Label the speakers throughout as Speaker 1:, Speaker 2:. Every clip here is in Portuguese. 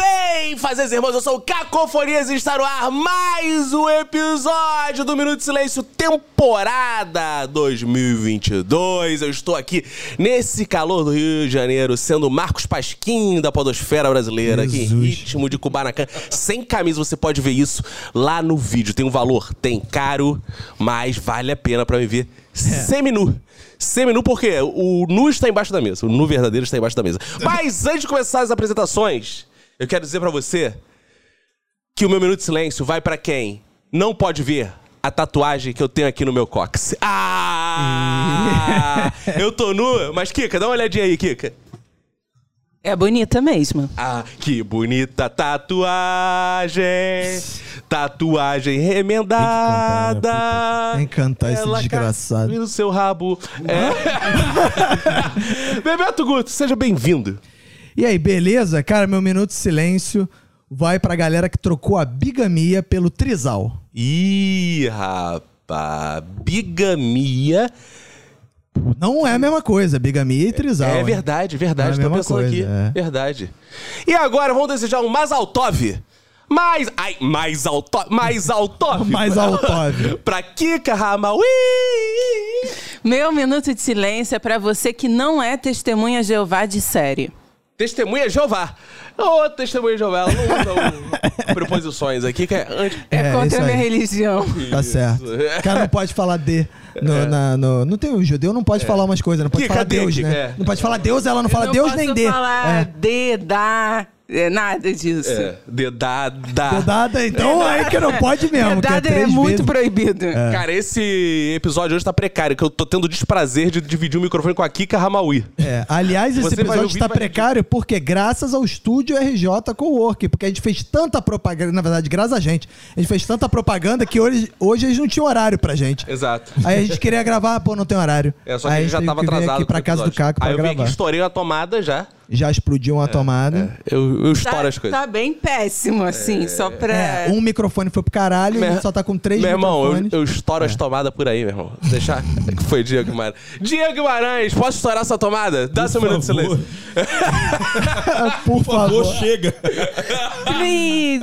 Speaker 1: Bem, fazeres irmãos, eu sou o Cacofonias e está no ar mais um episódio do Minuto de Silêncio, temporada 2022. Eu estou aqui nesse calor do Rio de Janeiro, sendo Marcos Pasquim da podosfera brasileira, aqui em
Speaker 2: Jesus.
Speaker 1: ritmo de Kubanacan. Sem camisa, você pode ver isso lá no vídeo. Tem um valor, tem caro, mas vale a pena pra me ver seminu. Seminu porque o nu está embaixo da mesa, o nu verdadeiro está embaixo da mesa. Mas antes de começar as apresentações, eu quero dizer pra você que o meu minuto de silêncio vai pra quem não pode ver a tatuagem que eu tenho aqui no meu cóccix. Ah! eu tô nu, mas Kika, dá uma olhadinha aí, Kika.
Speaker 3: É bonita mesmo.
Speaker 1: Ah, que bonita tatuagem! Tatuagem remendada!
Speaker 2: Tem que cantar esse
Speaker 1: Ela
Speaker 2: desgraçado.
Speaker 1: cabe no seu rabo. É. Bebeto Guto, seja bem-vindo.
Speaker 2: E aí, beleza? Cara, meu minuto de silêncio vai pra galera que trocou a bigamia pelo trisal.
Speaker 1: Ih, rapaz, bigamia.
Speaker 2: Não é a mesma coisa, bigamia e trisal.
Speaker 1: é
Speaker 2: hein?
Speaker 1: verdade, verdade.
Speaker 2: Tá É a
Speaker 1: Tô
Speaker 2: mesma
Speaker 1: pensando
Speaker 2: coisa,
Speaker 1: aqui.
Speaker 2: é.
Speaker 1: Verdade. E agora vamos desejar um Mazaltov. Mais. Ai, mais Altov. Mais Altov.
Speaker 2: Mais Altov.
Speaker 1: pra Kika Ramaui.
Speaker 3: Meu minuto de silêncio é pra você que não é testemunha Jeová de série.
Speaker 1: Testemunha é Jeová. Ô, testemunha é Jeová, ela não usa o- preposições aqui, que é antes.
Speaker 3: É,
Speaker 2: É, isso
Speaker 3: contra a minha
Speaker 2: aí.
Speaker 3: religião.
Speaker 2: Tá certo. O cara não pode falar de. No, na- no- não tem o judeu, não pode falar umas coisas, não pode
Speaker 1: É. Que-
Speaker 2: falar
Speaker 1: cadê,
Speaker 2: Deus,
Speaker 1: que-
Speaker 2: né?
Speaker 1: é.
Speaker 2: Não pode falar Deus, ela não fala
Speaker 3: Eu
Speaker 2: Deus
Speaker 3: não
Speaker 2: nem
Speaker 3: posso
Speaker 2: de.
Speaker 3: falar
Speaker 2: É.
Speaker 3: de, da, é, nada disso.
Speaker 1: É, dedada.
Speaker 2: Dedada, então é que não pode mesmo. que é,
Speaker 3: Dada é,
Speaker 2: três
Speaker 3: muito
Speaker 2: vezes. É.
Speaker 3: proibido.
Speaker 1: Cara, esse episódio hoje tá precário, que eu tô tendo o desprazer de dividir o microfone com a Kika Ramaui.
Speaker 2: É, aliás, esse
Speaker 1: Você vai
Speaker 2: episódio
Speaker 1: ouvir,
Speaker 2: está
Speaker 1: vai
Speaker 2: precário porque graças ao estúdio RJ Cowork, porque a gente fez tanta propaganda, na verdade, graças a gente, a gente fez tanta propaganda que hoje, hoje eles não tinham horário pra gente.
Speaker 1: Exato.
Speaker 2: Aí a gente queria gravar, pô, não tem horário.
Speaker 1: É, só que
Speaker 2: Aí
Speaker 1: ele já
Speaker 2: teve
Speaker 1: tava
Speaker 2: que vir
Speaker 1: atrasado.
Speaker 2: aqui pra
Speaker 1: pro
Speaker 2: casa do
Speaker 1: episódio.
Speaker 2: Caco
Speaker 1: Aí
Speaker 2: pra
Speaker 1: eu vim
Speaker 2: gravar.
Speaker 1: aqui, estourei a tomada já.
Speaker 2: Já explodiu uma tomada.
Speaker 1: Eu, eu estouro
Speaker 3: Tá,
Speaker 1: as coisas.
Speaker 3: tá bem péssimo, assim, só pra.
Speaker 2: É, um microfone foi pro caralho, a gente só tá com três
Speaker 1: Meu irmão, eu,
Speaker 2: microfones. É.
Speaker 1: eu estouro as tomadas por aí, meu irmão. Deixar. que Foi Diego Guimarães. Diego Guimarães, posso estourar essa é tomada? Dá seu minuto de silêncio.
Speaker 2: Por
Speaker 4: Alô,
Speaker 2: favor.
Speaker 4: chega!
Speaker 3: Please!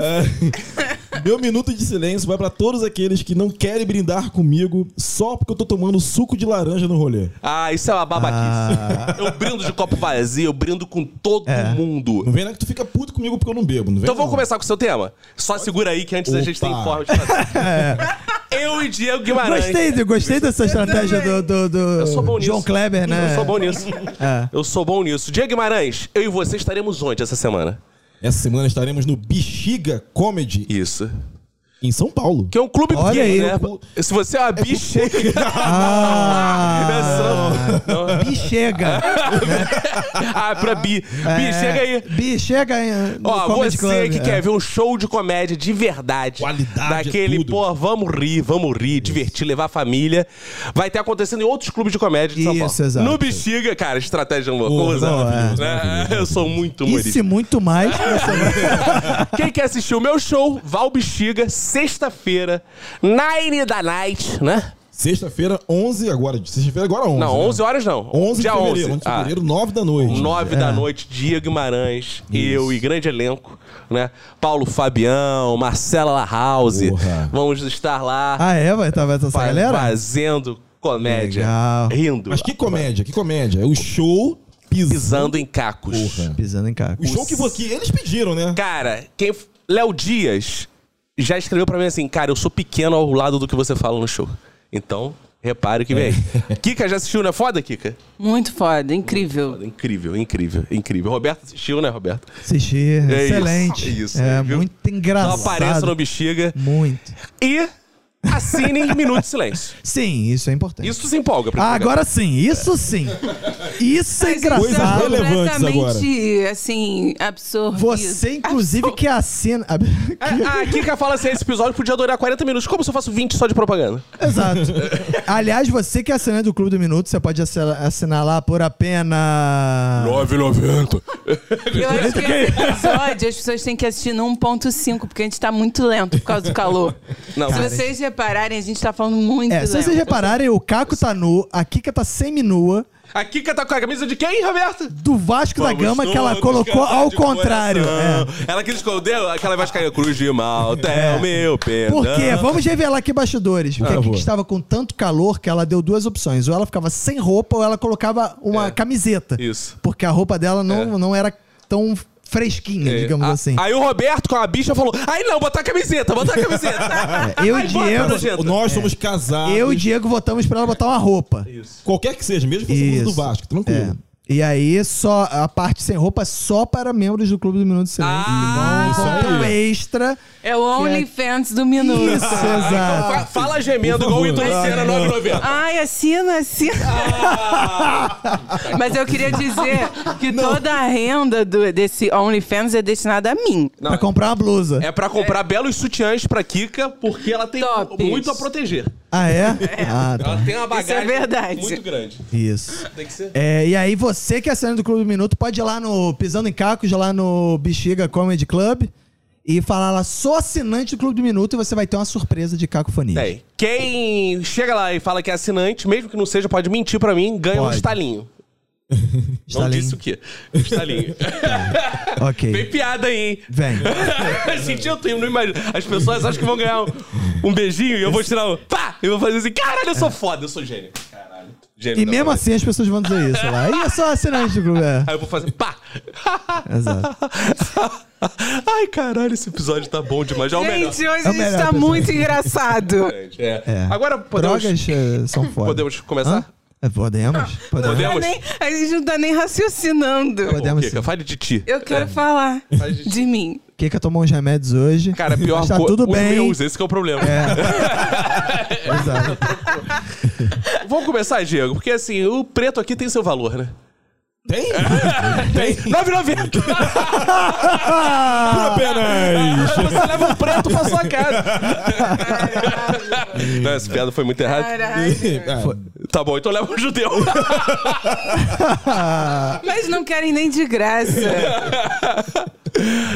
Speaker 4: Meu minuto de silêncio vai pra todos aqueles que não querem brindar comigo só porque eu tô tomando suco de laranja no rolê.
Speaker 1: Ah, isso é uma babaquice.
Speaker 2: Ah.
Speaker 1: Eu brindo de copo vazio, eu brindo com todo
Speaker 2: É.
Speaker 1: mundo.
Speaker 4: Não vem lá que tu fica puto comigo porque eu não bebo, não vem
Speaker 1: Então vamos
Speaker 4: não.
Speaker 1: começar com o seu tema? Só segura aí que antes a gente tem
Speaker 4: Opa.
Speaker 1: forma de fazer. Eu e Diego Guimarães.
Speaker 2: Gostei, de- gostei dessa estratégia do, do, do
Speaker 1: Eu sou bom nisso.
Speaker 2: João Kleber, né?
Speaker 1: Eu sou bom nisso.
Speaker 2: É.
Speaker 1: Eu sou bom nisso. Diego Guimarães, eu e você estaremos onde essa semana?
Speaker 4: Essa semana estaremos no Bexiga Comedy
Speaker 1: Isso.
Speaker 4: em São Paulo.
Speaker 1: Que é um clube
Speaker 2: Olha
Speaker 1: gay,
Speaker 2: aí,
Speaker 1: né?
Speaker 2: o
Speaker 1: Se você é uma bicha.
Speaker 2: Ah,
Speaker 1: Não.
Speaker 2: Bi chega.
Speaker 1: Ah, pra bi.
Speaker 2: É.
Speaker 1: Bi, chega aí.
Speaker 2: Bi, chega aí. no
Speaker 1: Ó, você
Speaker 2: Comedy Club.
Speaker 1: que
Speaker 2: É.
Speaker 1: quer ver um show de comédia de verdade.
Speaker 4: Qualidade
Speaker 1: Daquele,
Speaker 4: é tudo.
Speaker 1: pô, vamos rir, vamos rir, divertir, levar a família. Vai ter acontecendo em outros clubes de comédia de São Paulo.
Speaker 2: Isso, exato.
Speaker 1: No Bexiga, cara, estratégia é
Speaker 4: Boa,
Speaker 1: loucura.
Speaker 2: boa,
Speaker 1: né?
Speaker 4: É.
Speaker 1: Eu sou muito
Speaker 2: Isso
Speaker 1: humorista.
Speaker 2: e muito mais. você vai-
Speaker 1: Quem quer assistir o meu show, Val Bexiga, sexta-feira, nine da night, né?
Speaker 4: Sexta-feira, 11, agora. Sexta-feira, agora 11.
Speaker 1: Não,
Speaker 4: né?
Speaker 1: 11 horas não.
Speaker 4: 11 de
Speaker 1: Dia
Speaker 4: fevereiro,
Speaker 1: 11.
Speaker 4: 11 de
Speaker 1: Ah.
Speaker 4: fevereiro, 9 da noite.
Speaker 1: 9 da noite, Diego Guimarães, eu e grande elenco, né? Paulo Fabião, Marcela Lahouse.
Speaker 4: Porra.
Speaker 1: Vamos estar lá
Speaker 2: Ah, é? Vai estar vai tá essa
Speaker 1: fa-
Speaker 2: galera?
Speaker 1: fazendo comédia,
Speaker 2: Legal.
Speaker 1: rindo,
Speaker 4: Mas que comédia, que comédia. É o show pisando.
Speaker 1: pisando em cacos.
Speaker 4: Porra.
Speaker 2: Pisando em caco.
Speaker 4: O show que, vo- que eles pediram, né?
Speaker 1: Cara, quem f- Léo Dias já escreveu pra mim assim, cara, eu sou pequeno ao lado do que você fala no show. Então, repare que vem. aí. Kika já assistiu, não é foda, Kika?
Speaker 3: Muito foda, incrível.
Speaker 2: é
Speaker 1: Foda, Incrível, incrível, incrível. Roberto assistiu, né, Roberto?
Speaker 2: Assistir.
Speaker 1: É isso,
Speaker 2: Excelente.
Speaker 1: é isso,
Speaker 2: É,
Speaker 1: viu?
Speaker 2: muito
Speaker 1: Então
Speaker 2: engraçado.
Speaker 1: apareça no bexiga.
Speaker 2: Muito.
Speaker 1: e assinem Minuto de Silêncio.
Speaker 2: Sim, isso é importante.
Speaker 1: Isso se empolga. pra
Speaker 2: Ah,
Speaker 1: mim.
Speaker 2: agora sim. Isso sim. Isso é
Speaker 3: Mas isso
Speaker 4: Coisas
Speaker 2: engraçado.
Speaker 4: relevantes
Speaker 3: completamente, assim, absorvido.
Speaker 2: Você, inclusive, que é assina...
Speaker 1: Ah, a Kika fala assim, esse episódio podia durar 40 minutos. Como se eu faço 20 só de propaganda?
Speaker 2: Exato. Aliás, você que é assinante do Clube do Minuto, você pode assi- assinar lá por apenas...
Speaker 1: 9,90.
Speaker 3: Eu acho que
Speaker 2: é
Speaker 3: esse um episódio as pessoas têm que assistir no 1.5, porque a gente tá muito lento por causa do calor.
Speaker 1: Não,
Speaker 3: Se
Speaker 1: cara,
Speaker 3: vocês repararem, a gente tá falando muito.
Speaker 2: É, se
Speaker 3: Léo.
Speaker 2: vocês repararem, o Caco tá nu, a Kika tá seminua,
Speaker 1: A Kika tá com a camisa de quem, Roberto?
Speaker 2: do Vasco da Gama, que ela colocou ao contrário. É.
Speaker 1: Ela quis esconder aquela vascaína cruz de malta, é, o meu perdão.
Speaker 2: Por quê? Vamos revelar aqui bastidores. Porque
Speaker 4: Ah,
Speaker 2: a Kika
Speaker 4: boa.
Speaker 2: estava com tanto calor que ela deu duas opções. Ou ela ficava sem roupa ou ela colocava uma
Speaker 1: É.
Speaker 2: camiseta.
Speaker 1: Isso.
Speaker 2: Porque a roupa dela não, não era tão fresquinha,
Speaker 1: É,
Speaker 2: digamos
Speaker 1: a-
Speaker 2: assim.
Speaker 1: Aí o Roberto com a bicha falou: aí não, botar a camiseta, botar a camiseta.
Speaker 2: É, eu
Speaker 1: Aí
Speaker 2: e
Speaker 1: bota,
Speaker 2: Diego-
Speaker 1: nojenta.
Speaker 4: Nós somos casados.
Speaker 2: Eu e Diego votamos pra ela botar uma roupa.
Speaker 4: Qualquer que seja, mesmo que fosse
Speaker 2: Isso. É.
Speaker 4: do Vasco, tranquilo.
Speaker 2: E aí, só a parte sem roupa é só para membros do Clube do Minuto de Silêncio.
Speaker 1: Ah,
Speaker 2: Então,
Speaker 4: isso
Speaker 2: então,
Speaker 4: aí.
Speaker 2: extra.
Speaker 3: É o OnlyFans do Minuto.
Speaker 2: Isso, exato.
Speaker 1: Fa- Fala gemendo
Speaker 4: Por
Speaker 1: igual o é
Speaker 4: favor.
Speaker 1: Ito Lucena
Speaker 4: Ah,
Speaker 1: 990.
Speaker 3: Ai, assina, assina.
Speaker 2: Ah!
Speaker 3: Mas eu queria dizer que toda a renda do- desse OnlyFans é destinada a mim.
Speaker 2: Pra comprar uma blusa.
Speaker 1: É pra comprar belos sutiãs pra Kika, porque ela tem
Speaker 3: Tops. é
Speaker 1: muito a proteger.
Speaker 2: Ah, é? Ah, tá.
Speaker 1: Ela tem uma bagagem
Speaker 3: verdade.
Speaker 1: muito grande.
Speaker 2: Isso.
Speaker 1: Tem que ser.
Speaker 2: É, e aí, você que é assinante do Clube do Minuto, pode ir lá no Pisando em Cacos, lá no Bexiga Comedy Club, e falar lá, sou assinante do Clube do Minuto, e você vai ter uma surpresa de cacofonia.
Speaker 1: Tem. É Quem chega lá e fala que é assinante, mesmo que não seja, pode mentir pra mim, ganha um
Speaker 2: Pode.
Speaker 1: estalinho. Não
Speaker 2: Estalinho.
Speaker 1: disse o quê? Um Estalinho. Vem
Speaker 2: Ok.
Speaker 1: piada aí, hein?
Speaker 2: Vem.
Speaker 1: Gente, eu tenho, não imagino. As pessoas acham que vão ganhar um, um beijinho e eu vou tirar um. Pá! Eu vou fazer assim, caralho, eu sou foda, eu sou gênio. Caralho. Gênio
Speaker 2: E
Speaker 1: da
Speaker 2: mesmo
Speaker 1: parada.
Speaker 2: assim, as pessoas vão dizer isso lá. E eu sou assinante do Clube. É.
Speaker 1: Aí eu vou fazer pá!
Speaker 2: Exato.
Speaker 1: Ai, caralho, esse episódio tá bom demais. Já é o melhor.
Speaker 3: Gente, hoje
Speaker 2: É
Speaker 3: a
Speaker 2: o melhor
Speaker 3: gente tá
Speaker 2: episódio.
Speaker 3: muito engraçado.
Speaker 1: É.
Speaker 2: É.
Speaker 1: Agora podemos,
Speaker 2: Drogas eh, são foda.
Speaker 1: podemos começar? Ah,
Speaker 2: Hã? É, Podemos? Podemos.
Speaker 1: Podemos?
Speaker 3: Tá nem- a gente não tá nem raciocinando.
Speaker 1: Ô,
Speaker 2: Podemos
Speaker 1: Kika,
Speaker 2: sim.
Speaker 1: fale de ti.
Speaker 3: Eu
Speaker 2: É.
Speaker 3: quero falar de mim.
Speaker 2: Kika tomou uns remédios hoje.
Speaker 1: Cara, pior
Speaker 2: Mas tá
Speaker 1: co-
Speaker 2: tudo
Speaker 1: os
Speaker 2: bem.
Speaker 1: meus, esse que é o problema.
Speaker 2: Exato.
Speaker 1: Vamos começar, Diego, porque assim, o preto aqui tem seu valor, né?
Speaker 4: Tem? Tem?
Speaker 1: 9,90!
Speaker 4: Apenas!
Speaker 1: Você leva um preto pra sua casa. Não, essa piada foi muito errada.
Speaker 3: Caralho.
Speaker 4: Ah,
Speaker 1: Tá bom, então leva um judeu.
Speaker 3: Mas não querem nem de graça.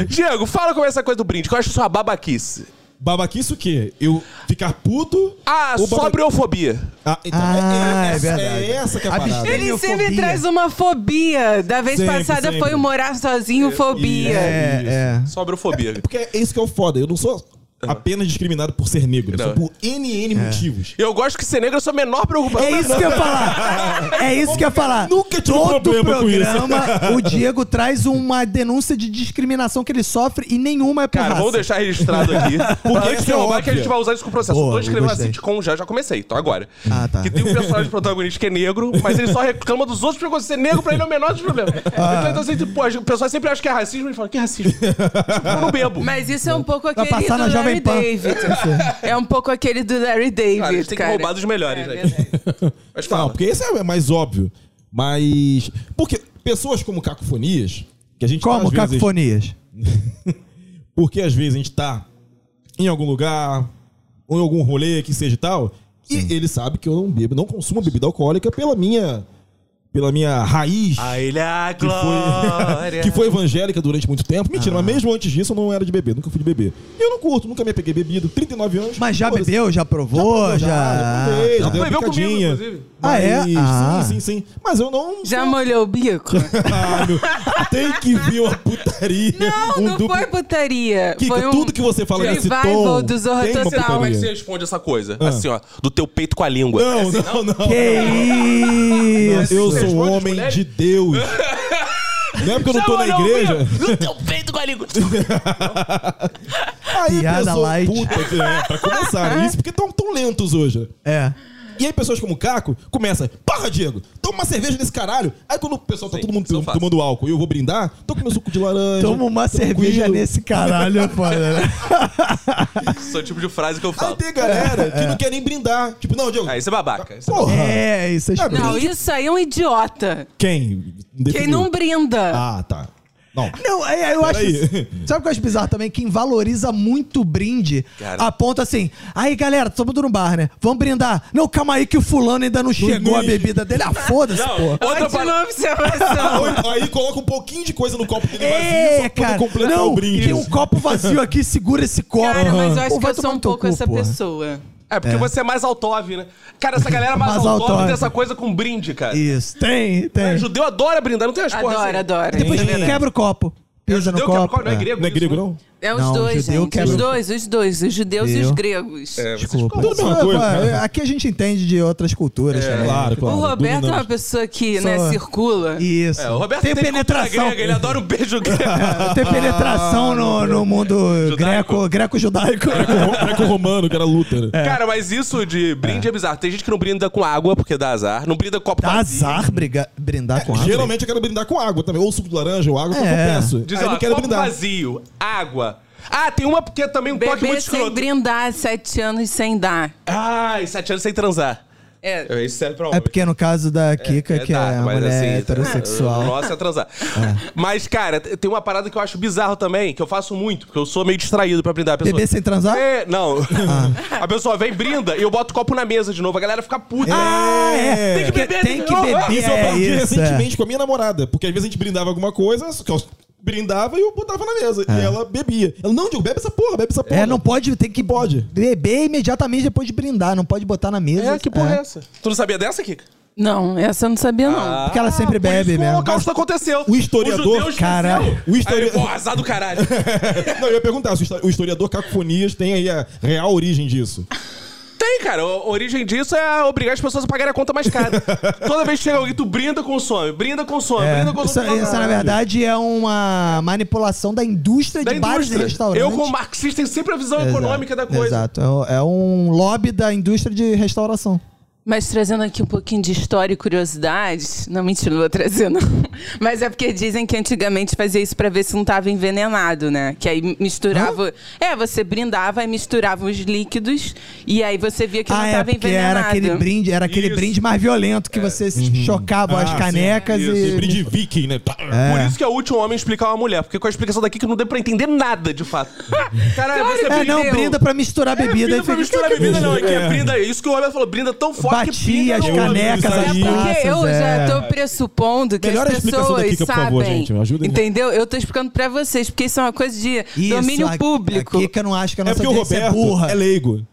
Speaker 1: Diego, fala como é essa coisa do brinde, que eu acho sua babaquice.
Speaker 4: Babaquice o quê? Eu ficar puto?
Speaker 1: Ah,
Speaker 4: Ou baba-
Speaker 1: sobreofobia.
Speaker 4: Ah, então,
Speaker 2: Ah,
Speaker 4: é, é,
Speaker 2: é
Speaker 4: essa-
Speaker 2: verdade.
Speaker 4: é essa que é a
Speaker 2: A
Speaker 4: parada.
Speaker 2: besteira-
Speaker 3: Ele sempre
Speaker 2: Fobia.
Speaker 3: traz uma fobia. Da vez
Speaker 4: Sempre,
Speaker 3: passada
Speaker 4: sempre.
Speaker 3: foi o morar sozinho, fobia.
Speaker 2: É, é.
Speaker 1: Sobreofobia.
Speaker 4: Porque é isso que é o foda. Eu não sou apenas discriminado por ser negro. Eu
Speaker 1: Ah. Não.
Speaker 4: sou por NN motivos.
Speaker 1: Eu gosto que ser negro é a sua menor preocupação.
Speaker 2: É isso que eu ia falar. É isso que eu ia falar.
Speaker 4: Nunca tive
Speaker 2: Todo
Speaker 4: problema com isso.
Speaker 2: programa, o Diego traz uma denúncia de discriminação que ele sofre e nenhuma é por
Speaker 1: Cara,
Speaker 2: raça.
Speaker 1: vamos deixar registrado aqui. Porque antes de
Speaker 4: é
Speaker 1: roubar, que a
Speaker 4: óbvia.
Speaker 1: gente vai usar isso com o processo.
Speaker 2: Boa,
Speaker 1: eu tô escrevendo assim, uma
Speaker 2: gostei.
Speaker 1: sitcom já, já comecei, então agora.
Speaker 2: Ah, tá.
Speaker 1: Que tem um personagem protagonista que é negro, mas ele só reclama dos outros porque ser negro pra ele é o menor dos problemas.
Speaker 2: Ah.
Speaker 1: Então, então, assim, pô, o pessoal sempre acha que é racismo e fala, que racismo? tipo, eu não bebo.
Speaker 3: Mas isso é um pouco
Speaker 2: Vai
Speaker 3: aquele
Speaker 2: passar
Speaker 3: do
Speaker 2: na Jovem
Speaker 3: Larry
Speaker 2: Pan.
Speaker 3: David. É um pouco aquele do Larry David,
Speaker 1: Cara, a
Speaker 3: cara.
Speaker 1: gente tem que roubar dos melhores,
Speaker 3: É
Speaker 1: né?
Speaker 3: verdade.
Speaker 1: Mas
Speaker 4: Não,
Speaker 1: fala.
Speaker 4: porque esse é mais óbvio. Mas. Porque pessoas como cacofonias. Que a gente tá,
Speaker 2: Como,
Speaker 4: às vezes,
Speaker 2: cacofonias?
Speaker 4: Porque às vezes a gente tá em algum lugar, ou em algum rolê que seja e tal, e ele sabe que eu não bebo, não consumo bebida alcoólica pela minha pela minha raiz,
Speaker 1: A ilha
Speaker 4: que
Speaker 1: glória.
Speaker 4: foi, que foi evangélica durante muito tempo. Mentira, mas mesmo antes disso eu não era de beber, nunca fui de beber. E eu não curto, nunca me peguei bebido, 39 anos.
Speaker 2: Mas já
Speaker 4: foda-se.
Speaker 2: bebeu? Já provou? Já.
Speaker 4: provei, já dei uma
Speaker 1: Bebeu comigo,
Speaker 4: picadinha.
Speaker 1: inclusive.
Speaker 2: Ah, é?
Speaker 4: Mas-
Speaker 2: Ah.
Speaker 4: Sim, sim, sim. Mas eu não.
Speaker 3: Já molhou o bico?
Speaker 4: Caralho, tem que vir uma putaria.
Speaker 3: Não,
Speaker 4: um
Speaker 3: não
Speaker 4: duplo-
Speaker 3: foi putaria.
Speaker 4: Kika,
Speaker 3: foi um...
Speaker 4: tudo que você fala nesse
Speaker 3: revival
Speaker 4: tom.
Speaker 3: do Zorra
Speaker 4: tem uma
Speaker 3: Total.
Speaker 4: putaria.
Speaker 1: Como é que você responde essa coisa?
Speaker 2: Ah.
Speaker 1: Assim, ó, do teu peito com a língua. É
Speaker 4: Não,
Speaker 1: assim,
Speaker 4: não, não.
Speaker 2: Que isso?
Speaker 4: Eu sou
Speaker 1: responde
Speaker 4: um
Speaker 1: as
Speaker 4: homem
Speaker 1: mulheres?
Speaker 4: de Deus. Não é porque eu não tô na
Speaker 1: Não, não,
Speaker 4: igreja.
Speaker 1: meu, Do teu peito com a língua.
Speaker 4: Aí
Speaker 2: Piada
Speaker 4: pessoa-
Speaker 2: light.
Speaker 4: Puta que é, pra começar. Isso porque tão, tão lentos hoje. né?
Speaker 2: É.
Speaker 4: E aí pessoas como o Caco começam, porra, Diego, toma uma cerveja nesse caralho. Aí quando o pessoal tá
Speaker 1: Sim,
Speaker 4: todo mundo
Speaker 1: isso eu
Speaker 4: tom-
Speaker 1: faço.
Speaker 4: tomando álcool e eu vou brindar, tô com meu suco de laranja.
Speaker 2: Toma uma
Speaker 4: tranquilo.
Speaker 2: cerveja nesse caralho, é foda, né?
Speaker 1: Esse é o tipo de frase que eu
Speaker 4: Aí
Speaker 1: falo.
Speaker 4: tem galera que não quer nem brindar. Tipo, não, Diego.
Speaker 1: Ah, isso é babaca. Isso é
Speaker 4: porra.
Speaker 2: É, isso é escroto.
Speaker 3: Não, isso aí é um idiota.
Speaker 4: Quem?
Speaker 3: Quem
Speaker 4: Definiu.
Speaker 3: não brinda.
Speaker 4: Ah, tá. Não.
Speaker 2: Não, é, eu acho.
Speaker 4: Peraí.
Speaker 2: Sabe o que eu acho bizarro também? Quem valoriza muito o brinde
Speaker 1: Cara.
Speaker 2: aponta assim. Aí, galera, todo mundo no bar, né? Vamos brindar. Não, calma aí que o fulano ainda não chegou a
Speaker 4: lixo.
Speaker 2: bebida dele. Ah, foda-se,
Speaker 1: Não,
Speaker 2: pô.
Speaker 1: outra
Speaker 3: Ótima
Speaker 1: parada.
Speaker 3: observação.
Speaker 4: Ou- Aí coloca um pouquinho de coisa no copo dele vazio só
Speaker 2: É,
Speaker 4: pra
Speaker 2: cara.
Speaker 4: poder completar
Speaker 2: Não,
Speaker 4: o brinde.
Speaker 2: tem um copo vazio aqui, segura esse copo.
Speaker 3: Cara, mas eu acho
Speaker 2: Pô,
Speaker 3: que
Speaker 2: vai
Speaker 3: eu sou
Speaker 2: tomar
Speaker 3: um
Speaker 2: no teu cu,
Speaker 3: pouco essa
Speaker 2: porra.
Speaker 3: pessoa.
Speaker 1: É, porque você é mais altov, né? Cara, essa galera mais,
Speaker 2: Mais
Speaker 1: altov,
Speaker 2: altov.
Speaker 1: tem essa coisa com brinde, cara. É
Speaker 2: Isso. Tem, tem.
Speaker 1: Judeu adora brindar, não tem as porra
Speaker 3: Adoro,
Speaker 1: assim.
Speaker 3: adoro.
Speaker 2: Depois quebra o copo. Pisa no
Speaker 1: Judeu que é-
Speaker 2: copo.
Speaker 1: não é
Speaker 2: É.
Speaker 1: grego,
Speaker 4: Não é
Speaker 1: isso,
Speaker 4: grego,
Speaker 1: né?
Speaker 4: não?
Speaker 3: É os
Speaker 2: Não,
Speaker 3: dois,
Speaker 2: judeu
Speaker 3: gente.
Speaker 2: quebra-
Speaker 3: Os dois, os dois. Os judeus e os
Speaker 2: Eu?
Speaker 3: gregos.
Speaker 1: É, vocês-
Speaker 2: Desculpa. é,
Speaker 4: Tudo a mesma coisa, cara.
Speaker 2: Aqui a gente entende de outras culturas.
Speaker 1: É,
Speaker 2: também. né?
Speaker 4: Claro,
Speaker 3: O
Speaker 4: claro.
Speaker 3: Roberto é uma
Speaker 4: Dominante.
Speaker 3: pessoa que, né,
Speaker 2: Sou-
Speaker 3: circula.
Speaker 2: Isso.
Speaker 1: É, o Roberto
Speaker 2: tem,
Speaker 1: tem,
Speaker 2: penetração.
Speaker 1: penetração. Grega, ele adora um beijo grego.
Speaker 2: Tem penetração no, no mundo
Speaker 1: Ah, Judaico.
Speaker 2: greco- greco-judaico.
Speaker 4: É Greco-romano, que era né? Luther.
Speaker 2: É.
Speaker 1: Cara, mas isso de brinde é bizarro. Tem gente que não brinda com água porque dá azar. Não brinda com copo
Speaker 2: Dá
Speaker 1: vazio.
Speaker 2: azar briga- brindar
Speaker 1: É,
Speaker 2: com água.
Speaker 4: Geralmente eu quero brindar com água também. Ou suco de laranja, ou água, que
Speaker 2: É.
Speaker 4: eu peço.
Speaker 1: Diz
Speaker 4: Aí eu
Speaker 1: lá,
Speaker 4: não quero
Speaker 1: copo
Speaker 4: brindar.
Speaker 1: vazio, água. Ah, tem uma porque é também um toque
Speaker 3: Beber
Speaker 1: muito
Speaker 3: sem
Speaker 1: escroto.
Speaker 3: brindar, sete anos sem dar.
Speaker 1: Ai, sete anos sem transar.
Speaker 3: É.
Speaker 1: É, Isso serve pra homem.
Speaker 2: É porque no caso da Kika, que
Speaker 1: dá,
Speaker 2: é a
Speaker 1: mas
Speaker 2: mulher
Speaker 1: assim,
Speaker 2: heterossexual.
Speaker 1: Nossa, é transar. Mas, cara, t- tem uma parada que eu acho bizarro também, que eu faço muito, porque eu sou meio distraído pra brindar. A pessoa...
Speaker 2: Beber sem transar?
Speaker 1: É, não. A pessoa vem, brinda, e eu boto o copo na mesa de novo. A galera fica puta.
Speaker 2: Ah, é.
Speaker 1: Tem que
Speaker 2: Porque
Speaker 1: beber,
Speaker 2: tem
Speaker 1: tem
Speaker 2: que
Speaker 1: que-
Speaker 2: beber.
Speaker 4: Isso eu
Speaker 2: É,
Speaker 4: aprendi
Speaker 2: isso, é.
Speaker 4: recentemente com a minha namorada. Porque às vezes a gente brindava alguma coisa, só que eu brindava e eu botava na mesa. E ela bebia. Ela, não, Diego, bebe essa porra, bebe essa porra.
Speaker 2: É, não pode, tem que
Speaker 4: Pode.
Speaker 2: beber imediatamente depois de brindar, não pode botar na mesa.
Speaker 1: É, que porra é essa? Tu não sabia dessa, Kika?
Speaker 3: Não, essa eu não sabia, não.
Speaker 2: Porque
Speaker 1: Ah,
Speaker 2: ela sempre
Speaker 1: por
Speaker 2: bebe
Speaker 1: isso que O
Speaker 2: mesmo.
Speaker 1: holocausto aconteceu.
Speaker 4: O historiador,
Speaker 1: Os judeus
Speaker 2: cara,
Speaker 1: cresceu.
Speaker 4: o
Speaker 1: Aí,
Speaker 4: histori-
Speaker 1: pô, azar do caralho.
Speaker 4: Não, eu ia perguntar se o histo- o historiador Cacofonias tem aí a real origem disso.
Speaker 1: Tem, cara. A origem disso é obrigar as pessoas a pagarem a conta mais cara. Toda vez que chega alguém, tu brinda, consome. Brinda, consome.
Speaker 2: É.
Speaker 1: Brinda, consome.
Speaker 2: Isso,
Speaker 1: Fala,
Speaker 2: isso, na
Speaker 1: "Ah,
Speaker 2: verdade, é uma manipulação da indústria de
Speaker 1: da
Speaker 2: bares e
Speaker 1: indústria.
Speaker 2: restaurantes.
Speaker 1: Eu, como marxista, tenho sempre a visão
Speaker 2: Exato,
Speaker 1: econômica da coisa.
Speaker 2: Exato. É o- É um lobby da indústria de restauração.
Speaker 3: Mas trazendo aqui um pouquinho de história e curiosidades. Não, mentira, não vou trazer, não. Mas é porque dizem que antigamente fazia isso pra ver se não tava envenenado, né? Que aí misturava. É, você brindava e misturava os líquidos. E aí você via que não
Speaker 2: ah, é,
Speaker 3: tava
Speaker 2: porque
Speaker 3: envenenado.
Speaker 2: era aquele brinde, era aquele
Speaker 1: Isso.
Speaker 2: brinde mais violento que você se chocava
Speaker 4: Ah,
Speaker 2: as
Speaker 1: Uhum.
Speaker 2: canecas
Speaker 1: sim, isso.
Speaker 2: e.
Speaker 4: Esse É. brinde viking, né?
Speaker 1: Por isso que é útil um homem explicar uma mulher, porque com a explicação daqui que não deu pra entender nada, de fato. Caralho,
Speaker 3: Claro
Speaker 1: você
Speaker 3: que
Speaker 2: É,
Speaker 1: brinda.
Speaker 2: não,
Speaker 3: Entendeu? É,
Speaker 2: brinda pra misturar bebida.
Speaker 1: bebida
Speaker 2: aí
Speaker 1: pra
Speaker 2: fica-
Speaker 1: misturar bebida, não. É que
Speaker 4: É.
Speaker 1: é brinda. Isso que o Roberto falou, brinda tão forte que
Speaker 2: Batia
Speaker 1: brinda
Speaker 2: as
Speaker 1: no-
Speaker 4: olho,
Speaker 2: canecas,
Speaker 4: isso
Speaker 2: as
Speaker 4: aí.
Speaker 3: É porque eu
Speaker 2: taças, é.
Speaker 3: já tô pressupondo que
Speaker 4: Melhor a
Speaker 3: as
Speaker 4: explicação
Speaker 3: pessoas
Speaker 4: da Kika, por
Speaker 3: sabem.
Speaker 4: favor, gente. Me ajudem.
Speaker 3: Entendeu? Eu tô explicando pra vocês, porque isso é uma coisa de
Speaker 2: Isso,
Speaker 3: domínio
Speaker 2: a-
Speaker 3: público.
Speaker 2: A Kika não acha que a
Speaker 4: É
Speaker 2: nossa
Speaker 4: porque o
Speaker 2: audiência é
Speaker 4: Roberto
Speaker 2: burra.
Speaker 4: é leigo.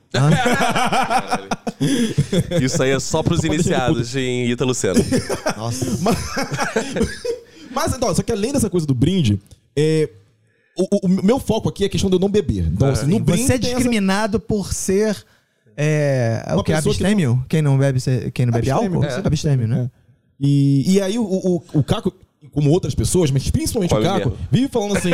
Speaker 1: Isso aí é só pros iniciados em Ita Lucena.
Speaker 2: Nossa.
Speaker 4: Mas, então, só que além dessa coisa do brinde, é, o, o- o meu foco aqui é a questão de eu não beber. Então, assim, no brinde.
Speaker 2: Você é
Speaker 4: tem essa-
Speaker 2: discriminado por ser. É, é o
Speaker 4: Uma
Speaker 2: que?
Speaker 4: pessoa que não-
Speaker 2: Abstêmio? Quem não bebe, ce- quem não bebe
Speaker 4: Abstêmio,
Speaker 2: álcool?
Speaker 4: é.
Speaker 2: Abstêmio, né?
Speaker 4: E, e aí o, o, o Caco, como outras pessoas, mas principalmente
Speaker 1: Come
Speaker 4: o Caco,
Speaker 1: mesmo.
Speaker 4: vive falando assim: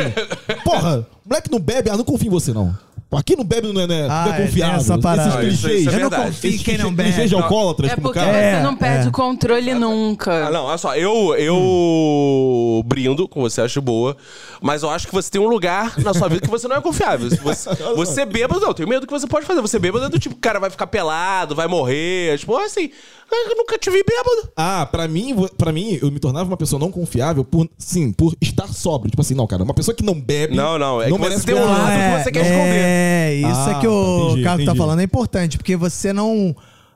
Speaker 4: Porra, moleque não bebe, ah, não confio em você não. Aqui não bebe, não é, não é,
Speaker 2: Ah,
Speaker 4: não é
Speaker 2: é,
Speaker 4: confiável.
Speaker 2: tem essa parada.
Speaker 4: Esses
Speaker 1: Não, isso-
Speaker 4: clichês.
Speaker 1: isso é
Speaker 2: eu não
Speaker 1: verdade.
Speaker 2: confio em
Speaker 4: Esses
Speaker 2: quem não
Speaker 4: clichês
Speaker 2: bebe.
Speaker 4: de alcoólatras,
Speaker 3: É
Speaker 4: como o
Speaker 3: porque
Speaker 4: Caco.
Speaker 2: É,
Speaker 3: você não perde o controle nunca.
Speaker 1: Ah, não, olha só, eu, eu brindo com você, acho boa, mas eu acho que você tem um lugar na sua vida que você não é confiável. Se Você, você é bêbado, não, eu tenho medo do que você pode fazer. Você bêbado é do tipo, cara, vai ficar pelado, vai morrer, tipo assim. Eu nunca te vi bêbado.
Speaker 4: Ah, pra mim, vo- pra mim, eu me tornava uma pessoa não confiável por, sim, por estar sóbrio. Tipo assim, não, cara, uma pessoa que não bebe.
Speaker 1: Não, não, é que
Speaker 4: merece
Speaker 1: você tem um
Speaker 4: confiança.
Speaker 1: lado que você quer
Speaker 2: É,
Speaker 4: esconder.
Speaker 2: isso
Speaker 4: Ah,
Speaker 2: é que o
Speaker 4: entendi,
Speaker 2: Carlos tá
Speaker 4: entendi.
Speaker 2: falando é importante, porque você não.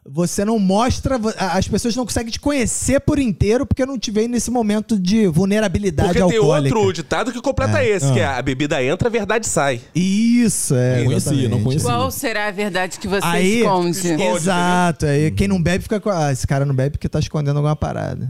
Speaker 2: Você não mostra, vo- a- as pessoas não conseguem te conhecer por inteiro porque não te veem nesse momento de vulnerabilidade
Speaker 1: Porque tem
Speaker 2: alcoólica.
Speaker 1: outro ditado que completa esse, que é a bebida entra, a verdade sai.
Speaker 2: Isso, é.
Speaker 4: Não conhecia, não
Speaker 2: exatamente.
Speaker 4: conhecia.
Speaker 3: Qual será a verdade que você
Speaker 2: Aí,
Speaker 3: esconde?
Speaker 2: exato. Aí quem não bebe fica com. Ah, esse cara não bebe porque tá escondendo alguma
Speaker 1: Ah,
Speaker 2: parada.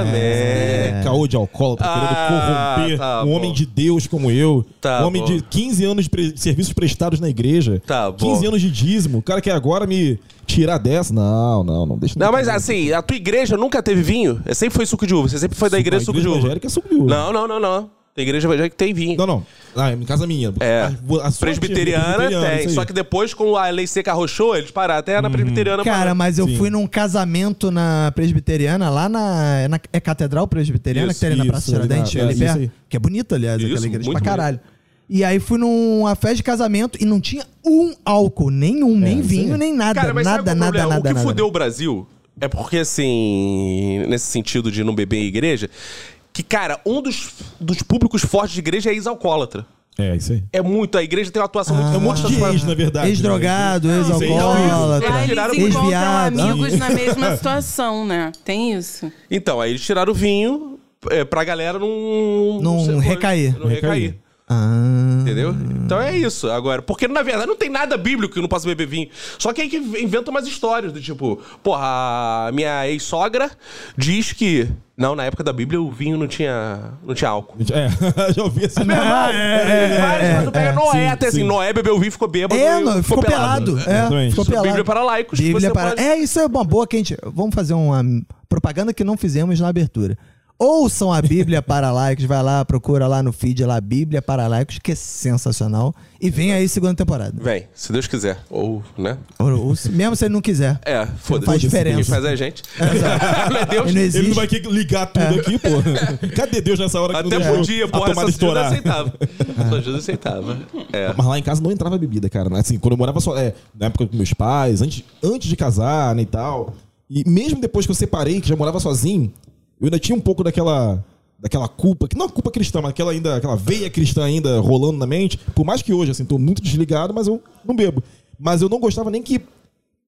Speaker 1: Exatamente.
Speaker 4: É, caô de alcoólatra,
Speaker 1: Ah,
Speaker 4: querendo corromper
Speaker 1: tá
Speaker 4: um
Speaker 1: bom.
Speaker 4: homem de Deus como eu.
Speaker 1: Tá
Speaker 4: um homem
Speaker 1: bom.
Speaker 4: de 15 anos de pre- serviços prestados na igreja.
Speaker 1: Tá bom.
Speaker 4: 15 anos de dízimo. O cara quer agora me tirar dessa. Não, não, não. Deixa
Speaker 1: Não, mas assim, a tua igreja nunca teve vinho? É, Sempre foi suco de uva. Você sempre foi da igreja suco de uva.
Speaker 4: evangélica subiu.
Speaker 1: Não, não, não, não. Tem igreja evangélica que tem vinho.
Speaker 4: Não, não. Ah, é em casa minha.
Speaker 1: É.
Speaker 4: A- a sua
Speaker 1: Presbiteriana tem.
Speaker 4: tia, isso aí. Uhum.
Speaker 1: Só que depois, com a lei seca arrochou, eles pararam. Até na presbiteriana
Speaker 2: Cara,
Speaker 1: pararam.
Speaker 2: mas eu
Speaker 4: Sim.
Speaker 2: fui num casamento na presbiteriana, lá na. na- é Catedral Presbiteriana,
Speaker 4: Isso,
Speaker 2: que tem ali na
Speaker 4: isso,
Speaker 2: Praça
Speaker 4: ali na-
Speaker 2: Tiradentes,
Speaker 4: é,
Speaker 2: ali
Speaker 4: isso
Speaker 2: perto.
Speaker 4: aí.
Speaker 2: Que é bonito, aliás,
Speaker 1: Isso,
Speaker 2: aquela igreja pra
Speaker 1: muito
Speaker 2: caralho. E aí fui numa festa de casamento e não tinha um álcool, nenhum, nem
Speaker 4: isso
Speaker 2: vinho,
Speaker 4: aí.
Speaker 2: nem nada.
Speaker 1: É, Cara, mas sabe
Speaker 2: nada,
Speaker 1: qual
Speaker 2: nada,
Speaker 1: é o problema?
Speaker 2: nada.
Speaker 1: O que
Speaker 2: nada.
Speaker 1: fudeu o Brasil é porque, assim, nesse sentido de não beber em igreja, que, cara, um dos, dos públicos fortes de igreja é ex-alcoólatra.
Speaker 4: É, isso aí.
Speaker 1: É muito, a igreja tem uma atuação muito
Speaker 4: É um monte de ex, na verdade.
Speaker 2: Ah,
Speaker 4: né? Ah,
Speaker 2: Ex-drogado,
Speaker 4: isso aí não,
Speaker 2: ex-alcoólatra.
Speaker 3: Ah,
Speaker 1: Tiraram-
Speaker 3: eles encontram
Speaker 2: Desviado.
Speaker 3: amigos na mesma situação, né? Tem isso.
Speaker 1: Então, aí eles tiraram o vinho é, pra galera não...
Speaker 2: Não recair.
Speaker 1: Não recair.
Speaker 2: Ah.
Speaker 1: Entendeu? Então é isso. Agora, porque na verdade não tem nada bíblico que eu não possa beber vinho. Só que aí que inventa umas histórias do tipo, porra, a minha ex-sogra diz que. Não, na época da Bíblia o vinho não tinha, não tinha álcool.
Speaker 4: É, já ouvi essa.
Speaker 2: Ah, é, é,
Speaker 1: Vários, mas tu pega
Speaker 2: é,
Speaker 1: Noé,
Speaker 4: sim,
Speaker 1: até
Speaker 4: sim.
Speaker 1: assim, Noé bebeu vinho, ficou bêbado.
Speaker 2: É,
Speaker 1: e
Speaker 2: não, ficou pelado. É,
Speaker 4: Exatamente.
Speaker 2: ficou pelado.
Speaker 1: Bíblia para laicos,
Speaker 2: Bíblia
Speaker 1: você
Speaker 2: para-
Speaker 1: pode-
Speaker 2: É, isso é uma boa que a gente... Vamos fazer uma propaganda que não fizemos na abertura. Ouçam a Bíblia para laicos, vai lá, procura lá no feed lá, Bíblia para laicos, que é sensacional. E vem aí segunda temporada.
Speaker 1: Vem, se Deus quiser. Ou, né?
Speaker 2: Ou- ou se- mesmo se ele não quiser.
Speaker 1: É, foda-se.
Speaker 2: faz diferença.
Speaker 1: Quem faz é a gente. Não é Deus.
Speaker 2: Ele não
Speaker 4: Ele não
Speaker 2: existe. É.
Speaker 4: vai querer ligar tudo aqui, pô. Cadê Deus nessa hora que não
Speaker 1: Até
Speaker 4: deixou
Speaker 1: podia,
Speaker 4: a
Speaker 1: porra, assim,
Speaker 4: tomada
Speaker 1: essa ajuda
Speaker 4: estourar?
Speaker 1: aceitava. Essa ajuda aceitava. É.
Speaker 4: Mas lá em casa não entrava bebida, cara. Assim, quando eu morava só. é, na época com meus pais, antes, antes de casar né, e tal. E mesmo depois que eu separei, que já morava sozinho, eu ainda tinha um pouco daquela. Daquela culpa, que não é culpa cristã, mas aquela, ainda, aquela veia cristã ainda rolando na mente. Por mais que hoje, assim, tô muito desligado, mas eu não bebo. Mas eu não gostava nem que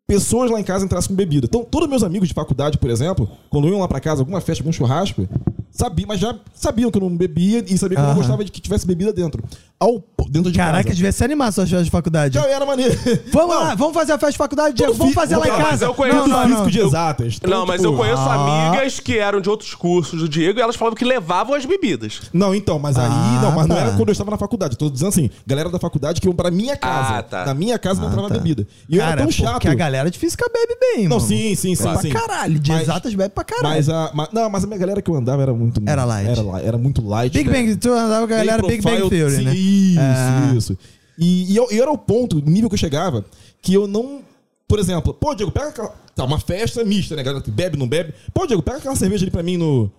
Speaker 4: pessoas lá em casa entrassem com bebida. Então, todos meus amigos de faculdade, por exemplo, quando iam lá pra casa, alguma festa, algum churrasco, sabiam, mas já sabiam que eu não bebia e sabiam que eu não
Speaker 2: Aham.
Speaker 4: gostava de que tivesse bebida dentro. Ao, dentro de
Speaker 2: Caraca,
Speaker 4: casa.
Speaker 2: devia se animar suas festas de faculdade.
Speaker 4: Já era maneiro.
Speaker 2: Vamos lá, vamos fazer a festa de faculdade, Diego.
Speaker 4: Tudo
Speaker 2: Vamos
Speaker 4: fi-
Speaker 2: fazer lá em
Speaker 4: Não,
Speaker 1: mas
Speaker 2: casa.
Speaker 1: eu conheço
Speaker 2: não, não,
Speaker 4: físico
Speaker 2: não.
Speaker 4: um de exatas. Então,
Speaker 1: Não, mas
Speaker 4: tipo,
Speaker 1: eu conheço
Speaker 2: ah.
Speaker 1: amigas que eram de outros cursos do Diego e elas falavam que levavam as bebidas.
Speaker 4: Não, então, mas aí.
Speaker 2: Ah,
Speaker 4: não, mas não
Speaker 2: tá.
Speaker 4: era quando eu estava na faculdade. Eu tô dizendo assim, galera da faculdade que iam pra minha casa.
Speaker 1: Ah, tá.
Speaker 4: Na minha casa não entrava
Speaker 2: tá.
Speaker 4: bebida. E eu
Speaker 2: Cara,
Speaker 4: era é
Speaker 2: pô,
Speaker 4: tão chato.
Speaker 2: Porque a galera de física bebe bem,
Speaker 4: Não,
Speaker 2: mano.
Speaker 4: sim, sim, sim,
Speaker 2: Pra
Speaker 4: sim.
Speaker 2: caralho. De
Speaker 4: Mas-
Speaker 2: exatas bebe pra caralho.
Speaker 4: Mas a. mas- não, mas a minha galera que eu andava era muito.
Speaker 2: Era light.
Speaker 4: Era, li- era muito light.
Speaker 2: Big
Speaker 4: né?
Speaker 2: Bang, tu andava com a galera Big Bang
Speaker 4: profile,
Speaker 2: Theory,
Speaker 4: sim,
Speaker 2: né?
Speaker 4: Isso,
Speaker 2: É.
Speaker 4: isso. E, e eu, eu era o ponto, o nível que eu chegava, que eu não. Por exemplo, pô, Diego, pega aquela. Tá, uma festa mista, né, galera? que Bebe, não bebe. Pô, Diego, pega aquela cerveja ali pra mim no.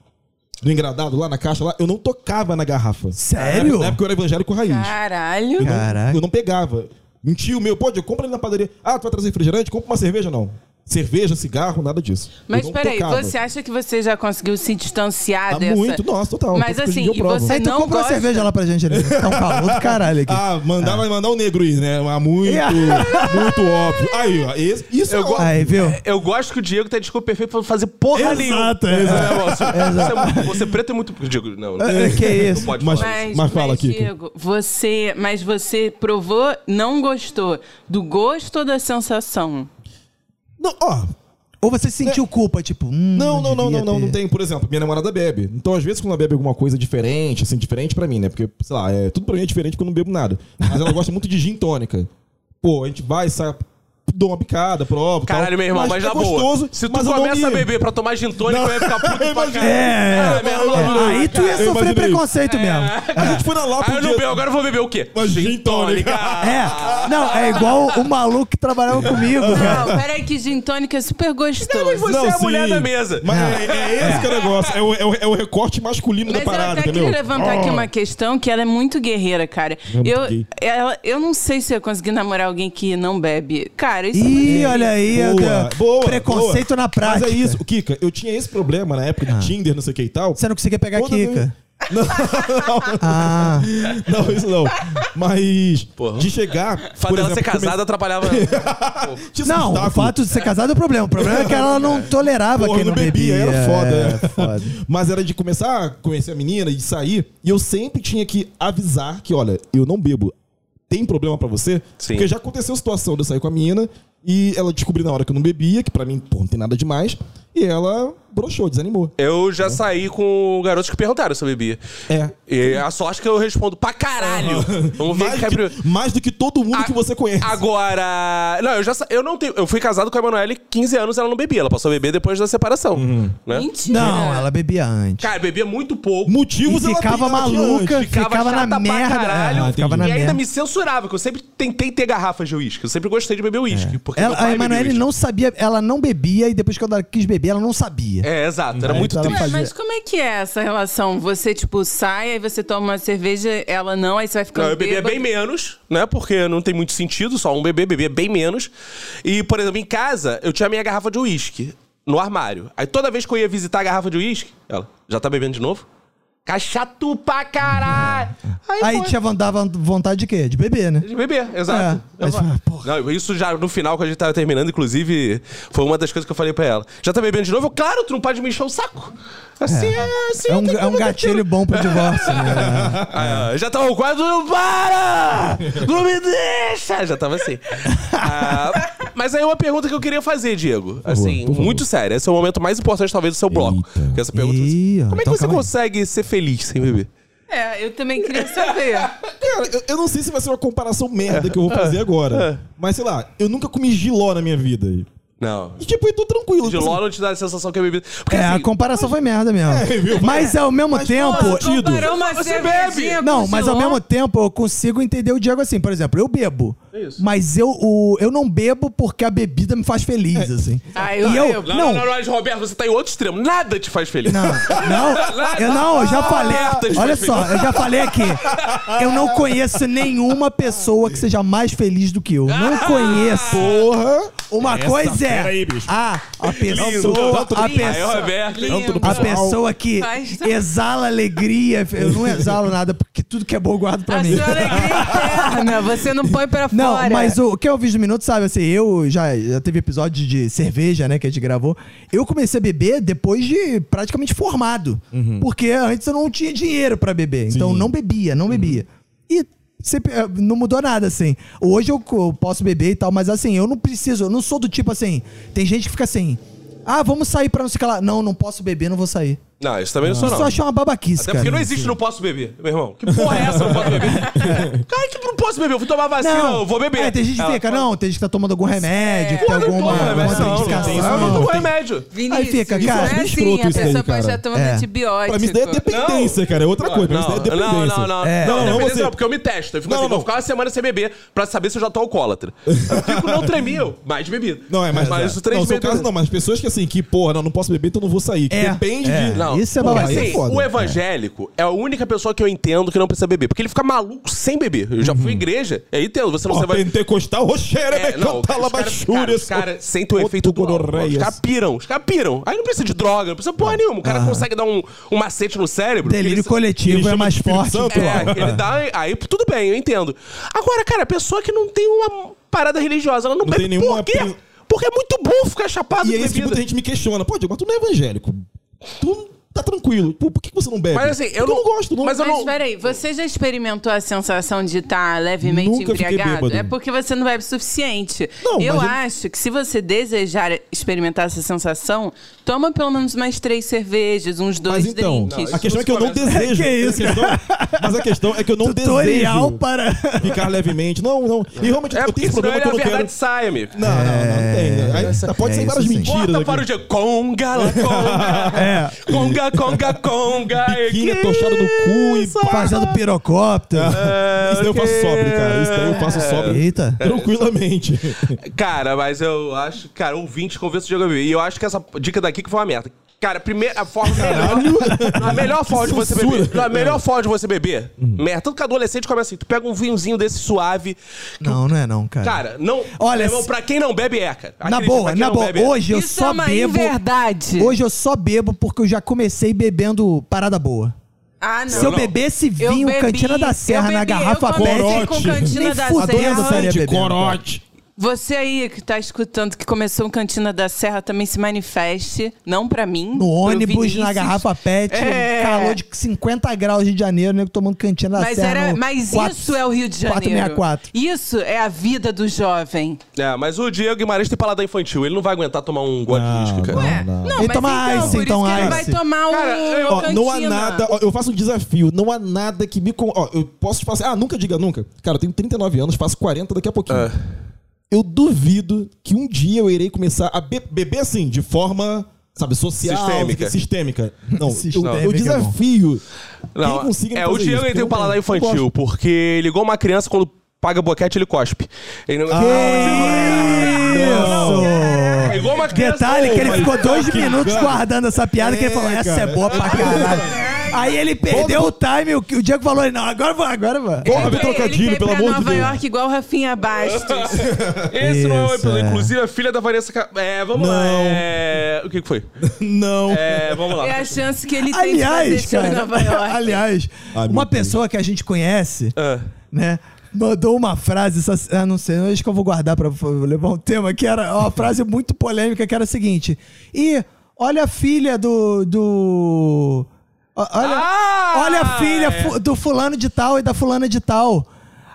Speaker 4: No engradado lá na caixa lá, eu não tocava na garrafa.
Speaker 2: Sério?
Speaker 4: Na época eu era evangélico raiz.
Speaker 3: Caralho.
Speaker 4: Eu não-
Speaker 2: Caraca.
Speaker 4: Eu não pegava. Um tio meu, pô, Diego, compra ali na padaria. Ah, tu vai trazer refrigerante? Compra uma cerveja, não. Cerveja, cigarro, nada disso. Eu
Speaker 3: Mas
Speaker 4: não
Speaker 3: peraí,
Speaker 4: tocava.
Speaker 3: você acha que você já conseguiu se distanciar
Speaker 4: Ah,
Speaker 3: dessa...
Speaker 4: muito, nossa, total.
Speaker 3: Mas
Speaker 4: Tanto que hoje em
Speaker 3: assim,
Speaker 4: dia eu
Speaker 3: e
Speaker 4: provo.
Speaker 3: você
Speaker 2: Aí tu
Speaker 3: não
Speaker 2: comprou uma
Speaker 3: gosta?
Speaker 2: cerveja lá pra gente ali. Tá um calor do caralho aqui.
Speaker 4: Ah, mandar, vai mandar o negro ir, né? Ah, muito,
Speaker 2: Yeah.
Speaker 4: muito óbvio. Aí, ó, esse- isso é
Speaker 1: Eu go-
Speaker 4: óbvio.
Speaker 2: Aí, viu?
Speaker 1: Eu gosto que o Diego tem desculpa perfeita pra não fazer porra
Speaker 2: Exato,
Speaker 1: nenhuma.
Speaker 2: é.
Speaker 1: Esse é o negócio.
Speaker 2: Exato.
Speaker 1: Você é- Você é preto é muito. Diego, não. não
Speaker 2: É, que isso.
Speaker 1: Não pode
Speaker 4: Mas-
Speaker 1: falar.
Speaker 3: Mas,
Speaker 4: Mas fala,
Speaker 3: mas,
Speaker 4: Kika.
Speaker 3: Diego, você, mas você provou, não gostou do gosto ou da sensação?
Speaker 4: Não, ó.
Speaker 2: Ou você sentiu culpa, tipo, hum,
Speaker 4: Não, não, não,
Speaker 2: devia
Speaker 4: não, não,
Speaker 2: ter.
Speaker 4: não tem. Por exemplo, minha namorada bebe. Então, às vezes, quando ela bebe alguma coisa diferente, assim, diferente pra mim, né? Porque, sei lá, é, tudo pra mim é diferente porque eu não bebo nada. Mas ela gosta muito de gin tônica. Pô, a gente vai, sai, dou uma picada, prova. e tal.
Speaker 1: Caralho, meu irmão, mas,
Speaker 4: é
Speaker 1: na boa.
Speaker 4: gostoso,
Speaker 1: se tu
Speaker 4: mas eu não
Speaker 1: começa a
Speaker 4: me-
Speaker 1: beber pra tomar gin tônico, eu ia ficar puto pra
Speaker 4: Imagina.
Speaker 1: caralho.
Speaker 2: É,
Speaker 1: Ah, meu irmão,
Speaker 2: é.
Speaker 1: não,
Speaker 2: Aí tu ia
Speaker 1: cara.
Speaker 4: Eu
Speaker 2: sofrer
Speaker 4: imaginei.
Speaker 2: preconceito mesmo.
Speaker 4: A gente foi na Lapa
Speaker 1: Ah, É. eu
Speaker 4: um
Speaker 1: não
Speaker 4: dia-
Speaker 1: bebo, agora eu vou beber o quê?
Speaker 4: Mas gin tônica.
Speaker 2: É. Não, é igual o maluco que trabalhava comigo, cara.
Speaker 3: Não, peraí que gin tônica é super gostoso.
Speaker 1: Você é a mulher da mesa.
Speaker 4: Mas
Speaker 2: Não.
Speaker 4: é, é esse que é o negócio. É o, é o- é o recorte masculino
Speaker 3: Mas
Speaker 4: da
Speaker 3: eu
Speaker 4: parada,
Speaker 3: até
Speaker 4: entendeu?
Speaker 3: queria levantar aqui uma questão que ela é muito guerreira, cara.
Speaker 4: muito
Speaker 3: Eu,
Speaker 4: gay.
Speaker 3: ela- eu não sei se eu ia conseguir namorar alguém que não bebe. Cara, isso é muito
Speaker 2: Ih, olha aí.
Speaker 4: Boa,
Speaker 2: cara.
Speaker 4: boa,
Speaker 2: preconceito
Speaker 4: boa.
Speaker 2: na prática. Ah.
Speaker 4: Mas é isso, Kika, eu tinha esse problema na época de Tinder, não sei o que e tal.
Speaker 2: Você não conseguia pegar
Speaker 4: Quando eu-
Speaker 2: Kika.
Speaker 4: Não,
Speaker 2: Ah,
Speaker 4: não, não, isso não. Mas
Speaker 1: Porra.
Speaker 4: de chegar.
Speaker 1: O fato dela ser casada atrapalhava.
Speaker 4: Tinha
Speaker 2: não, o fato de ser casado é o problema. O problema é que ela não tolerava
Speaker 4: Porra,
Speaker 2: quem
Speaker 4: não
Speaker 2: não bebia.
Speaker 4: bebia, era foda.
Speaker 2: É, foda.
Speaker 4: Mas era de começar a conhecer a menina e de sair. E eu sempre tinha que avisar que, olha, eu não bebo. Tem problema pra você?
Speaker 1: Sim.
Speaker 4: Porque já aconteceu a situação de eu sair com a menina e ela descobriu na hora que eu não bebia, que pra mim, pô, não tem nada demais. E ela broxou, desanimou.
Speaker 1: Eu já saí com garotos que perguntaram se eu bebia.
Speaker 4: É.
Speaker 1: E a sorte que eu respondo pra caralho. Vamos ver
Speaker 4: mais,
Speaker 1: quem cai primeiro.
Speaker 4: do que, mais do que todo mundo
Speaker 1: A-
Speaker 4: que você conhece.
Speaker 1: Agora. Não, eu já sa- eu não tenho. Eu fui casado com a Emanuele 15 anos, ela não bebia. Ela passou a beber depois da separação. Né?
Speaker 3: mentira.
Speaker 2: Não, ela bebia antes.
Speaker 1: Cara, bebia muito pouco.
Speaker 4: Motivos
Speaker 2: E
Speaker 4: ela
Speaker 2: ficava
Speaker 4: tem, ela tinha
Speaker 2: maluca,
Speaker 4: antes.
Speaker 2: ficava,
Speaker 1: chata
Speaker 2: na
Speaker 1: pra
Speaker 2: merda.
Speaker 1: caralho.
Speaker 2: Ah, ficava na
Speaker 4: entendi.
Speaker 1: e ainda
Speaker 2: merda.
Speaker 1: me censurava, que eu sempre tentei ter garrafas de uísque. Eu sempre gostei de beber uísque. porque meu
Speaker 2: Ela,
Speaker 1: pai
Speaker 2: a
Speaker 1: bebia
Speaker 2: Emanuele
Speaker 1: uísque.
Speaker 2: não sabia, ela não bebia e depois quando ela quis beber, ela não sabia.
Speaker 1: É, exato. Era
Speaker 2: Aí
Speaker 1: muito
Speaker 2: ela
Speaker 1: triste.
Speaker 3: Ué,
Speaker 2: fazia-
Speaker 3: mas como é que é essa relação? Você, tipo, sai, aí você toma uma cerveja, ela não, aí você vai ficando
Speaker 1: Não, eu bebia
Speaker 3: bêbado.
Speaker 1: bem menos, né? Porque não tem muito sentido, só um bebê bebia bem menos. E, por exemplo, em casa, eu tinha a minha garrafa de uísque no armário. Aí toda vez que eu ia visitar a garrafa de uísque, ela, já tá bebendo de novo? Cachato pra caralho! Aí,
Speaker 2: Aí
Speaker 1: foi.
Speaker 2: tinha von- dava vontade de quê? De beber, né?
Speaker 1: De beber, exato.
Speaker 2: É, aí
Speaker 1: Eu
Speaker 2: você
Speaker 1: falo-
Speaker 2: fala, porra.
Speaker 1: Não, isso já no final, quando a gente tava terminando, inclusive, foi uma das coisas que eu falei pra ela. Já tá bebendo de novo? Eu, claro, tu não pode me encher o saco. Assim, é, assim,
Speaker 2: É
Speaker 1: não
Speaker 2: um,
Speaker 1: tem
Speaker 2: é
Speaker 1: como
Speaker 2: um
Speaker 1: ter tiro.
Speaker 2: gatilho bom pro divórcio, né?
Speaker 1: Ah, já tava quase. Para! Não me deixa! Já tava assim. Ah, mas aí uma pergunta que eu queria fazer, Diego. Assim,
Speaker 4: por favor.
Speaker 1: muito sério. Esse é o momento mais importante, talvez, do seu bloco.
Speaker 4: Eita.
Speaker 1: Porque essa pergunta.
Speaker 2: Ih, ó,
Speaker 1: como é que
Speaker 2: então
Speaker 1: você
Speaker 2: calma aí.
Speaker 1: consegue ser feliz sem beber?
Speaker 3: É, eu também queria saber.
Speaker 4: Cara, eu, eu não sei se vai ser uma comparação merda que eu vou
Speaker 1: É.
Speaker 4: fazer agora. Mas sei lá, eu nunca comi giló na minha vida. E
Speaker 1: Não.
Speaker 4: tipo, eu tô tranquilo.
Speaker 1: De
Speaker 4: tipo,
Speaker 1: LOL não te dá a sensação que é bebida. Porque
Speaker 2: Então É, a
Speaker 1: assim,
Speaker 2: comparação foi merda mesmo.
Speaker 4: É, viu?
Speaker 2: Mas ao mesmo tempo.
Speaker 3: Comparou uma
Speaker 1: Você
Speaker 3: cervejinha com
Speaker 2: Não, mas ao
Speaker 3: João.
Speaker 2: mesmo tempo eu consigo entender o Diego assim. Por exemplo, eu bebo. Mas eu, o- eu não bebo porque a bebida me faz feliz, assim.
Speaker 3: Ah, eu
Speaker 2: e eu,
Speaker 3: bebo.
Speaker 1: Não, não, não, não, mas, Roberto, você tá em outro extremo. Nada te faz feliz.
Speaker 2: Não, não, eu não, eu já falei.
Speaker 1: Alerta de
Speaker 2: Olha
Speaker 1: faz
Speaker 2: só, eu já falei aqui. Eu não conheço nenhuma pessoa que seja mais feliz do que eu. Não conheço.
Speaker 4: Porra!
Speaker 2: Uma
Speaker 4: Ah, Essa
Speaker 2: coisa
Speaker 4: fera aí,
Speaker 2: é.
Speaker 4: bicho.
Speaker 2: Ah, a
Speaker 4: Lindo,
Speaker 2: pessoa.
Speaker 4: tanto
Speaker 2: A
Speaker 4: bem.
Speaker 1: Aí,
Speaker 2: pessoa.
Speaker 1: Roberto.
Speaker 3: Lindo.
Speaker 1: hein?
Speaker 2: A pessoa que
Speaker 3: Faz-
Speaker 2: exala alegria. Eu não exalo nada, porque tudo que é bom eu guardo pra
Speaker 3: A
Speaker 2: mim.
Speaker 3: sua alegria é interna, você não põe pra fora.
Speaker 2: Não, mas o, o que eu vi do minuto, sabe, assim, eu já, já teve episódio de cerveja, né, que a gente gravou. Eu comecei a beber depois de praticamente formado. Porque antes eu não tinha dinheiro pra beber. Então eu não bebia, não bebia. E sempre, eh, não mudou nada, assim. Hoje eu, co- eu posso beber e tal, mas assim, eu não preciso, eu não sou do tipo assim. Tem gente que fica assim. Ah, vamos sair pra não sei o que lá. Não, não posso beber, não vou sair.
Speaker 1: Não, isso também não sou,
Speaker 2: Isso eu
Speaker 1: não.
Speaker 2: acho uma babaquice,
Speaker 1: Até
Speaker 2: cara.
Speaker 1: porque não existe não posso beber, meu irmão. Que porra é essa, não posso beber? Cara, que não posso beber? Eu fui tomar vacina, eu vou beber.
Speaker 2: É, tem gente que
Speaker 1: Ela-
Speaker 2: fica, não, tem gente que tá tomando algum remédio, que tem
Speaker 1: Porra, não
Speaker 2: alguma
Speaker 1: toma remédio, não, não.
Speaker 2: contraindicação.
Speaker 1: Eu não tomo remédio.
Speaker 3: Vinícius,
Speaker 2: Aí fica,
Speaker 3: isso
Speaker 2: cara,
Speaker 3: não é assim,
Speaker 4: escroto
Speaker 3: a
Speaker 4: isso aí,
Speaker 3: pessoa pode
Speaker 4: cara.
Speaker 3: estar tomando
Speaker 2: É.
Speaker 3: antibiótico.
Speaker 4: Pra mim isso daí é dependência, cara. É outra coisa. Pra mim isso daí é
Speaker 1: não,
Speaker 4: dependência.
Speaker 1: não, não.
Speaker 2: É.
Speaker 1: Não, não,
Speaker 4: Não, não,
Speaker 1: dependência
Speaker 4: você-
Speaker 1: não, porque eu me testo. Eu fico
Speaker 4: Não,
Speaker 1: assim,
Speaker 4: não.
Speaker 1: vou ficar uma semana sem beber pra saber se eu já tô alcoólatra. Eu fico, não tremi eu, mas bebi.
Speaker 4: Não, é mais.
Speaker 1: Mas isso três
Speaker 4: não, no seu
Speaker 1: meses-
Speaker 4: caso não, mas pessoas que assim, que porra, não, não posso beber, então não vou sair. Que
Speaker 2: É,
Speaker 4: Depende
Speaker 2: é.
Speaker 4: de.
Speaker 1: Não,
Speaker 2: Isso é
Speaker 1: porque,
Speaker 2: babaquice.
Speaker 1: assim,
Speaker 4: É foda.
Speaker 1: o evangélico é. a única pessoa que eu entendo que não precisa beber. Porque ele fica maluco sem beber. Eu já
Speaker 4: Uhum.
Speaker 1: fui à igreja, e aí entendo. Você não
Speaker 4: Porra,
Speaker 1: você vai.
Speaker 4: pentecostal, roxera,
Speaker 1: É,
Speaker 4: é,
Speaker 1: não, os caras
Speaker 4: cantala
Speaker 1: cara,
Speaker 4: baixúria.
Speaker 1: os cara sentem o efeito do álcool. Os caras piram, os caras piram. Aí não precisa de droga, não precisa porra nenhuma. O cara consegue dar um, um macete no cérebro.
Speaker 2: Delírio
Speaker 1: ele-
Speaker 4: ele
Speaker 2: coletivo é
Speaker 4: chama
Speaker 2: mais
Speaker 4: de Espírito
Speaker 2: forte,
Speaker 4: Santo,
Speaker 2: pô.
Speaker 1: É, ele dá, aí tudo bem, eu entendo. Agora, cara, a pessoa que não tem uma parada religiosa, ela não,
Speaker 4: tem
Speaker 1: bebe
Speaker 4: nenhuma
Speaker 1: por quê?
Speaker 4: pri-
Speaker 1: Porque é muito bom ficar chapado
Speaker 4: E é
Speaker 1: de
Speaker 4: isso que
Speaker 1: bebida.
Speaker 4: muita gente me questiona. Pô, Diego, mas tu não é evangélico. Tu tá tranquilo. Pô, por que que você não bebe?
Speaker 1: Mas assim, eu
Speaker 4: Porque
Speaker 1: não-
Speaker 4: gosto. Não...
Speaker 1: mas eu
Speaker 3: Mas
Speaker 1: não-
Speaker 3: peraí, você já experimentou a sensação de estar levemente
Speaker 4: Nunca fiquei
Speaker 3: embriagado?
Speaker 4: bêbado.
Speaker 3: É porque você não bebe o suficiente.
Speaker 4: Não,
Speaker 3: eu
Speaker 4: mas eu-
Speaker 3: acho que se você desejar experimentar essa sensação, toma pelo menos umas três cervejas, uns dois
Speaker 4: Mas então,
Speaker 3: drinks.
Speaker 1: Não,
Speaker 4: a questão é que eu não
Speaker 1: Isso começa-
Speaker 4: desejo.
Speaker 2: Que isso,
Speaker 4: A questão- Mas a questão é que eu não
Speaker 2: Tutorial
Speaker 4: desejo
Speaker 2: para.
Speaker 4: ficar levemente. Não, não. E realmente,
Speaker 1: É
Speaker 4: eu
Speaker 1: porque
Speaker 4: tenho esse
Speaker 1: senão
Speaker 4: problema
Speaker 1: ele
Speaker 4: que
Speaker 1: a
Speaker 4: eu não
Speaker 1: verdade
Speaker 4: quero...
Speaker 1: sai, amigo.
Speaker 4: Não, não, não, não tem. né? Aí,
Speaker 2: é
Speaker 4: pode ser várias
Speaker 2: isso sim.
Speaker 4: mentiras.
Speaker 1: Corta
Speaker 4: aqui.
Speaker 1: para o dia. Conga, la conga.
Speaker 2: É.
Speaker 1: Conga, conga, conga. que
Speaker 4: Biquíni atochado no cu e pá.
Speaker 2: Fazendo pirocóptero.
Speaker 4: Isso daí eu faço sobre, cara. Isso daí eu faço sobre.
Speaker 1: É.
Speaker 2: Eita.
Speaker 4: Tranquilamente. Tá,
Speaker 1: Cara, mas eu acho... Cara, um ouvinte, convença o Diego a beber. E eu acho que essa dica daqui que foi uma merda. Cara, primeira, a forma melhor... A melhor forma de você
Speaker 4: censura.
Speaker 1: beber... Não, a melhor forma de você beber... Merda, tanto que adolescente começa assim. Tu pega um vinhozinho desse suave...
Speaker 2: Não, não é não, cara.
Speaker 1: Cara, não...
Speaker 2: Olha,
Speaker 1: meu irmão,
Speaker 2: se-
Speaker 1: pra quem não bebe é, cara.
Speaker 2: na
Speaker 1: Acredita, pra
Speaker 2: boa,
Speaker 1: quem
Speaker 2: na
Speaker 1: não
Speaker 2: boa.
Speaker 1: bebe é.
Speaker 2: Hoje eu
Speaker 3: Isso é
Speaker 2: só
Speaker 3: uma
Speaker 2: bebo.
Speaker 3: inverdade.
Speaker 2: Hoje eu só bebo porque eu já comecei bebendo parada boa.
Speaker 3: Ah, não.
Speaker 2: Se eu
Speaker 1: não.
Speaker 2: bebesse
Speaker 3: Eu
Speaker 2: vinho
Speaker 3: bebi,
Speaker 2: Cantina da
Speaker 3: eu
Speaker 2: Serra na
Speaker 3: bebi,
Speaker 2: garrafa
Speaker 3: eu comecei
Speaker 2: PET.
Speaker 3: com
Speaker 4: Corote.
Speaker 3: Cantina
Speaker 2: Nem
Speaker 3: da
Speaker 2: fudendo,
Speaker 3: Serra.
Speaker 2: sério.
Speaker 4: Corote,
Speaker 2: bebendo, cara.
Speaker 4: corote.
Speaker 3: Você aí que tá escutando que começou o Cantina da Serra também se manifeste, não pra mim.
Speaker 2: No
Speaker 3: pro
Speaker 2: ônibus,
Speaker 3: Vinícius.
Speaker 2: na garrafa PET,
Speaker 3: É.
Speaker 2: calor de 50 graus de janeiro, nego tomando cantina da
Speaker 3: Mas,
Speaker 2: serra.
Speaker 3: era,
Speaker 2: no
Speaker 3: mas
Speaker 2: quatro-
Speaker 3: isso é o Rio de Janeiro.
Speaker 2: 464.
Speaker 3: Isso é a vida do jovem.
Speaker 2: Tá.
Speaker 1: É, mas o Diego Guimarães tem paladar infantil. Ele não vai aguentar tomar um gole de
Speaker 4: Não,
Speaker 1: uísque, cara.
Speaker 4: É. não.
Speaker 3: Ué,
Speaker 2: Ele toma
Speaker 3: então,
Speaker 2: ice,
Speaker 3: por
Speaker 2: então
Speaker 3: isso que ele
Speaker 2: ice.
Speaker 3: vai tomar um
Speaker 1: Cara, eu-
Speaker 4: Ó, não há
Speaker 3: Cantina.
Speaker 4: nada. ó, eu faço um desafio. Não há nada que me. con- Ó, eu posso te falar assim, ah, nunca diga nunca. Cara, eu tenho 39 anos, faço 40 daqui a pouquinho.
Speaker 1: É.
Speaker 4: Eu duvido que um dia eu irei começar a be- beber assim, de forma. Sabe, social,
Speaker 1: Sistêmica.
Speaker 4: sistêmica. Não,
Speaker 2: Sistêmica,
Speaker 4: eu, eu
Speaker 2: irmão.
Speaker 4: desafio.
Speaker 1: Não,
Speaker 4: quem consiga
Speaker 1: é, o
Speaker 4: fazer
Speaker 1: Diego
Speaker 4: isso,
Speaker 1: ele tem um
Speaker 4: porque eu
Speaker 1: paladar
Speaker 4: não- não
Speaker 1: infantil,
Speaker 4: gosto.
Speaker 1: porque ele, é igual uma criança, quando paga boquete, ele cospe. Ele não...
Speaker 2: Ah. Isso!
Speaker 1: É igual uma criança...
Speaker 2: Detalhe que ele
Speaker 4: mas
Speaker 2: ficou
Speaker 4: tá
Speaker 2: dois
Speaker 4: que
Speaker 2: minutos
Speaker 4: engano.
Speaker 2: guardando essa piada, que ele
Speaker 4: É,
Speaker 2: falou, essa
Speaker 4: cara.
Speaker 2: é boa pra caralho. Aí ele perdeu o time, o, o Diego falou, ele, não, agora vai, agora vai.
Speaker 4: Porra,
Speaker 3: Ele
Speaker 4: vem trocadilho,
Speaker 3: veio
Speaker 4: pelo
Speaker 3: pra
Speaker 4: amor de
Speaker 3: Nova
Speaker 4: Deus.
Speaker 3: York igual Rafinha Bastos.
Speaker 1: Esse não é o episódio.
Speaker 2: Isso, é.
Speaker 1: Inclusive, a filha da Vanessa... Ca- É, vamos lá.
Speaker 4: Não.
Speaker 1: É... O que que foi?
Speaker 4: Não.
Speaker 1: É, vamos lá.
Speaker 3: é a chance que ele tem
Speaker 2: Aliás,
Speaker 3: de fazer show em
Speaker 2: cara,
Speaker 3: Nova York.
Speaker 2: aliás,
Speaker 4: Ai, meu
Speaker 2: uma
Speaker 4: Deus.
Speaker 2: pessoa que a gente conhece,
Speaker 1: Ah.
Speaker 2: né? Mandou uma frase, essa- ah, não sei, acho que eu vou guardar pra vou levar um tema, que era uma frase muito polêmica, que era a seguinte. E olha a filha do. do ó- olha,
Speaker 1: Ah,
Speaker 2: olha a filha
Speaker 1: é.
Speaker 2: fu- do fulano de tal e da fulana de tal.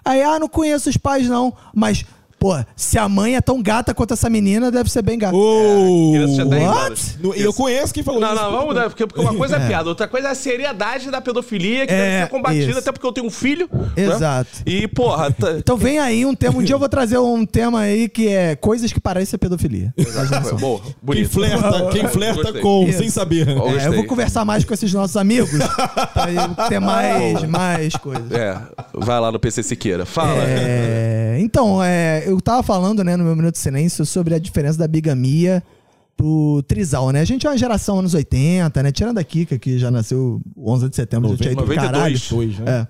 Speaker 2: Aí, ah, não conheço os pais, não. Mas, pô, se a mãe é tão gata quanto essa menina, deve ser bem gata.
Speaker 4: Oh,
Speaker 1: Crianças de até
Speaker 2: what?
Speaker 1: idosas.
Speaker 4: No- eu conheço quem falou
Speaker 1: Não,
Speaker 4: isso.
Speaker 1: não, vamos mudar, porque, porque uma coisa é piada, outra coisa é a seriedade da pedofilia que
Speaker 2: É,
Speaker 1: deve ser combatida,
Speaker 2: isso.
Speaker 1: até porque eu tenho um filho. né?
Speaker 2: Exato.
Speaker 1: E, porra, tá-
Speaker 2: Então vem aí um tema. Um dia eu vou trazer um tema aí que é coisas que parecem ser pedofilia.
Speaker 1: é, Boa,
Speaker 4: Quem
Speaker 1: bonito.
Speaker 4: flerta, quem flerta
Speaker 1: Gostei.
Speaker 4: com,
Speaker 2: Isso.
Speaker 4: sem saber.
Speaker 1: Ó,
Speaker 2: É, eu
Speaker 1: gostei.
Speaker 2: vou conversar mais com esses nossos amigos pra eu ter mais, mais coisas.
Speaker 1: É, vai lá no PC Siqueira. Fala.
Speaker 2: É, então, é, eu tava falando, né, no meu Minuto de Silêncio, sobre a diferença da bigamia pro trisal, né? A gente é uma geração anos 80, né? Tirando a Kika, que já nasceu 11 de setembro, já tinha ido pro caralho.
Speaker 1: 92.
Speaker 4: Dois, né?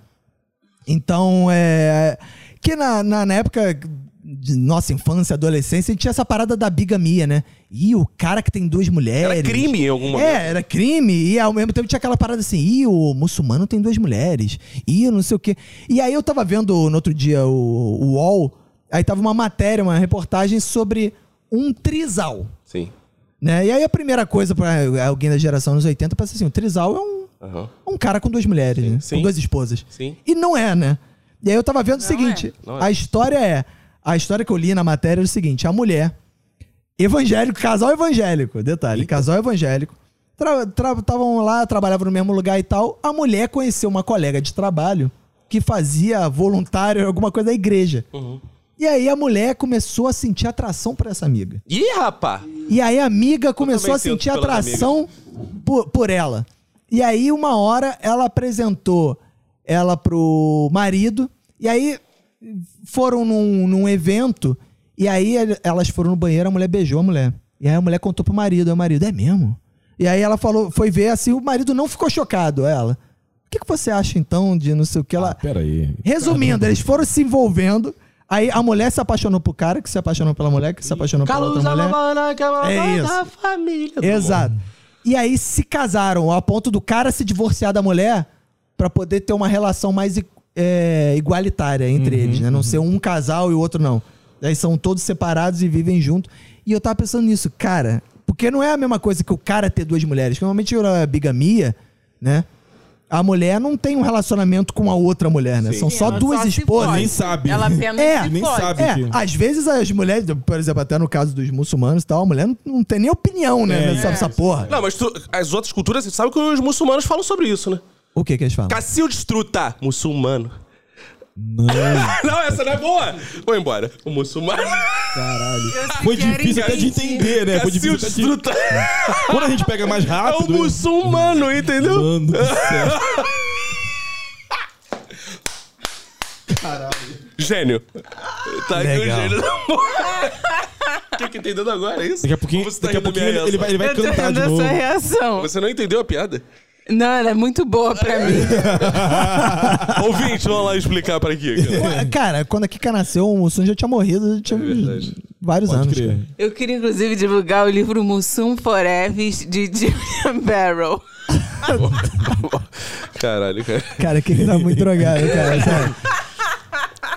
Speaker 2: Então, é. Que na, na, na época de nossa infância, adolescência, a gente tinha essa parada da bigamia, né? Ih, o cara que tem duas mulheres.
Speaker 1: Era crime em algum momento.
Speaker 2: É, era crime. E ao mesmo tempo tinha aquela parada assim, ih, o muçulmano tem duas mulheres. Ih, eu não sei o quê. E aí eu tava vendo no outro dia o, o UOL, aí tava uma matéria, uma reportagem sobre um trisal.
Speaker 1: Sim.
Speaker 2: Né? E aí a primeira coisa pra alguém da geração dos 80 pensa assim, o trisal é um,
Speaker 1: Aham.
Speaker 2: um cara com duas mulheres, né?
Speaker 1: sim.
Speaker 2: com duas esposas.
Speaker 1: Sim.
Speaker 2: E não é, né? E aí eu tava vendo o seguinte:
Speaker 1: é. Não é.
Speaker 2: a história é. A história que eu li na matéria era o seguinte: a mulher, evangélico, casal evangélico, detalhe, casal evangélico, estavam lá, trabalhavam no mesmo lugar e tal. A mulher conheceu uma colega de trabalho que fazia voluntário em alguma coisa da igreja.
Speaker 1: Uhum.
Speaker 2: E aí a mulher começou a sentir atração por essa amiga.
Speaker 1: Ih, rapá!
Speaker 2: E aí a amiga começou
Speaker 1: também
Speaker 2: a sentir
Speaker 1: sinto pelas
Speaker 2: atração por, por ela. E aí, uma hora, ela apresentou ela pro marido. E aí foram num, num evento. E aí el- elas foram no banheiro, a mulher beijou a mulher. E aí a mulher contou pro marido. Aí o marido, é mesmo? E aí ela falou, foi ver assim, o marido não ficou chocado, ela. O que, que você acha então de não sei o que? Ela,
Speaker 4: Pera aí.
Speaker 2: Resumindo, eles foram se envolvendo. Aí a mulher se apaixonou pro cara, que se apaixonou pela mulher, que se apaixonou pela outra mulher.
Speaker 1: que é a
Speaker 2: É isso.
Speaker 1: da família.
Speaker 4: Tá
Speaker 1: tá
Speaker 2: Exato. E aí se casaram, a ponto do cara se divorciar da mulher pra poder ter uma relação mais i- é, igualitária entre
Speaker 4: Uhum,
Speaker 2: eles, né? Não ser um casal e o outro não. Aí são todos separados e vivem junto. E eu tava pensando nisso, cara, porque não é a mesma coisa que o cara ter duas mulheres. Porque Normalmente a bigamia, né? A mulher não tem um relacionamento com a outra mulher, né? São só
Speaker 3: Ela
Speaker 2: duas
Speaker 3: só se
Speaker 2: esposas.
Speaker 3: fode.
Speaker 4: Nem sabe.
Speaker 3: Ela apenas
Speaker 2: É,
Speaker 3: se
Speaker 4: nem
Speaker 3: fode.
Speaker 4: sabe.
Speaker 2: É,
Speaker 4: que-
Speaker 2: às vezes as mulheres, por exemplo, até no caso dos muçulmanos e tal, a mulher não, não tem nem opinião, né?
Speaker 4: É,
Speaker 2: nessa,
Speaker 4: é.
Speaker 2: nessa porra.
Speaker 1: Não, mas tu- as outras culturas, você sabe que os muçulmanos falam sobre isso, né?
Speaker 2: O que que eles falam?
Speaker 1: Cacil destruta, muçulmano. Não. essa não é boa. Vou embora. O muçulmano.
Speaker 3: Eu
Speaker 4: Foi
Speaker 3: sequer
Speaker 4: difícil até de
Speaker 3: entendi.
Speaker 4: entender, né? Foi
Speaker 1: Cacil
Speaker 4: difícil até de...
Speaker 1: destruta.
Speaker 4: Quando a gente pega mais
Speaker 1: É o
Speaker 4: rápido...
Speaker 1: muçulmano, entendeu?
Speaker 4: Mano do céu.
Speaker 1: Gênio. Tá aqui o
Speaker 2: Legal.
Speaker 1: gênio da O que, que tem dando agora? É isso?
Speaker 4: Daqui a pouquinho,
Speaker 1: Como você tá
Speaker 4: daqui a
Speaker 1: rindo da
Speaker 4: pouquinho
Speaker 1: minha
Speaker 4: ele, ele vai, ele vai
Speaker 3: Eu tô
Speaker 4: cantar
Speaker 3: vendo
Speaker 4: de
Speaker 3: essa
Speaker 4: novo.
Speaker 3: reação.
Speaker 1: Você não entendeu a piada?
Speaker 3: Não, ela é muito boa pra mim.
Speaker 1: Ouvinte, vamos lá explicar pra aqui. cara.
Speaker 2: Ué, Cara, quando a Kika nasceu, o Mussum já tinha morrido, já tinha
Speaker 1: É verdade.
Speaker 2: vários
Speaker 4: Pode
Speaker 2: anos.
Speaker 4: crer.
Speaker 2: cara.
Speaker 3: Eu queria, inclusive, divulgar o livro Mussum Forever de Julian Barrow.
Speaker 1: Caralho, cara.
Speaker 2: Cara, que ele tá muito drogado, cara. Sério.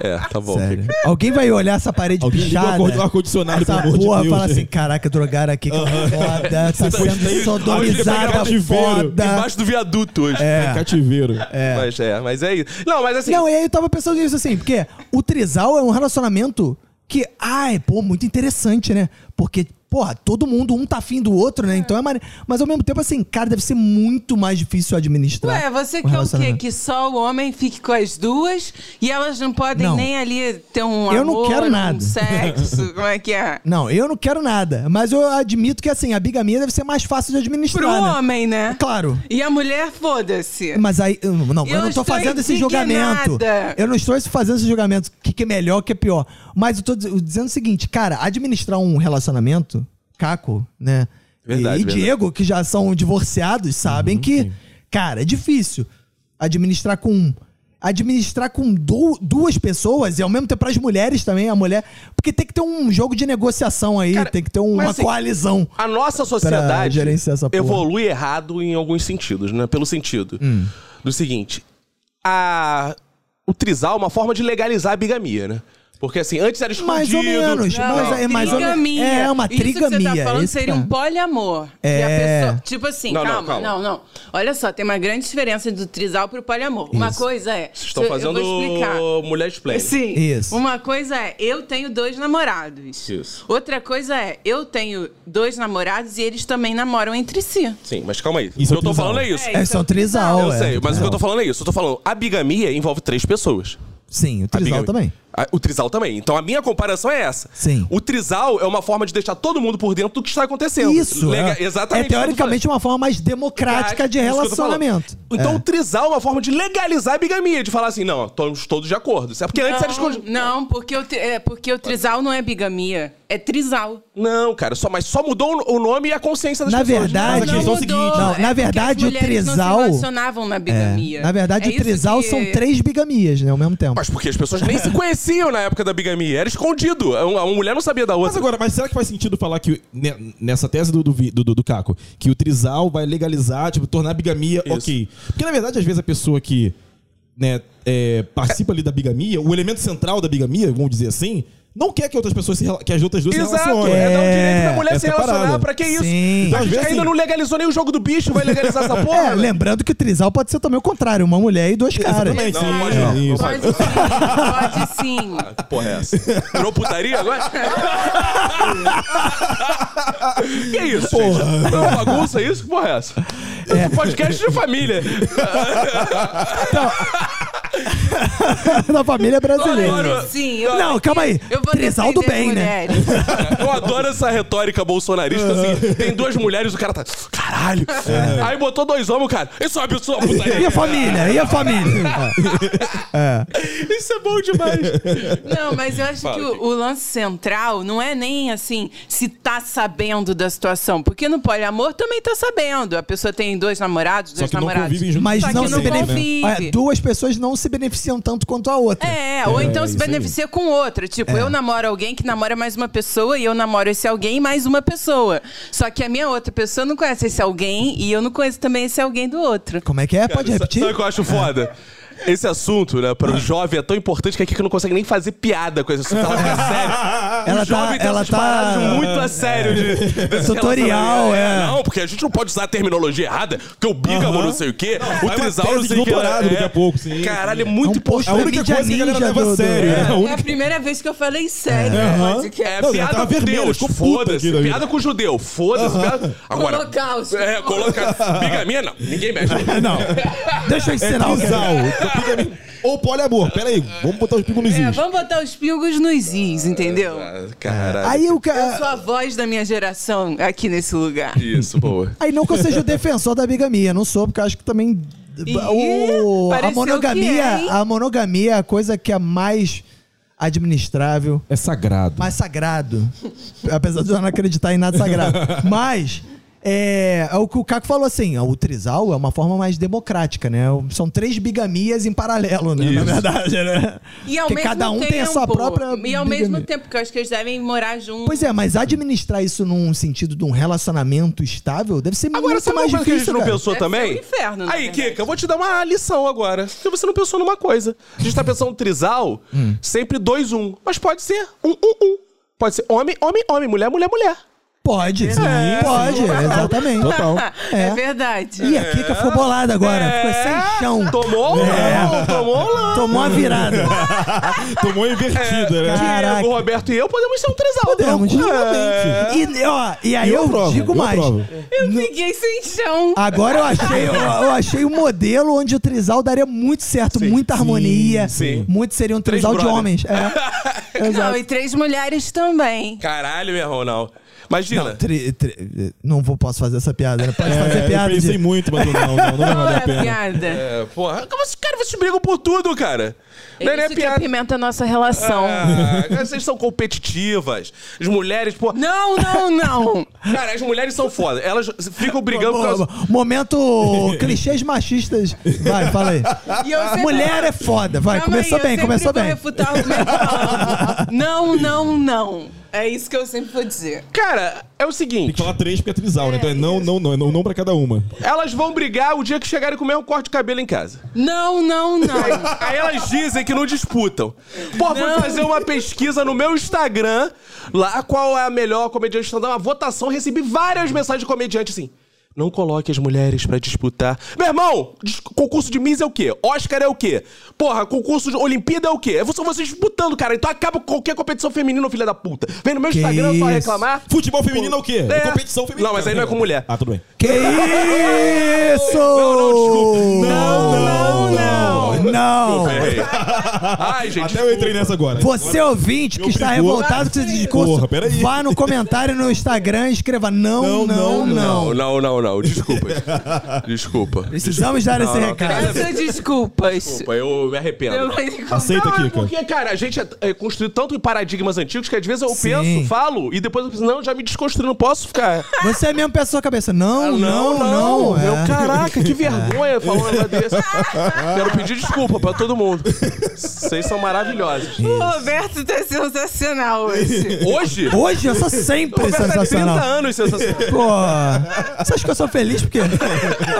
Speaker 1: É, tá bom.
Speaker 2: sério. Alguém vai olhar essa parede
Speaker 4: Alguém liga o
Speaker 2: pichada.
Speaker 4: acor- o ar-condicionado,
Speaker 2: né? essa
Speaker 4: pelo amor de
Speaker 2: porra
Speaker 4: Deus,
Speaker 2: fala assim:
Speaker 4: gente.
Speaker 2: caraca, drogaram aqui, que foda, tá sendo
Speaker 4: tem-
Speaker 2: sodomizada,
Speaker 4: Alguém pega cativeiro
Speaker 2: foda.
Speaker 1: Embaixo do viaduto hoje.
Speaker 2: "Ah."
Speaker 4: É. Cativeiro.
Speaker 1: É. Mas é, mas é isso. Não, mas assim.
Speaker 2: Não, e aí eu tava pensando nisso assim, porque o trisal é um relacionamento que, ai, pô, muito interessante, né? Porque, porra, todo mundo, um tá afim do outro, né? Então é maneiro. Mas ao mesmo tempo, assim, cara, deve ser muito mais difícil administrar.
Speaker 3: Ué, você
Speaker 2: um
Speaker 3: quer o quê?
Speaker 2: relacionamento.
Speaker 3: Que só o homem fique com as duas e elas não podem
Speaker 2: Não.
Speaker 3: nem ali ter um
Speaker 2: Eu não
Speaker 3: amor,
Speaker 2: quero nada.
Speaker 3: um sexo, como é que é?
Speaker 2: Não, eu não quero nada. Mas eu admito que, assim, a bigamia deve ser mais fácil de administrar.
Speaker 3: Pro
Speaker 2: né?
Speaker 3: homem, né?
Speaker 2: Claro.
Speaker 3: E a mulher, foda-se.
Speaker 2: Mas aí, eu- não, eu,
Speaker 3: Eu
Speaker 2: não tô
Speaker 3: estou
Speaker 2: fazendo esse
Speaker 3: indignada.
Speaker 2: julgamento. Eu não estou fazendo esse julgamento. O que, que é melhor, o que é pior. Mas eu tô diz- dizendo o seguinte, cara, administrar um relacionamento, Caco, né?
Speaker 1: Verdade, verdade.
Speaker 2: e
Speaker 1: Uhum,
Speaker 2: Diego, que já são divorciados, sabem que, cara, é difícil administrar com um. Administrar com du- duas pessoas e ao mesmo tempo para as mulheres também, a mulher. Porque tem que ter um jogo de negociação aí,
Speaker 1: Cara,
Speaker 2: tem que ter uma
Speaker 1: mas assim,
Speaker 2: coalizão.
Speaker 1: A nossa sociedade
Speaker 2: gerenciar essa porra.
Speaker 1: evolui errado em alguns sentidos, né? Pelo sentido
Speaker 2: Hum.
Speaker 1: do seguinte, a o trisal é uma forma de legalizar a bigamia, né? Porque assim, antes era escondido.
Speaker 2: Mais ou menos. Mas é mais ou menos-
Speaker 3: trigamia.
Speaker 2: é uma
Speaker 3: Isso que você
Speaker 2: trigamia,
Speaker 3: tá falando
Speaker 2: isso
Speaker 3: seria
Speaker 2: que é.
Speaker 3: um poliamor. E a
Speaker 2: É.
Speaker 3: pessoa- tipo assim,
Speaker 1: Não, não,
Speaker 3: calma,
Speaker 1: calma.
Speaker 3: Não, não. Olha só, tem uma grande diferença do trisal pro poliamor. Uma
Speaker 2: Isso.
Speaker 3: coisa é.
Speaker 1: Vocês estão
Speaker 3: eu-
Speaker 1: fazendo
Speaker 3: Eu vou explicar.
Speaker 1: mulher explain.
Speaker 3: Sim.
Speaker 2: Isso.
Speaker 3: Uma coisa é, eu tenho dois namorados.
Speaker 1: Isso.
Speaker 3: Outra coisa é, eu tenho dois namorados e eles também namoram entre si.
Speaker 1: Sim, mas calma aí. o que eu
Speaker 4: Isso é
Speaker 1: tô
Speaker 4: trisal.
Speaker 1: falando é isso.
Speaker 3: É,
Speaker 2: É, são trisal.
Speaker 1: eu
Speaker 2: é,
Speaker 1: sei, mas o que eu
Speaker 2: trisal.
Speaker 1: tô falando é isso. Eu tô falando, a bigamia envolve três pessoas.
Speaker 2: Sim, o
Speaker 1: A
Speaker 2: trisal
Speaker 1: bigamia.
Speaker 2: também.
Speaker 1: A- o trisal também. Então a minha comparação é essa.
Speaker 2: Sim.
Speaker 1: O trisal é uma forma de deixar todo mundo por dentro do que está acontecendo.
Speaker 2: Isso.
Speaker 1: Lega-
Speaker 2: é,
Speaker 1: Exatamente.
Speaker 2: é teoricamente uma forma mais democrática de
Speaker 1: Isso que eu tô
Speaker 2: relacionamento.
Speaker 1: falando. Então
Speaker 2: É.
Speaker 1: o trisal é uma forma de legalizar a bigamia, de falar assim, não, estamos todos de acordo. Isso é porque antes era escondido.
Speaker 3: não, porque o, tri- é, porque o trisal não é bigamia, é trisal.
Speaker 1: Não, cara, só, mas só mudou o o nome e a consciência das
Speaker 2: Na
Speaker 1: pessoas.
Speaker 2: verdade-
Speaker 4: Mas a questão é o seguinte-
Speaker 2: Não, na
Speaker 3: porque as
Speaker 2: verdade, o
Speaker 3: mulheres
Speaker 2: trisal-
Speaker 3: Não se relacionavam na bigamia.
Speaker 2: É. Na verdade,
Speaker 3: É
Speaker 2: o
Speaker 3: isso
Speaker 2: trisal
Speaker 3: que-
Speaker 2: são três bigamias, né? Ao mesmo tempo.
Speaker 1: Mas porque as pessoas nem se conheciam na época da bigamia. Era escondido. Uma, uma mulher não sabia da
Speaker 4: Mas
Speaker 1: outra.
Speaker 4: agora, mas será que faz sentido falar que ne- nessa tese do, do, Vi- do, do- do Caco, que o trisal vai legalizar, tipo, tornar a bigamia
Speaker 1: Isso.
Speaker 4: ok? Porque na verdade, às vezes, a pessoa que né, é, participa ali da bigamia, o elemento central da bigamia, vamos dizer assim, não quer que outras pessoas se rela- que as outras duas se
Speaker 1: Exato,
Speaker 4: relacionem.
Speaker 1: é, dar o direito da
Speaker 2: É,
Speaker 1: mulher se
Speaker 4: essa
Speaker 1: relacionar.
Speaker 4: parada.
Speaker 1: Pra que isso? Então
Speaker 2: Sim.
Speaker 1: A gente
Speaker 4: Às vezes,
Speaker 1: ainda
Speaker 4: assim-
Speaker 1: não legalizou nem o jogo do bicho, vai legalizar essa porra? né?
Speaker 2: É, lembrando que o trisal pode ser também o contrário, uma mulher e dois caras.
Speaker 4: Exatamente.
Speaker 1: Não,
Speaker 4: Sim,
Speaker 1: pode não.
Speaker 4: isso.
Speaker 1: Não pode.
Speaker 3: Pode sim, pode sim.
Speaker 1: Que porra é essa? Virou putaria agora? que isso, gente? Não, bagunça é isso? Que porra é essa? É. Podcast de família.
Speaker 2: da Então, família é brasileira.
Speaker 1: Adoro.
Speaker 3: Sim, eu
Speaker 2: Não,
Speaker 3: vou-
Speaker 2: calma aí.
Speaker 3: Eu vou
Speaker 2: Trisal do
Speaker 3: defender
Speaker 2: bem, né?
Speaker 3: mulheres.
Speaker 1: Eu adoro essa retórica bolsonarista, assim. Tem duas mulheres, o cara tá. Caralho! Aí botou dois homens, o cara. Isso é uma absurdo, uma
Speaker 2: E
Speaker 1: putaria.
Speaker 2: a família? E a família?
Speaker 1: Isso é bom demais.
Speaker 3: Não, mas eu acho
Speaker 1: Fala,
Speaker 3: que o,
Speaker 1: Kiko.
Speaker 3: o lance central não é nem assim se tá sabendo da situação. Porque no poliamor também tá sabendo. A pessoa tem dois namorados,
Speaker 4: Só
Speaker 3: dois
Speaker 4: que não
Speaker 3: namorados.
Speaker 4: convivem né? juntos.
Speaker 2: Mas
Speaker 1: Tá
Speaker 3: Só que
Speaker 2: não se
Speaker 3: não
Speaker 2: beneficiam.
Speaker 3: convive.
Speaker 2: duas pessoas não se beneficiam tanto quanto a outra.
Speaker 3: É, ou então se
Speaker 4: isso É. aí.
Speaker 3: beneficia com outra. Tipo, eu namoro alguém que namora mais uma pessoa e eu namoro esse alguém e mais uma pessoa. Só que a minha outra pessoa não conhece esse alguém e eu não conheço também esse alguém do outro.
Speaker 2: Como é que é? Pode
Speaker 1: Cara, sa-
Speaker 2: repetir?
Speaker 1: Sabe o que eu acho foda? Esse assunto, né, para o jovem é tão importante que aqui que não consegue nem fazer piada com esse assunto. é Ela fica séria.
Speaker 2: Ela
Speaker 1: o um jovem
Speaker 2: tá-
Speaker 1: tem
Speaker 2: ela
Speaker 1: essas
Speaker 2: tá-
Speaker 1: paradas muito a sério. De, desse
Speaker 2: Tutorial,
Speaker 1: relacionamento.
Speaker 2: é.
Speaker 1: Não, porque a gente não pode usar a terminologia errada, porque o bígamo não sei o quê, o
Speaker 4: vai uma
Speaker 1: trisal não
Speaker 4: tese
Speaker 1: sei o quê. é.
Speaker 4: doutorado daqui a pouco, sim.
Speaker 1: Caralho, é
Speaker 2: É
Speaker 1: muito
Speaker 2: um post
Speaker 1: importante.
Speaker 4: a
Speaker 2: da mídia
Speaker 4: única coisa que a galera
Speaker 2: ninja
Speaker 4: leva a
Speaker 2: do- do-
Speaker 4: sério.
Speaker 2: É.
Speaker 4: É a
Speaker 3: É a
Speaker 4: única
Speaker 3: primeira vez que eu falei sério no
Speaker 4: Aham.
Speaker 1: É
Speaker 3: podcast.
Speaker 4: um- Não, já
Speaker 1: piada
Speaker 4: tava
Speaker 1: com
Speaker 4: vermelho,
Speaker 1: Deus,
Speaker 4: ficou puta
Speaker 1: foda-se.
Speaker 4: aqui daí.
Speaker 1: Piada com judeu, foda-se. piada- Agora.
Speaker 3: Holocausto.
Speaker 1: É, colocar. Bigamia, não. Ninguém mexe.
Speaker 2: Não. Deixa eu
Speaker 1: É
Speaker 2: ensinar o que
Speaker 4: trisal. Então, bigamia- Ou poliamor. Pera aí, vamos botar os pingos nos
Speaker 3: É,
Speaker 4: is.
Speaker 3: vamos botar os pingos nos is, entendeu?
Speaker 1: Ah, Caralho.
Speaker 2: Aí o
Speaker 1: É
Speaker 3: Eu sou
Speaker 2: cara.
Speaker 3: a voz da minha geração aqui nesse lugar.
Speaker 1: Isso, boa.
Speaker 2: Aí não que eu seja o defensor da bigamia, não sou, porque eu acho que também.
Speaker 3: Ih,
Speaker 2: o- a
Speaker 3: pareceu que é, hein?
Speaker 2: monogamia, a monogamia é a coisa que é mais administrável,
Speaker 4: É sagrado.
Speaker 2: mais sagrado. Apesar de eu não acreditar em nada sagrado. Mas é, é o que o Caco falou assim: o trisal é uma forma mais democrática, né? São três bigamias em paralelo, né? Na verdade, né?
Speaker 3: E ao
Speaker 2: Porque
Speaker 3: mesmo
Speaker 2: cada um
Speaker 3: tempo,
Speaker 2: tem a sua própria.
Speaker 3: E ao mesmo
Speaker 2: bigamia.
Speaker 3: tempo, que eu acho que eles devem morar juntos.
Speaker 2: Pois é, mas administrar isso num sentido de um relacionamento estável deve ser
Speaker 1: Agora,
Speaker 2: muito
Speaker 1: sabe uma
Speaker 2: mais
Speaker 1: coisa que a gente
Speaker 2: difícil,
Speaker 1: não
Speaker 2: cara.
Speaker 1: pensou
Speaker 3: Deve
Speaker 1: também?
Speaker 3: ser um inferno, na
Speaker 1: Aí,
Speaker 3: verdade.
Speaker 1: Kika, eu vou te dar uma lição agora. Porque você não pensou numa coisa. A gente tá pensando trisal,
Speaker 2: Hum.
Speaker 1: sempre dois, um. Mas pode ser um, um, um. Pode ser homem, homem, homem, mulher, mulher, mulher.
Speaker 2: Pode, pode, exatamente.
Speaker 4: É, Total.
Speaker 3: É,
Speaker 2: É.
Speaker 3: verdade.
Speaker 2: Ih, a Kika ficou bolada agora, ficou
Speaker 4: É.
Speaker 3: É.
Speaker 2: sem chão. É.
Speaker 1: Tomou ou não? Tomou um ou não?
Speaker 2: Tomou a virada.
Speaker 4: Tomou invertida,
Speaker 1: É,
Speaker 4: né?
Speaker 2: cara. Caraca.
Speaker 1: Diego, Roberto e eu podemos ser um trisal.
Speaker 2: Podemos,
Speaker 1: É.
Speaker 2: exatamente. E, ó, e aí eu,
Speaker 4: aprovo,
Speaker 2: digo
Speaker 4: eu
Speaker 2: mais.
Speaker 4: aprovo.
Speaker 3: Eu fiquei sem chão.
Speaker 2: Agora eu achei, eu, eu achei o modelo onde o trisal daria muito certo, muita harmonia.
Speaker 1: sim.
Speaker 2: Muito seria um
Speaker 1: Três
Speaker 2: trisal de
Speaker 1: brother.
Speaker 2: homens. É.
Speaker 3: Não,
Speaker 2: Exato.
Speaker 3: e três mulheres também.
Speaker 1: Caralho, meu irmão, não. Imagina.
Speaker 2: Não, tri- tri- não vou, posso fazer essa piada, né? Pode fazer
Speaker 4: É, eu
Speaker 2: piada.
Speaker 4: pensei
Speaker 2: de-
Speaker 4: muito, mas não, não, não, vai
Speaker 3: Não
Speaker 4: valer
Speaker 3: é
Speaker 4: a pena.
Speaker 3: piada. É.
Speaker 1: É, porra. Como assim, cara, vocês brigam por tudo, cara. Não é nem
Speaker 3: isso que
Speaker 1: piada.
Speaker 3: apimenta a nossa relação.
Speaker 1: Ah, cara, vocês são competitivas. As mulheres, pô.
Speaker 3: Não, não, não.
Speaker 1: Cara, as mulheres são foda. Elas ficam brigando por
Speaker 2: Boa,
Speaker 1: causa.
Speaker 2: boa. Momento clichês machistas. Vai, fala aí.
Speaker 3: E eu sempre-
Speaker 2: Mulher é foda. Vai,
Speaker 3: Calma
Speaker 2: começou
Speaker 3: aí, eu
Speaker 2: bem,
Speaker 3: sempre
Speaker 2: começou
Speaker 3: vou
Speaker 2: bem.
Speaker 3: refutar o argumento falando. Não, não, não. É isso que eu sempre vou dizer.
Speaker 1: Cara, é o
Speaker 4: Tem que
Speaker 1: seguinte:
Speaker 4: falar três porque é trisal, né? Então é não, não, não. É não, não pra cada uma.
Speaker 1: um elas vão brigar o dia que chegarem com o mesmo corte de cabelo em casa.
Speaker 3: Não, não, não.
Speaker 1: Aí elas dizem dizem que não disputam. Pô, fui fazer uma pesquisa no meu Instagram, lá qual é a melhor comediante stand-up, uma votação, recebi várias mensagens de comediante assim. Não coloque as mulheres pra disputar. Meu irmão, dis- concurso de Miss é o quê? Oscar é o quê? Porra, concurso de Olimpíada é o quê? É você, você disputando, cara. Então acaba com qualquer competição feminina, filha da puta. Vem no meu
Speaker 2: Que
Speaker 1: Instagram só
Speaker 2: isso.
Speaker 1: reclamar.
Speaker 4: Futebol feminino é o quê? É.
Speaker 1: É.
Speaker 4: competição feminina.
Speaker 1: Não, mas aí não é com mulher.
Speaker 4: Ah, tudo bem.
Speaker 2: Que isso!
Speaker 1: Não, não, desculpa.
Speaker 2: não, não, não. não.
Speaker 1: Errei. É. Ai, gente.
Speaker 4: Até eu entrei nessa agora.
Speaker 2: Você é ouvinte que
Speaker 4: Me
Speaker 2: está
Speaker 4: obrigou.
Speaker 2: revoltado com esse discurso,
Speaker 4: Porra, peraí.
Speaker 2: vá no comentário no Instagram e escreva não,
Speaker 4: Não,
Speaker 2: não,
Speaker 4: não,
Speaker 1: Não,
Speaker 2: não.
Speaker 1: não, não, não. Desculpa. Desculpa.
Speaker 2: Precisamos dar esse
Speaker 1: não,
Speaker 2: recado.
Speaker 3: Peça desculpas.
Speaker 1: Desculpa, eu me arrependo.
Speaker 3: Eu vou encontrar
Speaker 4: Aceita
Speaker 3: uma-
Speaker 1: Não, é
Speaker 4: aqui, cara.
Speaker 1: porque, cara, a gente é, é construído tanto em paradigmas antigos que às vezes eu
Speaker 2: Sim.
Speaker 1: penso, falo, e depois eu penso, não, já me desconstruí, não posso ficar.
Speaker 2: Você é mesmo pensou a cabeça.
Speaker 1: Ah,
Speaker 2: Ah, Não, não, não.
Speaker 1: Meu,
Speaker 2: é.
Speaker 1: caraca, que vergonha falar um negócio desse. Quero pedir desculpa pra todo mundo. Vocês são maravilhosos.
Speaker 3: O Roberto tá sensacional hoje.
Speaker 1: Hoje?
Speaker 2: Hoje eu sou sempre
Speaker 1: Roberto tá 30
Speaker 2: sensacional.
Speaker 1: anos sensacional.
Speaker 2: Pô, você acha que eu sou feliz porque.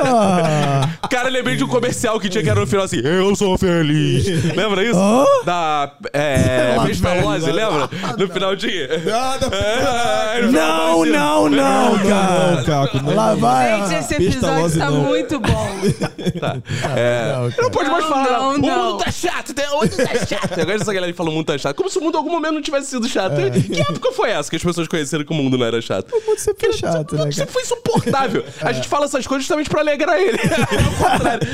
Speaker 2: Ah,
Speaker 1: Cara, eu lembrei de um comercial que tinha que era no final assim, eu sou feliz. Lembra isso?
Speaker 2: Hã?
Speaker 1: Da. É.
Speaker 2: Lá
Speaker 1: Peixe
Speaker 2: vem.
Speaker 1: Velose, lembra? No final de.
Speaker 4: Nada.
Speaker 1: É, no final
Speaker 2: Não,
Speaker 1: aparecia.
Speaker 2: não, não,
Speaker 4: Ah, Não,
Speaker 2: cara.
Speaker 4: Caco. Não.
Speaker 2: Lá vai.
Speaker 3: Gente, esse episódio
Speaker 4: Pestalozzi
Speaker 3: tá
Speaker 4: não.
Speaker 3: muito bom.
Speaker 1: É.
Speaker 2: Não, cara.
Speaker 1: Não pode mais
Speaker 3: Não,
Speaker 1: falar.
Speaker 3: não,
Speaker 1: o
Speaker 3: não.
Speaker 1: mundo tá chato, tem- o mundo tá chato. Agora essa galera que fala o mundo tá chato. Como se o mundo em algum momento não tivesse sido chato.
Speaker 2: É.
Speaker 1: Que época foi essa que as pessoas conheceram que o mundo não era chato? O
Speaker 2: mundo sempre foi chato, né, cara? É.
Speaker 1: Sempre foi insuportável. A gente fala essas coisas justamente pra alegrar ele. Ao contrário.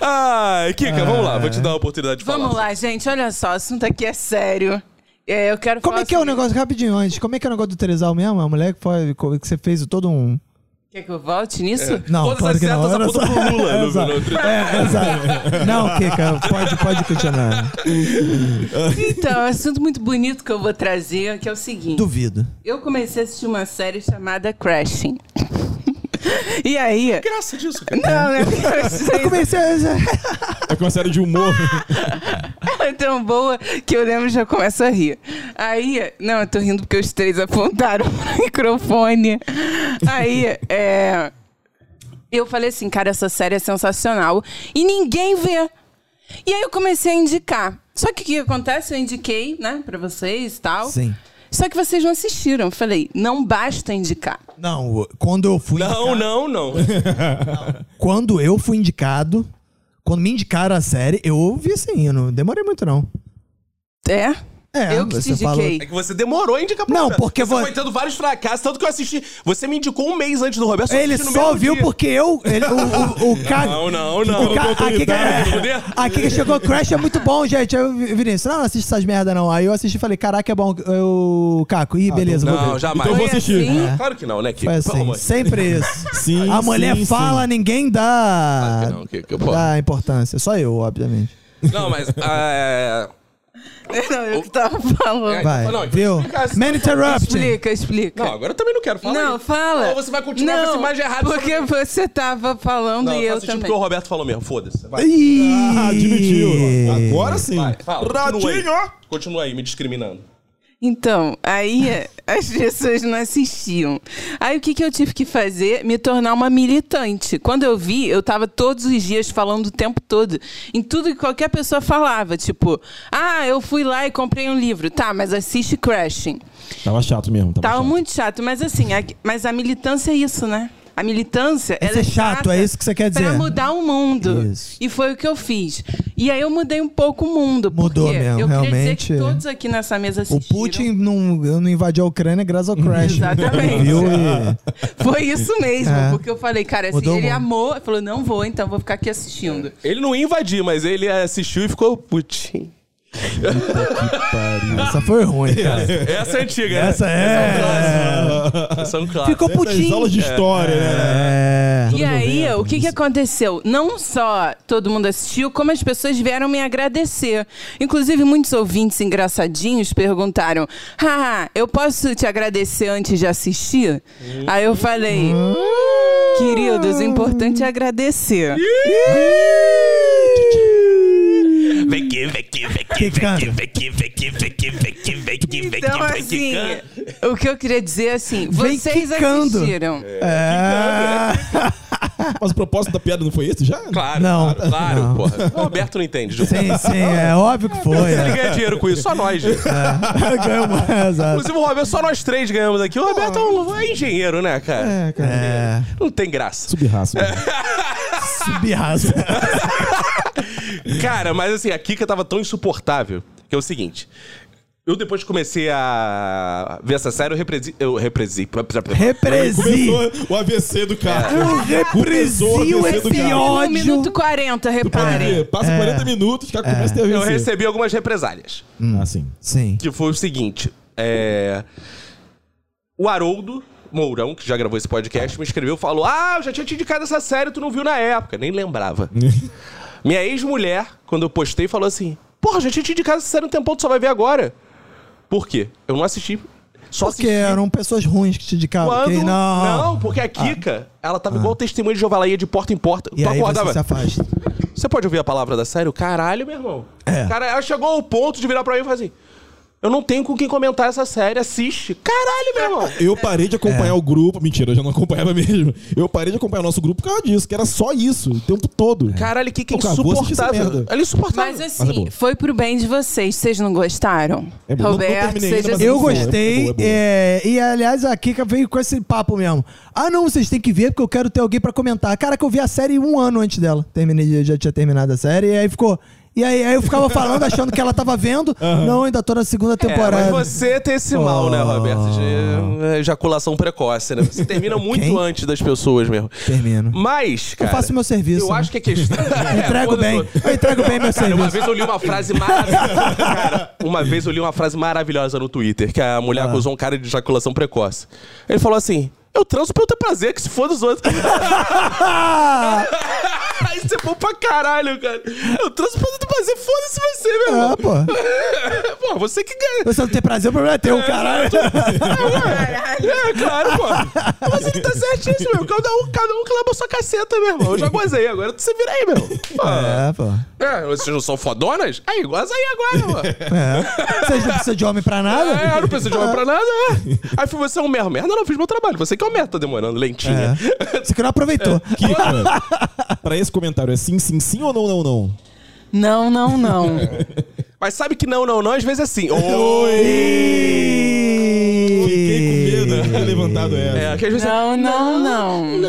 Speaker 1: Ai, Kika, vamos lá. Vou te dar uma oportunidade de
Speaker 3: Vamos
Speaker 1: falar.
Speaker 3: lá, gente. Olha só, o assunto aqui é sério. É, eu quero
Speaker 2: Como
Speaker 3: falar
Speaker 2: é que é o
Speaker 3: sobre-
Speaker 2: negócio, rapidinho antes, como é que é o negócio do Teresal mesmo? A mulher que, foi, que você fez todo um.
Speaker 3: Quer que eu volte nisso?
Speaker 2: Não,
Speaker 1: Todas
Speaker 2: claro
Speaker 1: as
Speaker 2: que não.
Speaker 1: setas
Speaker 2: Era
Speaker 1: apontam
Speaker 2: só-
Speaker 1: pro Lula.
Speaker 2: É,
Speaker 1: no-
Speaker 2: exato.
Speaker 1: no-
Speaker 2: É, exato. Não, Kika, pode, pode continuar.
Speaker 3: Então, é um assunto muito bonito que eu vou trazer, que é o seguinte.
Speaker 2: Duvido.
Speaker 3: Eu comecei a assistir uma série chamada Crashing. e aí...
Speaker 1: Graça disso, cara.
Speaker 3: Não, né? porque eu
Speaker 2: Eu
Speaker 3: achei
Speaker 2: comecei
Speaker 3: Então-
Speaker 2: a.
Speaker 4: É com uma série de humor.
Speaker 3: ela tão boa que eu lembro e já começo a rir. Aí, não, eu tô rindo porque os três apontaram o microfone. Aí, é... Eu falei assim, cara, essa série é sensacional. E ninguém vê. E aí eu comecei a indicar. Só que o que acontece? Eu indiquei, né, pra vocês e tal.
Speaker 2: Sim.
Speaker 3: Só que vocês não assistiram. Eu Falei, não basta indicar.
Speaker 2: Não, quando eu fui.
Speaker 1: Não,
Speaker 2: indicado-
Speaker 1: não, não.
Speaker 2: Quando eu fui indicado, quando me indicaram a série, eu ouvi sim, eu não demorei muito, não.
Speaker 3: É?
Speaker 2: É,
Speaker 3: eu que te
Speaker 2: você falou-
Speaker 3: indiquei.
Speaker 1: É que você demorou a indicar pra
Speaker 2: Não,
Speaker 1: você.
Speaker 2: porque
Speaker 1: você
Speaker 2: vo-
Speaker 1: foi tendo vários fracassos, tanto que eu assisti. Você me indicou um mês antes do Roberto. eu
Speaker 2: Ele
Speaker 1: assisti no
Speaker 2: só
Speaker 1: mesmo
Speaker 2: viu
Speaker 1: dia.
Speaker 2: porque eu. Ele, o, o, o cara.
Speaker 1: Não, não, não.
Speaker 2: O ca- aqui,
Speaker 1: autoridade,
Speaker 2: é, aqui que chegou Crash é muito bom, gente. Aí eu vi- Vinícius, não, não assiste essas merda, não. Aí eu assisti e falei, caraca, é bom. Eu, Caco, ih, beleza, vou
Speaker 1: Ah, Não,
Speaker 2: ver.
Speaker 1: jamais.
Speaker 4: Então eu vou
Speaker 3: Foi
Speaker 4: assistir.
Speaker 3: assim?
Speaker 1: Claro que não, né, Kiko?
Speaker 2: Foi
Speaker 1: Pelo
Speaker 2: assim,
Speaker 1: amor de
Speaker 2: sempre isso.
Speaker 4: Sim,
Speaker 2: A mulher
Speaker 4: sim,
Speaker 2: fala,
Speaker 4: sim.
Speaker 2: ninguém dá.
Speaker 1: Claro que não, que- que eu posso.
Speaker 2: dá importância. Só eu, obviamente.
Speaker 1: Deus. Não, mas. é,
Speaker 3: Não, eu que tava falando.
Speaker 1: É.
Speaker 2: Vai.
Speaker 1: Não, então
Speaker 2: viu?
Speaker 1: explica essa-
Speaker 2: Man interrupting.
Speaker 3: Explica, explica.
Speaker 1: Não, agora eu também não quero falar.
Speaker 3: Não, fala.
Speaker 1: Ou você vai continuar com essa imagem errada.
Speaker 3: Porque você tava falando
Speaker 1: Não,
Speaker 3: e
Speaker 1: eu
Speaker 3: eu
Speaker 1: assisti
Speaker 3: também.
Speaker 1: porque o Roberto falou mesmo. Foda-se. Vai.
Speaker 2: Ih!
Speaker 4: Ah, admitiu. Agora sim.
Speaker 1: Vai, fala. Continua aí.
Speaker 4: Ratinho, ó.
Speaker 1: Continua aí, me discriminando.
Speaker 3: Então, aí as pessoas não assistiam. Aí o que, que eu tive que fazer? Me tornar uma militante. Quando eu vi, eu tava todos os dias falando o tempo todo. Em tudo que qualquer pessoa falava. Tipo, ah, eu fui lá e comprei um livro. Tá, mas assiste Crashing.
Speaker 4: Tava chato mesmo.
Speaker 2: Tá
Speaker 4: Tava,
Speaker 3: Tava
Speaker 4: chato.
Speaker 3: Tá muito chato, mas assim, a, mas a militância é isso, né? A militância
Speaker 2: É
Speaker 3: ela
Speaker 2: ser chato,
Speaker 3: chata
Speaker 2: é isso que você quer
Speaker 3: Pra
Speaker 2: dizer.
Speaker 3: mudar o mundo.
Speaker 2: Isso.
Speaker 3: E foi o que eu fiz. E aí eu mudei um pouco o mundo.
Speaker 2: Mudou
Speaker 3: porque
Speaker 2: mesmo,
Speaker 3: eu Queria dizer
Speaker 2: realmente. é.
Speaker 3: que todos aqui nessa mesa
Speaker 2: O
Speaker 3: assistiram.
Speaker 2: Putin
Speaker 1: né?
Speaker 2: não, não invadiu a Ucrânia graças ao Crash.
Speaker 3: Exatamente.
Speaker 2: Viu? E-
Speaker 3: Foi isso mesmo,
Speaker 2: É.
Speaker 3: porque eu falei, cara, assim,
Speaker 2: Mudou o
Speaker 3: ele
Speaker 2: mundo.
Speaker 3: amou, ele falou, não vou, então vou ficar aqui assistindo.
Speaker 1: Ele não ia invadir, mas ele assistiu e ficou putinho.
Speaker 2: Essa foi ruim, cara.
Speaker 1: Essa é antiga, né?
Speaker 2: Essa é.
Speaker 1: Essa é um clássico.
Speaker 2: Ficou
Speaker 4: Nas
Speaker 2: putinho.
Speaker 4: aulas de história, né?
Speaker 2: É.
Speaker 3: E aí, o que, que aconteceu? Não só todo mundo assistiu, como as pessoas vieram me agradecer. Inclusive, muitos ouvintes engraçadinhos perguntaram: Haha, eu posso te agradecer antes de assistir?
Speaker 4: Hum.
Speaker 3: Aí eu falei: Queridos, o importante é agradecer.
Speaker 1: Vem aqui, vem aqui, vem aqui,
Speaker 2: Que canta.
Speaker 1: vem aqui, vem aqui, vem aqui, vem aqui, vem aqui, vem aqui,
Speaker 3: Então,
Speaker 1: vem aqui,
Speaker 3: assim,
Speaker 1: canta.
Speaker 3: o que eu queria dizer é assim:
Speaker 2: Vem
Speaker 3: vocês
Speaker 2: quicando.
Speaker 3: assistiram.
Speaker 2: É.
Speaker 4: Mas o propósito da piada não foi esse já?
Speaker 1: Claro,
Speaker 2: Não,
Speaker 1: claro, claro,
Speaker 2: não.
Speaker 1: porra. O Roberto não entende. Ju.
Speaker 2: Sim, sim, é óbvio que foi.
Speaker 1: Ele
Speaker 2: É.
Speaker 1: ganha dinheiro com isso, só nós, gente.
Speaker 2: Ganhou mais, exato.
Speaker 1: Inclusive, o Roberto, só nós três ganhamos aqui. O Roberto é, um, é engenheiro, né, cara?
Speaker 4: É, cara.
Speaker 2: É,
Speaker 1: Não tem graça.
Speaker 4: Subraça. né?
Speaker 1: É.
Speaker 2: subirraço.
Speaker 1: Cara, mas assim, a Kika tava tão insuportável que é o seguinte. Eu depois que comecei a ver essa série, eu represi... Eu represi...
Speaker 2: Represi.
Speaker 4: Começou o AVC do cara.
Speaker 2: Eu represi o
Speaker 4: Começou do
Speaker 2: esse
Speaker 4: cara.
Speaker 3: Um
Speaker 2: ódio.
Speaker 3: minuto 40,
Speaker 4: Pode
Speaker 3: reparem.
Speaker 4: ver,
Speaker 2: é.
Speaker 4: Passa 40 minutos, cara, começa a ter AVC.
Speaker 1: Eu recebi algumas represálias.
Speaker 4: Ah, sim.
Speaker 2: Hum, assim, Sim.
Speaker 1: Que foi o seguinte. É... O Haroldo Mourão, que já gravou esse podcast, me escreveu e falou: Ah, eu já tinha te indicado essa série, tu não viu na época. Nem lembrava. Minha ex-mulher, quando eu postei, falou assim: Porra, já tinha te indicado essa série um tempão, tu só vai ver agora. Por quê? Eu não assisti. Só
Speaker 2: Porque
Speaker 1: assisti
Speaker 2: eram pessoas ruins que te indicavam.
Speaker 1: quando.
Speaker 2: ok?
Speaker 1: não.
Speaker 2: não. Ah.
Speaker 1: porque a Kika, ela tava igual o testemunho de Jovalaia de porta em porta.
Speaker 2: E
Speaker 1: tu
Speaker 2: aí
Speaker 1: acordava.
Speaker 2: você se afasta.
Speaker 1: Você pode ouvir a palavra da série? O Caralho, meu irmão.
Speaker 2: É.
Speaker 1: Cara, ela chegou ao ponto de virar pra mim e falar assim: Eu não tenho com quem comentar essa série, assiste. Caralho, meu irmão.
Speaker 4: Eu parei de
Speaker 2: É.
Speaker 4: acompanhar o grupo. Mentira, eu já não acompanhava mesmo. Eu parei de acompanhar o nosso grupo por causa disso, que era só isso, o tempo todo.
Speaker 1: Caralho, que que é
Speaker 4: Pô, acabou, assisti essa
Speaker 1: insuportável.
Speaker 4: merda.
Speaker 1: Ela é insuportável.
Speaker 3: Mas
Speaker 4: Mas é
Speaker 3: assim,
Speaker 4: boa.
Speaker 3: foi pro bem de vocês. Vocês não gostaram?
Speaker 4: É boa. Não- não
Speaker 3: Roberto,
Speaker 4: terminei ainda,
Speaker 3: seja
Speaker 4: mas
Speaker 2: Eu
Speaker 4: É boa, é
Speaker 2: gostei.
Speaker 4: boa, é boa.
Speaker 2: é, e aliás, a Kika veio com esse papo mesmo. Ah, não, vocês têm que ver porque eu quero ter alguém pra comentar. Cara, que eu vi a série um ano antes dela. Terminei, já tinha terminado a série. E aí ficou. E aí, aí eu ficava falando, achando que ela tava vendo. Não, ainda tô na segunda
Speaker 1: É,
Speaker 2: temporada.
Speaker 1: mas você tem esse mal, né, Roberto? De eh, ejaculação precoce, né? Você termina muito
Speaker 2: Quem?
Speaker 1: antes das pessoas mesmo.
Speaker 2: Termino.
Speaker 1: Mas, cara.
Speaker 2: faço meu serviço,
Speaker 1: Eu
Speaker 2: né?
Speaker 1: acho que a questão. É,
Speaker 2: Entrego
Speaker 1: quando-
Speaker 2: bem. Eu entrego bem meu
Speaker 1: Cara, uma
Speaker 2: serviço.
Speaker 1: vez eu li uma frase maravilhosa. Cara, uma vez eu li uma frase maravilhosa no Twitter, que a
Speaker 2: Ah.
Speaker 1: mulher acusou um cara de ejaculação precoce. Ele falou assim: Eu transo pra eu ter prazer, que se foda os outros. Isso é bom pra caralho, cara. Eu transo pra eu ter prazer, foda-se você, meu irmão.
Speaker 2: É, pô.
Speaker 1: Pô, você que ganha.
Speaker 2: Você não tem prazer, o problema é teu, caralho.
Speaker 1: É, claro, pô. Mas ele tá certíssimo, meu. Cada um, cada um clama a sua caceta, meu irmão. Eu já gozei, agora você vira aí, meu. Pô,
Speaker 2: É, pô.
Speaker 1: É, vocês não são fodonas? É, Aí, goza aí agora, mano.
Speaker 2: É. Vocês não precisam de homem pra nada?
Speaker 1: É, eu não preciso de homem pra nada. é. Aí foi você é um merda. Merda, não, eu fiz meu trabalho. Você que é o merda, tá demorando, lentinha.
Speaker 2: Você que não aproveitou.
Speaker 1: É.
Speaker 4: Kika, pra esse comentário, é sim, sim, sim ou não, não, não?
Speaker 3: Não, não, não.
Speaker 1: Mas sabe que não, não, não, às vezes é assim.
Speaker 4: Fiquei com
Speaker 2: Fiquei
Speaker 4: medo de ter levantado
Speaker 1: É,
Speaker 4: essa.
Speaker 1: que às vezes
Speaker 3: Não, não, não.
Speaker 1: é.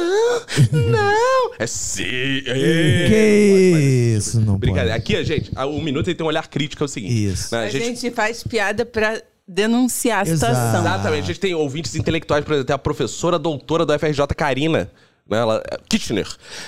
Speaker 1: Não! É sim! É.
Speaker 2: Que isso, não
Speaker 1: Brincadeira.
Speaker 2: pode.
Speaker 1: Aqui, gente, a- o minuto ele tem um olhar crítico, é o seguinte.
Speaker 2: Isso.
Speaker 1: né,
Speaker 3: A gente faz piada pra denunciar a
Speaker 2: Exato.
Speaker 3: situação.
Speaker 1: Exatamente. A gente tem ouvintes intelectuais, por exemplo, tem a professora doutora do FRJ, Karina. Né, ela, Kitchener.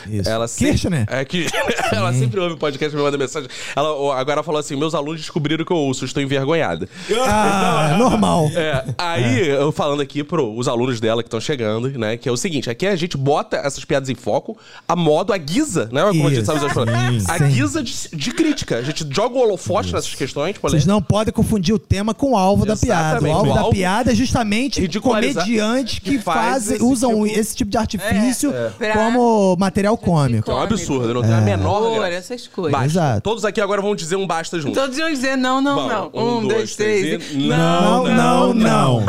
Speaker 2: Isso.
Speaker 1: Ela sempre,
Speaker 2: Kirchner?
Speaker 1: É, Kirchner. ela sempre ouve o podcast e me manda mensagem. Ela ó, agora falou assim: meus alunos descobriram que eu ouço, estou envergonhada.
Speaker 2: Ah, normal.
Speaker 1: É, aí, eu falando aqui pros alunos dela que estão chegando, né? Que é o seguinte: aqui a gente bota essas piadas em foco a modo, a guisa, né? Como a gente
Speaker 2: Isso.
Speaker 1: sabe usar as palavras.
Speaker 2: Sim,
Speaker 1: A
Speaker 2: sim.
Speaker 1: guisa de, de crítica. A gente joga o holofote nessas questões, tipo,
Speaker 2: Vocês
Speaker 1: polêmicas.
Speaker 2: não podem confundir o tema com o alvo da
Speaker 1: Exatamente.
Speaker 2: piada. O alvo
Speaker 1: O
Speaker 2: da
Speaker 1: alvo
Speaker 2: piada é justamente
Speaker 1: ridicularizar-
Speaker 2: comediantes que,
Speaker 1: que faz
Speaker 2: fazem,
Speaker 1: esse
Speaker 2: usam
Speaker 1: tipo-
Speaker 2: esse tipo de artifício
Speaker 3: pra-
Speaker 2: como material cômico.
Speaker 1: É um absurdo, não tem a menor.
Speaker 3: Horror,
Speaker 1: graça.
Speaker 3: essas coisas.
Speaker 1: Basta.
Speaker 2: Exato.
Speaker 1: Todos aqui agora vão dizer um basta junto.
Speaker 3: Todos iam dizer não, Então, não,
Speaker 1: Bom,
Speaker 3: não. Um, dois, três.
Speaker 1: e-
Speaker 3: e-
Speaker 2: Não, não, não.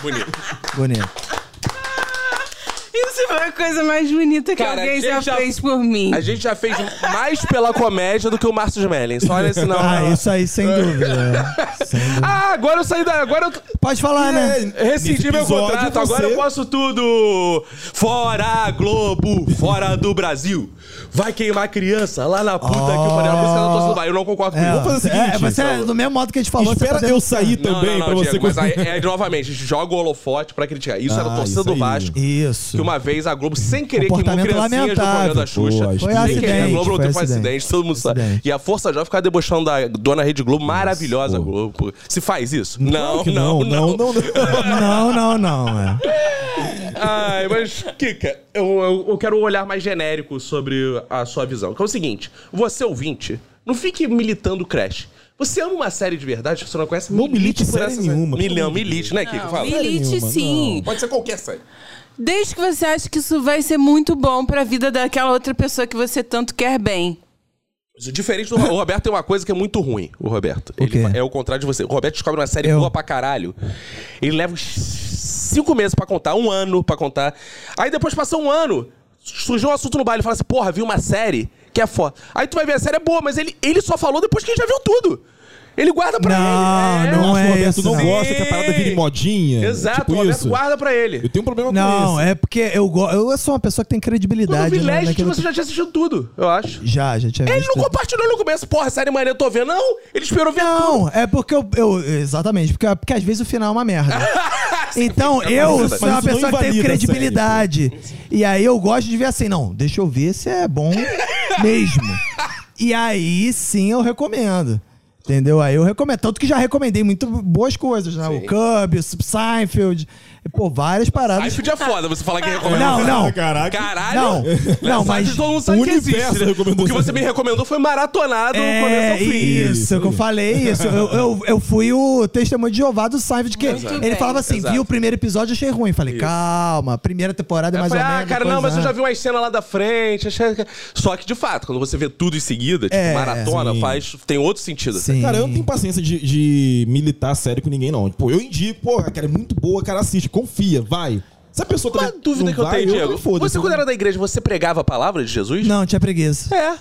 Speaker 1: Bonito.
Speaker 2: Bonito.
Speaker 3: Isso foi a coisa mais bonita que
Speaker 1: Cara,
Speaker 3: alguém
Speaker 1: a
Speaker 3: já,
Speaker 1: gente já-
Speaker 3: fez por mim.
Speaker 1: A gente já fez mais pela comédia do que o Márcio Smelling. Só olha esse não.
Speaker 2: Ah, isso aí, sem dúvida. Sem dúvida.
Speaker 1: Ah, agora eu saí da. Agora eu É,
Speaker 2: Pode falar, né?
Speaker 4: É, Nesse
Speaker 1: rescindi meu
Speaker 4: episódio,
Speaker 1: contrato.
Speaker 4: você-
Speaker 1: Agora eu posso tudo. Fora Globo, fora do Brasil. Vai queimar criança lá na puta que eu falei. A música da torcida do Bahia. Eu não concordo com
Speaker 2: É,
Speaker 1: isso.
Speaker 4: fazer o seguinte,
Speaker 2: é, você é do mesmo modo que a gente falou.
Speaker 4: Espera
Speaker 2: você tá fazendo-
Speaker 4: eu sair também pra você
Speaker 1: Diego, mas aí,
Speaker 4: conseguir.
Speaker 1: é, novamente, a gente joga o holofote pra criticar. Isso era a
Speaker 4: Ah,
Speaker 1: torcida
Speaker 4: isso
Speaker 1: do
Speaker 4: aí.
Speaker 1: Vasco.
Speaker 2: Isso.
Speaker 1: Que uma vez a Globo, sem querer, queimou
Speaker 2: Comportamento
Speaker 1: criancinhas no programa
Speaker 2: lamentável.
Speaker 1: da Xuxa.
Speaker 2: Foi
Speaker 4: Pô,
Speaker 1: sem
Speaker 2: acidente,
Speaker 1: querer, a Globo não
Speaker 2: foi
Speaker 1: teve um
Speaker 2: acidente.
Speaker 1: acidente, todo mundo sabe.
Speaker 2: Acidente.
Speaker 1: E a Força Jovem ficava debochando da dona Rede Globo, maravilhosa
Speaker 4: pô.
Speaker 1: Globo. Se faz isso?
Speaker 4: Claro
Speaker 1: Não,
Speaker 4: que
Speaker 1: não, não.
Speaker 4: não, não.
Speaker 2: Não, não, não. É.
Speaker 1: Ai, mas, Kika, eu, eu, eu quero um olhar mais genérico sobre a sua visão. Que é o seguinte, você ouvinte, não fique militando Crash. Você ama uma série de verdade que você não conhece?
Speaker 4: Não milite série
Speaker 1: essa
Speaker 4: nenhuma, pelo
Speaker 1: Milhão,
Speaker 4: amor de
Speaker 1: milite, né, Kika? Fala.
Speaker 3: Elite,
Speaker 4: nenhuma,
Speaker 3: sim.
Speaker 1: Pode ser qualquer série.
Speaker 3: Desde que você acha que isso vai ser muito bom pra vida daquela outra pessoa que você tanto quer bem.
Speaker 1: é Diferente do o Roberto tem uma coisa que é muito ruim, o Roberto. Ele
Speaker 2: quê?
Speaker 1: fa- é o contrário de você. O Roberto descobre uma série
Speaker 2: Eu.
Speaker 1: boa pra caralho. Ele leva uns cinco meses pra contar, um ano pra contar. Aí depois passa um ano. surgiu um assunto no baile e fala assim, porra, vi uma série que é foda. Aí tu vai ver a série é boa, mas ele, ele só falou depois que ele já viu tudo. Ele guarda pra
Speaker 2: Não,
Speaker 1: ele. É.
Speaker 2: não
Speaker 4: Nossa,
Speaker 2: é
Speaker 4: Roberto,
Speaker 2: isso,
Speaker 4: tu não,
Speaker 2: não.
Speaker 4: gosta que a parada vire modinha.
Speaker 1: Exato,
Speaker 4: tipo
Speaker 1: o Roberto
Speaker 4: isso.
Speaker 1: guarda pra ele.
Speaker 4: Eu tenho um problema com isso.
Speaker 2: Não, é porque eu, go... eu sou uma pessoa que tem
Speaker 1: No
Speaker 2: credibilidade. né,
Speaker 1: Legend
Speaker 2: naquilo
Speaker 1: você já tinha assistido tudo, eu acho.
Speaker 2: que- Já, já tinha
Speaker 1: Ele
Speaker 2: visto.
Speaker 1: não compartilhou no começo, porra, série maneira eu tô vendo. Não, ele esperou ver tudo.
Speaker 2: Não, é porque eu. eu- exatamente, porque, porque às vezes o final é uma merda. então, eu
Speaker 1: Mas
Speaker 2: sou uma
Speaker 4: isso não
Speaker 2: pessoa que tem
Speaker 4: invalida a
Speaker 2: credibilidade. E aí eu gosto de ver assim, não, deixa eu ver se é bom mesmo. E aí sim eu recomendo. Entendeu? Aí eu recomendo. Tanto que já recomendei muito boas coisas, né? O Cub, o Seinfeld. Pô, várias
Speaker 1: Aí
Speaker 2: paradas.
Speaker 1: podia foda você falar que recomenda.
Speaker 2: Não, não.
Speaker 4: Caraca.
Speaker 1: Caralho!
Speaker 2: Não, não,
Speaker 1: Sabe,
Speaker 2: mas
Speaker 1: todo mundo sabe que
Speaker 4: universo
Speaker 1: existe. né?
Speaker 4: recomendou
Speaker 1: O que você
Speaker 4: essa
Speaker 1: me recomendou foi maratonado do começo ao fim.
Speaker 2: É, Isso, que eu falei é isso. Eu, eu, eu fui o testemunho de Jeová do Seinfeld, que
Speaker 3: Muito
Speaker 2: ele
Speaker 3: bem.
Speaker 2: falava assim,
Speaker 1: Exato.
Speaker 2: vi o primeiro episódio, achei ruim. Falei, calma, primeira temporada é
Speaker 1: Aí eu
Speaker 2: mais
Speaker 1: falei,
Speaker 2: ou
Speaker 1: ah,
Speaker 2: menos.
Speaker 1: cara, não,
Speaker 2: depois,
Speaker 1: mas eu já
Speaker 2: ah."
Speaker 1: vi umas cenas lá da frente. achei que- Só que, de fato, quando você vê tudo em seguida, tipo,
Speaker 2: É,
Speaker 1: maratona,
Speaker 4: sim.
Speaker 1: faz, tem outro sentido.
Speaker 2: Sim.
Speaker 4: Cara, eu não tenho paciência de, de militar sério com ninguém, não. Tipo, eu indico, pô, cara, é muito boa, cara, assiste, confia, vai. Se a pessoa
Speaker 1: Uma
Speaker 4: também
Speaker 1: dúvida
Speaker 4: não
Speaker 1: que eu
Speaker 4: vai,
Speaker 1: tenho, Diego.
Speaker 4: também foda-se.
Speaker 1: você, quando era da igreja, você pregava a palavra de Jesus?
Speaker 2: Não, tinha preguiça.
Speaker 1: É.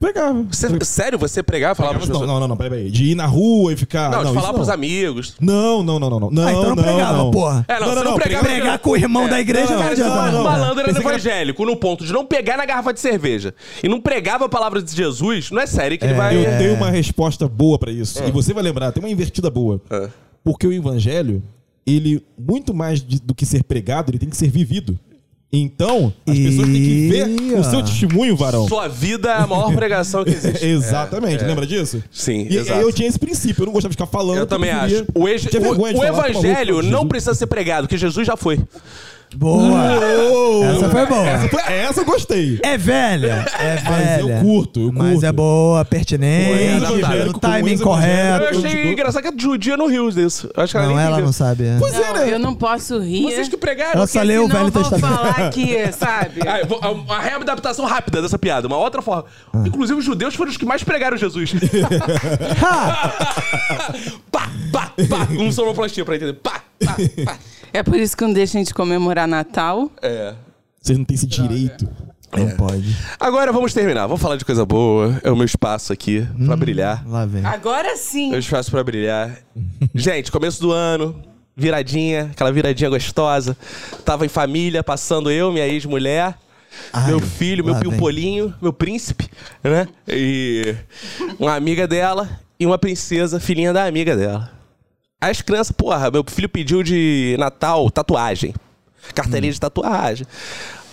Speaker 4: Pegava.
Speaker 1: Você- sério, você pregava a palavra de
Speaker 4: Não,
Speaker 1: Jesus?
Speaker 4: não, não, não, peraí, peraí. De ir na rua e ficar.
Speaker 1: Não, de falar
Speaker 4: isso
Speaker 1: pros amigos.
Speaker 4: Não, não, não, não, não. Não,
Speaker 2: ah, então não,
Speaker 4: não,
Speaker 2: pregava,
Speaker 4: não.
Speaker 2: porra.
Speaker 1: É, não,
Speaker 4: Não,
Speaker 1: você
Speaker 4: não,
Speaker 1: não É,
Speaker 4: não,
Speaker 1: pregava.
Speaker 2: Pregar com o irmão da igreja não,
Speaker 4: Não,
Speaker 2: adianta.
Speaker 4: não,
Speaker 1: Cara,
Speaker 4: não.
Speaker 1: o é malandro era
Speaker 4: Pensei que era-
Speaker 1: evangélico no ponto de não pegar na garrafa de cerveja e não pregava a palavra de Jesus, não é sério que ele É. vai.
Speaker 4: Eu tenho uma resposta boa pra isso. E você vai lembrar, tem uma invertida boa.
Speaker 1: É.
Speaker 4: Porque o evangelho, ele, muito mais de- do que ser pregado, ele tem que ser vivido. Então, as pessoas têm que
Speaker 2: Ih,
Speaker 4: ver
Speaker 2: ó.
Speaker 4: o seu testemunho, varão.
Speaker 1: Sua vida é a maior pregação que existe. É,
Speaker 4: Exatamente, lembra disso?
Speaker 1: Sim,
Speaker 4: e,
Speaker 1: exato.
Speaker 4: Eu tinha esse princípio, eu não gostava de ficar falando.
Speaker 1: Eu também
Speaker 4: preferia-
Speaker 1: acho. O, ex-
Speaker 4: tinha
Speaker 1: o-
Speaker 4: vergonha de
Speaker 1: o
Speaker 4: falar, tava louco,
Speaker 1: evangelho
Speaker 4: Jesus.
Speaker 1: não precisa ser pregado, que Jesus já foi.
Speaker 2: Boa.
Speaker 4: Uou!
Speaker 2: Essa foi boa.
Speaker 4: Essa, foi- essa eu gostei.
Speaker 2: É velha, é
Speaker 4: Mas eu
Speaker 2: velha.
Speaker 4: curto, eu curto.
Speaker 2: Mas é boa, pertinente,
Speaker 1: Pois é, tá.
Speaker 2: no timing
Speaker 4: Pois é,
Speaker 1: Eu
Speaker 4: tá. Eu
Speaker 2: correto.
Speaker 4: te
Speaker 1: achei
Speaker 4: dou-
Speaker 1: engraçado que a Judia não riu disso. Eu Acho que ela
Speaker 2: Não,
Speaker 1: nem
Speaker 2: ela
Speaker 1: entendeu.
Speaker 2: não sabe. é.
Speaker 4: Pois é,
Speaker 3: Não,
Speaker 4: né?
Speaker 3: eu não posso rir.
Speaker 1: Vocês que pregaram.
Speaker 2: Ela só
Speaker 3: porque
Speaker 2: leu o
Speaker 3: senão
Speaker 2: Velho
Speaker 3: vão
Speaker 2: Testamento.
Speaker 3: falar que, sabe?
Speaker 1: Ah, eu vou- a- a readaptação rápida dessa piada, uma outra forma. Inclusive, os judeus foram os que mais pregaram Jesus.
Speaker 2: Ha!
Speaker 1: pá, pá, pá. Um sonoplastia pra entender. Pá, pá, pá.
Speaker 3: É por isso que não deixa a gente comemorar Natal.
Speaker 1: É.
Speaker 4: Vocês não têm esse direito.
Speaker 2: Não pode.
Speaker 1: Agora vamos terminar. Vamos falar de coisa boa. É o meu espaço aqui pra brilhar.
Speaker 2: Lá vem.
Speaker 3: Ah, Agora sim.
Speaker 1: Meu espaço pra brilhar. Gente, começo do ano, viradinha, aquela viradinha gostosa. Tava em família, passando eu, minha ex-mulher.
Speaker 2: Ai,
Speaker 1: meu filho, meu
Speaker 2: lá vem.
Speaker 1: piumpolinho, meu príncipe, né? E uma amiga dela e uma princesa, filhinha da amiga dela. As crianças, porra, meu filho pediu de Natal tatuagem. Carteirinha de tatuagem.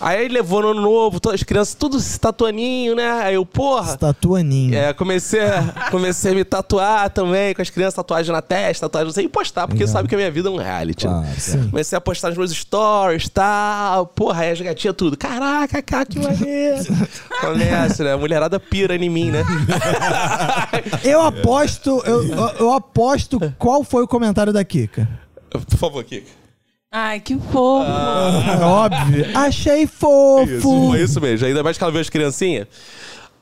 Speaker 1: Aí levou no ano novo, todas as crianças, tudo se tatuaninho, né? Aí eu, porra.
Speaker 2: Tatuaninho.
Speaker 1: É, comecei a, comecei a me tatuar também, com as crianças, tatuagem na testa, tatuagem, não sei, e postar, porque sabe que a minha vida é um reality. né?
Speaker 4: Claro,
Speaker 2: sim.
Speaker 1: Comecei a postar nos meus stories, tal, porra, aí as gatinhas tudo. Caraca, cara, que maneiro. Começa, né? A mulherada pira em mim, né?
Speaker 2: Eu aposto, eu, eu- eu aposto qual foi o comentário da Kika.
Speaker 1: Por favor, Kika.
Speaker 3: Ai, que fofo.
Speaker 2: É Óbvio. Achei fofo.
Speaker 1: Foi isso mesmo, ainda mais que ela viu as criancinhas.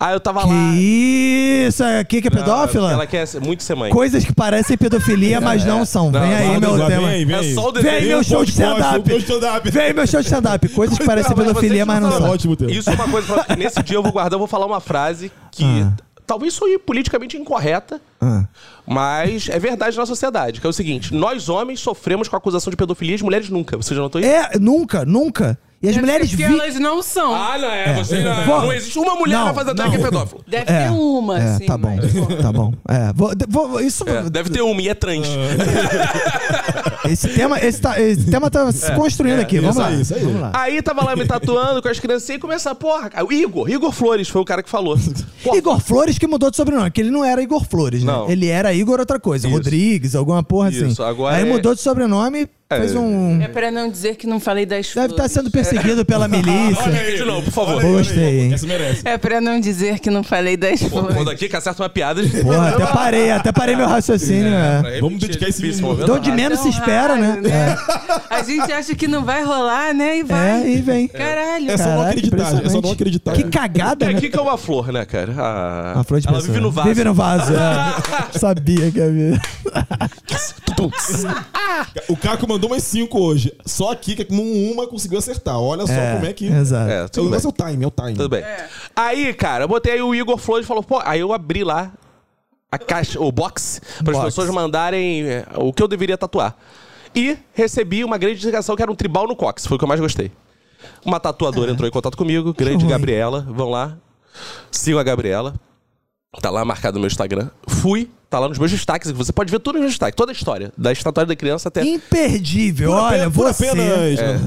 Speaker 1: Aí eu tava lá.
Speaker 2: Que isso? A Kika é pedófila?
Speaker 1: Ela quer ser- muito ser mãe.
Speaker 2: Coisas que parecem pedofilia, mas não são.
Speaker 1: Não,
Speaker 2: Vem aí,
Speaker 4: Guarda
Speaker 2: meu
Speaker 4: igual,
Speaker 2: tema.
Speaker 4: Vem aí, vem aí.
Speaker 1: É só o
Speaker 2: Vem
Speaker 1: desenho.
Speaker 2: meu show de
Speaker 4: podcast,
Speaker 2: stand-up.
Speaker 4: meu stand-up.
Speaker 2: Vem meu show de stand-up. Coisas que parecem
Speaker 1: Não, mas
Speaker 2: pedofilia,
Speaker 1: vocês
Speaker 2: mas não
Speaker 1: falaram.
Speaker 2: são.
Speaker 4: Ótimo tema.
Speaker 1: Isso é uma coisa. pra- Nesse dia eu vou guardar, eu vou falar uma frase que
Speaker 2: Ah.
Speaker 1: talvez soe politicamente incorreta,
Speaker 2: Ah.
Speaker 1: mas é verdade na sociedade, que é o seguinte: nós homens sofremos com acusação de pedofilia, as mulheres nunca. Você já notou isso?
Speaker 2: É, nunca, nunca. E as mulheres
Speaker 3: Porque
Speaker 2: vi...
Speaker 3: elas não são.
Speaker 1: não é. Você não,
Speaker 2: Porra.
Speaker 1: uma
Speaker 2: Não,
Speaker 1: que vai fazer
Speaker 2: não.
Speaker 1: ataque a pedófilo.
Speaker 3: Deve
Speaker 2: É,
Speaker 3: ter uma,
Speaker 2: é,
Speaker 3: assim.
Speaker 2: tá bom,
Speaker 3: mas-
Speaker 2: tá bom. É, vou- de- vou- isso,
Speaker 1: É, deve ter uma e é trans.
Speaker 2: esse tema, esse, tá, esse tema tá se construindo aqui. Vamos
Speaker 4: isso
Speaker 2: lá,
Speaker 4: aí, isso aí.
Speaker 2: vamos lá.
Speaker 1: É, Aí tava lá me tatuando com as criancinhas e começar, porra, cara, o Igor, Igor Flores foi o cara que falou. Porra,
Speaker 2: Igor Flores que mudou de sobrenome, que ele não era Igor Flores, né?
Speaker 1: Não.
Speaker 2: Ele era Igor outra coisa,
Speaker 1: Isso.
Speaker 2: Rodrigues, alguma porra assim.
Speaker 1: Isso, agora
Speaker 2: Aí
Speaker 1: é-
Speaker 2: mudou de sobrenome, fez um...
Speaker 3: É pra não dizer que não falei das
Speaker 2: Deve
Speaker 4: tá
Speaker 3: flores.
Speaker 2: estar sendo perseguido pela
Speaker 1: Olha
Speaker 2: milícia.
Speaker 1: aí de novo, por favor.
Speaker 4: Olha aí, olha aí.
Speaker 2: Gostei, hein?
Speaker 4: Essa merece.
Speaker 3: É pra não dizer que não falei das flores.
Speaker 1: Quando aqui que acerta uma piada.
Speaker 2: Porra, até parei, até parei meu raciocínio. É.
Speaker 4: Vamos dedicar esse
Speaker 1: Difícil,
Speaker 4: minuto.
Speaker 1: momento.
Speaker 2: Dou de menos se
Speaker 3: Tão
Speaker 2: espera,
Speaker 3: raro,
Speaker 2: né?
Speaker 3: A gente acha que não vai rolar, né? E vai.
Speaker 2: É, e vem.
Speaker 3: Caralho.
Speaker 4: É só não
Speaker 2: Caraca,
Speaker 4: acreditar, é só não
Speaker 2: impressionante.
Speaker 4: acreditar.
Speaker 2: Que cagada,
Speaker 1: É
Speaker 2: né?
Speaker 1: aqui que é uma flor, né, cara? A,
Speaker 2: Uma flor de
Speaker 1: Ela
Speaker 2: pessoa.
Speaker 1: vive no vaso.
Speaker 2: Vive no vaso, é. Sabia que ia vir.
Speaker 4: O Caco mandou umas cinco hoje. Só aqui que uma conseguiu acertar. Olha só como é que.
Speaker 2: Exato.
Speaker 1: É,
Speaker 4: O
Speaker 1: tudo bem.
Speaker 4: negócio é o time, é o time.
Speaker 1: Tudo bem. Aí, cara, eu botei aí o Igor Flores e falou, pô, aí eu abri lá a caixa, o box, para as
Speaker 2: Box.
Speaker 1: pessoas mandarem é, o que eu deveria tatuar. E recebi uma grande indicação que era um tribal no cox, foi o que eu mais gostei. Uma tatuadora entrou em contato comigo, grande
Speaker 2: ruim.
Speaker 1: Gabriela, vão lá. Sigam a Gabriela. Tá lá marcado no meu Instagram. Fui, tá lá nos meus destaques, você pode ver tudo nos meus destaques, toda a história, da estatuária da criança até
Speaker 2: Imperdível. Olha,
Speaker 4: Pura
Speaker 2: você. é
Speaker 4: apenas.